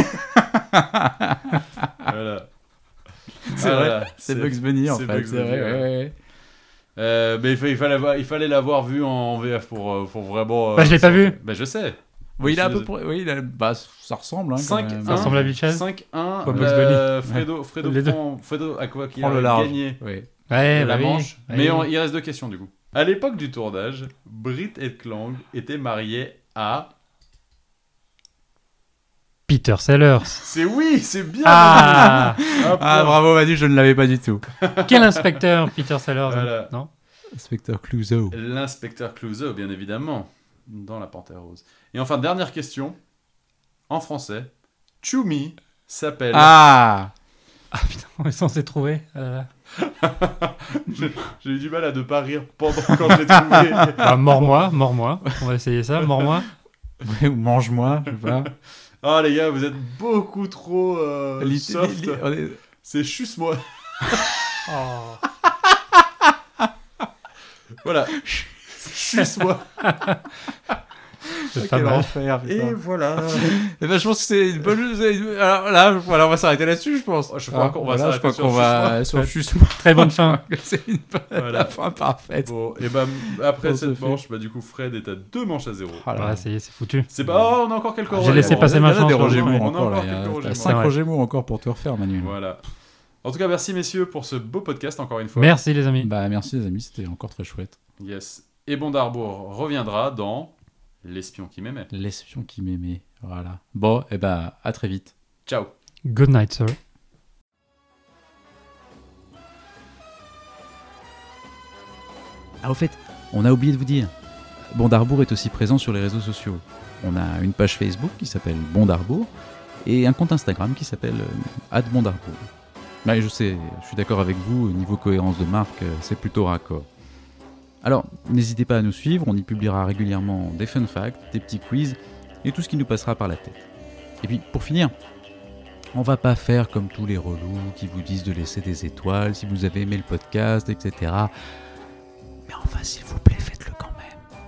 [SPEAKER 3] Voilà.
[SPEAKER 6] C'est vrai,
[SPEAKER 3] Ah, voilà,
[SPEAKER 6] C'est Bugs Bunny en
[SPEAKER 3] c'est
[SPEAKER 6] fait,
[SPEAKER 3] Bugs
[SPEAKER 6] c'est vrai.
[SPEAKER 3] Bunny, ouais.
[SPEAKER 6] ouais, ouais.
[SPEAKER 3] Euh, mais il, fa- il fallait l'avoir- il fallait l'avoir vu en VF pour, euh, pour vraiment. euh,
[SPEAKER 4] Bah, je l'ai pas vu.
[SPEAKER 3] Bah, je sais.
[SPEAKER 6] Oui, il a un peu.
[SPEAKER 3] Je-
[SPEAKER 6] pro- Oui, il a... Bah, ça ressemble. Hein, quand
[SPEAKER 3] 5
[SPEAKER 6] même.
[SPEAKER 4] Ça ressemble à Vilchez
[SPEAKER 3] 5-1.
[SPEAKER 4] Pas Bugs
[SPEAKER 3] euh, Fredo, Fredo,
[SPEAKER 4] Les deux.
[SPEAKER 3] prend, Fredo à quoi qu'il
[SPEAKER 6] Prends le
[SPEAKER 3] a
[SPEAKER 6] large.
[SPEAKER 3] gagné
[SPEAKER 6] Ouais.
[SPEAKER 4] Ouais,
[SPEAKER 3] la
[SPEAKER 4] bah oui.
[SPEAKER 3] manche.
[SPEAKER 4] Ouais.
[SPEAKER 3] Mais on- il reste deux questions du coup. À l'époque du tournage, Britt et Clang étaient mariés à.
[SPEAKER 4] Peter Sellers.
[SPEAKER 3] C'est oui, c'est bien.
[SPEAKER 4] Ah
[SPEAKER 3] Manu. Un
[SPEAKER 6] Ah,
[SPEAKER 3] point.
[SPEAKER 6] bravo Manu, je ne l'avais pas du tout.
[SPEAKER 4] Quel inspecteur, Peter Sellers
[SPEAKER 3] Voilà.
[SPEAKER 4] Non
[SPEAKER 6] Inspecteur Clouseau.
[SPEAKER 3] L'inspecteur Clouseau, bien évidemment, dans La Panthère Rose. Et enfin, dernière question, en français, Chumi s'appelle.
[SPEAKER 6] Ah
[SPEAKER 4] Ah putain, on est censé trouver. euh,
[SPEAKER 3] J'ai eu du mal à ne pas rire pendant quand je l'ai trouvé.
[SPEAKER 4] bah, Mors-moi, mors-moi. On va essayer ça, mors-moi.
[SPEAKER 6] Ouais, ou mange-moi, je sais pas.
[SPEAKER 3] Ah les gars, vous êtes beaucoup trop euh,
[SPEAKER 6] Li-
[SPEAKER 3] soft.
[SPEAKER 6] li- li- on est-
[SPEAKER 3] C'est juste moi.
[SPEAKER 4] Oh.
[SPEAKER 3] Voilà. Juste moi.
[SPEAKER 4] C'est pas
[SPEAKER 9] Quel
[SPEAKER 4] mal.
[SPEAKER 9] enfer.
[SPEAKER 3] Et
[SPEAKER 9] putain.
[SPEAKER 3] voilà.
[SPEAKER 9] Eh ben, je pense que c'est une bonne. c'est une- Alors là, je- voilà, on va s'arrêter là-dessus, je pense.
[SPEAKER 3] Je
[SPEAKER 6] Hein,
[SPEAKER 3] crois qu'on
[SPEAKER 9] Voilà,
[SPEAKER 3] va
[SPEAKER 9] je
[SPEAKER 3] s'arrêter
[SPEAKER 9] crois
[SPEAKER 3] sur
[SPEAKER 9] qu'on
[SPEAKER 3] ce
[SPEAKER 9] va sur juste
[SPEAKER 4] Très bonne fin.
[SPEAKER 9] que c'est une bonne- la
[SPEAKER 3] Voilà.
[SPEAKER 9] fin parfaite.
[SPEAKER 3] Bon, et bah après
[SPEAKER 9] On se
[SPEAKER 3] cette
[SPEAKER 9] fait.
[SPEAKER 3] manche, bah du coup Fred est à deux manches à zéro.
[SPEAKER 9] Voilà.
[SPEAKER 4] Voilà, ça y est, c'est foutu.
[SPEAKER 3] C'est pas. Oh, on a encore quelques
[SPEAKER 4] Ah. J'ai
[SPEAKER 3] regrets.
[SPEAKER 4] laissé
[SPEAKER 3] Bon,
[SPEAKER 4] passer
[SPEAKER 3] on a- il
[SPEAKER 4] ma
[SPEAKER 3] y en a
[SPEAKER 4] chance,
[SPEAKER 3] des
[SPEAKER 9] Des
[SPEAKER 4] Roger
[SPEAKER 9] Roger
[SPEAKER 3] regrets.
[SPEAKER 9] Moore
[SPEAKER 3] On a
[SPEAKER 9] encore,
[SPEAKER 3] encore
[SPEAKER 9] là.
[SPEAKER 3] quelques Roger
[SPEAKER 9] T'as
[SPEAKER 3] Moore.
[SPEAKER 9] 5 Roger Moore encore pour te refaire, Manuel.
[SPEAKER 3] Voilà. En tout cas, merci messieurs pour ce beau podcast encore une fois.
[SPEAKER 4] Merci les amis.
[SPEAKER 9] Bah, merci les amis, c'était encore très chouette.
[SPEAKER 3] Yes. Et Bondarbourg reviendra dans L'espion qui m'aimait.
[SPEAKER 9] L'espion qui m'aimait. Voilà. Bon, et eh ben, à très vite.
[SPEAKER 3] Ciao.
[SPEAKER 4] Good night, sir.
[SPEAKER 6] Ah, au fait, on a oublié de vous dire. Bondarbourg est aussi présent sur les réseaux sociaux. On a une page Facebook qui s'appelle Bondarbourg et un compte Instagram qui s'appelle euh, @bondarbourg. Ouais, je sais, je suis d'accord avec vous, niveau cohérence de marque, euh, c'est plutôt raccord. Alors, n'hésitez pas à nous suivre, on y publiera régulièrement des fun facts, des petits quiz et tout ce qui nous passera par la tête. Et puis, pour finir, on va pas faire comme tous les relous qui vous disent de laisser des étoiles si vous avez aimé le podcast, etc. Mais enfin, s'il vous plaît, faites-le quand même.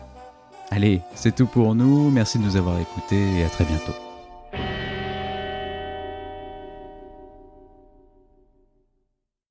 [SPEAKER 6] Allez, c'est tout pour nous. Merci de nous avoir écoutés et à très bientôt.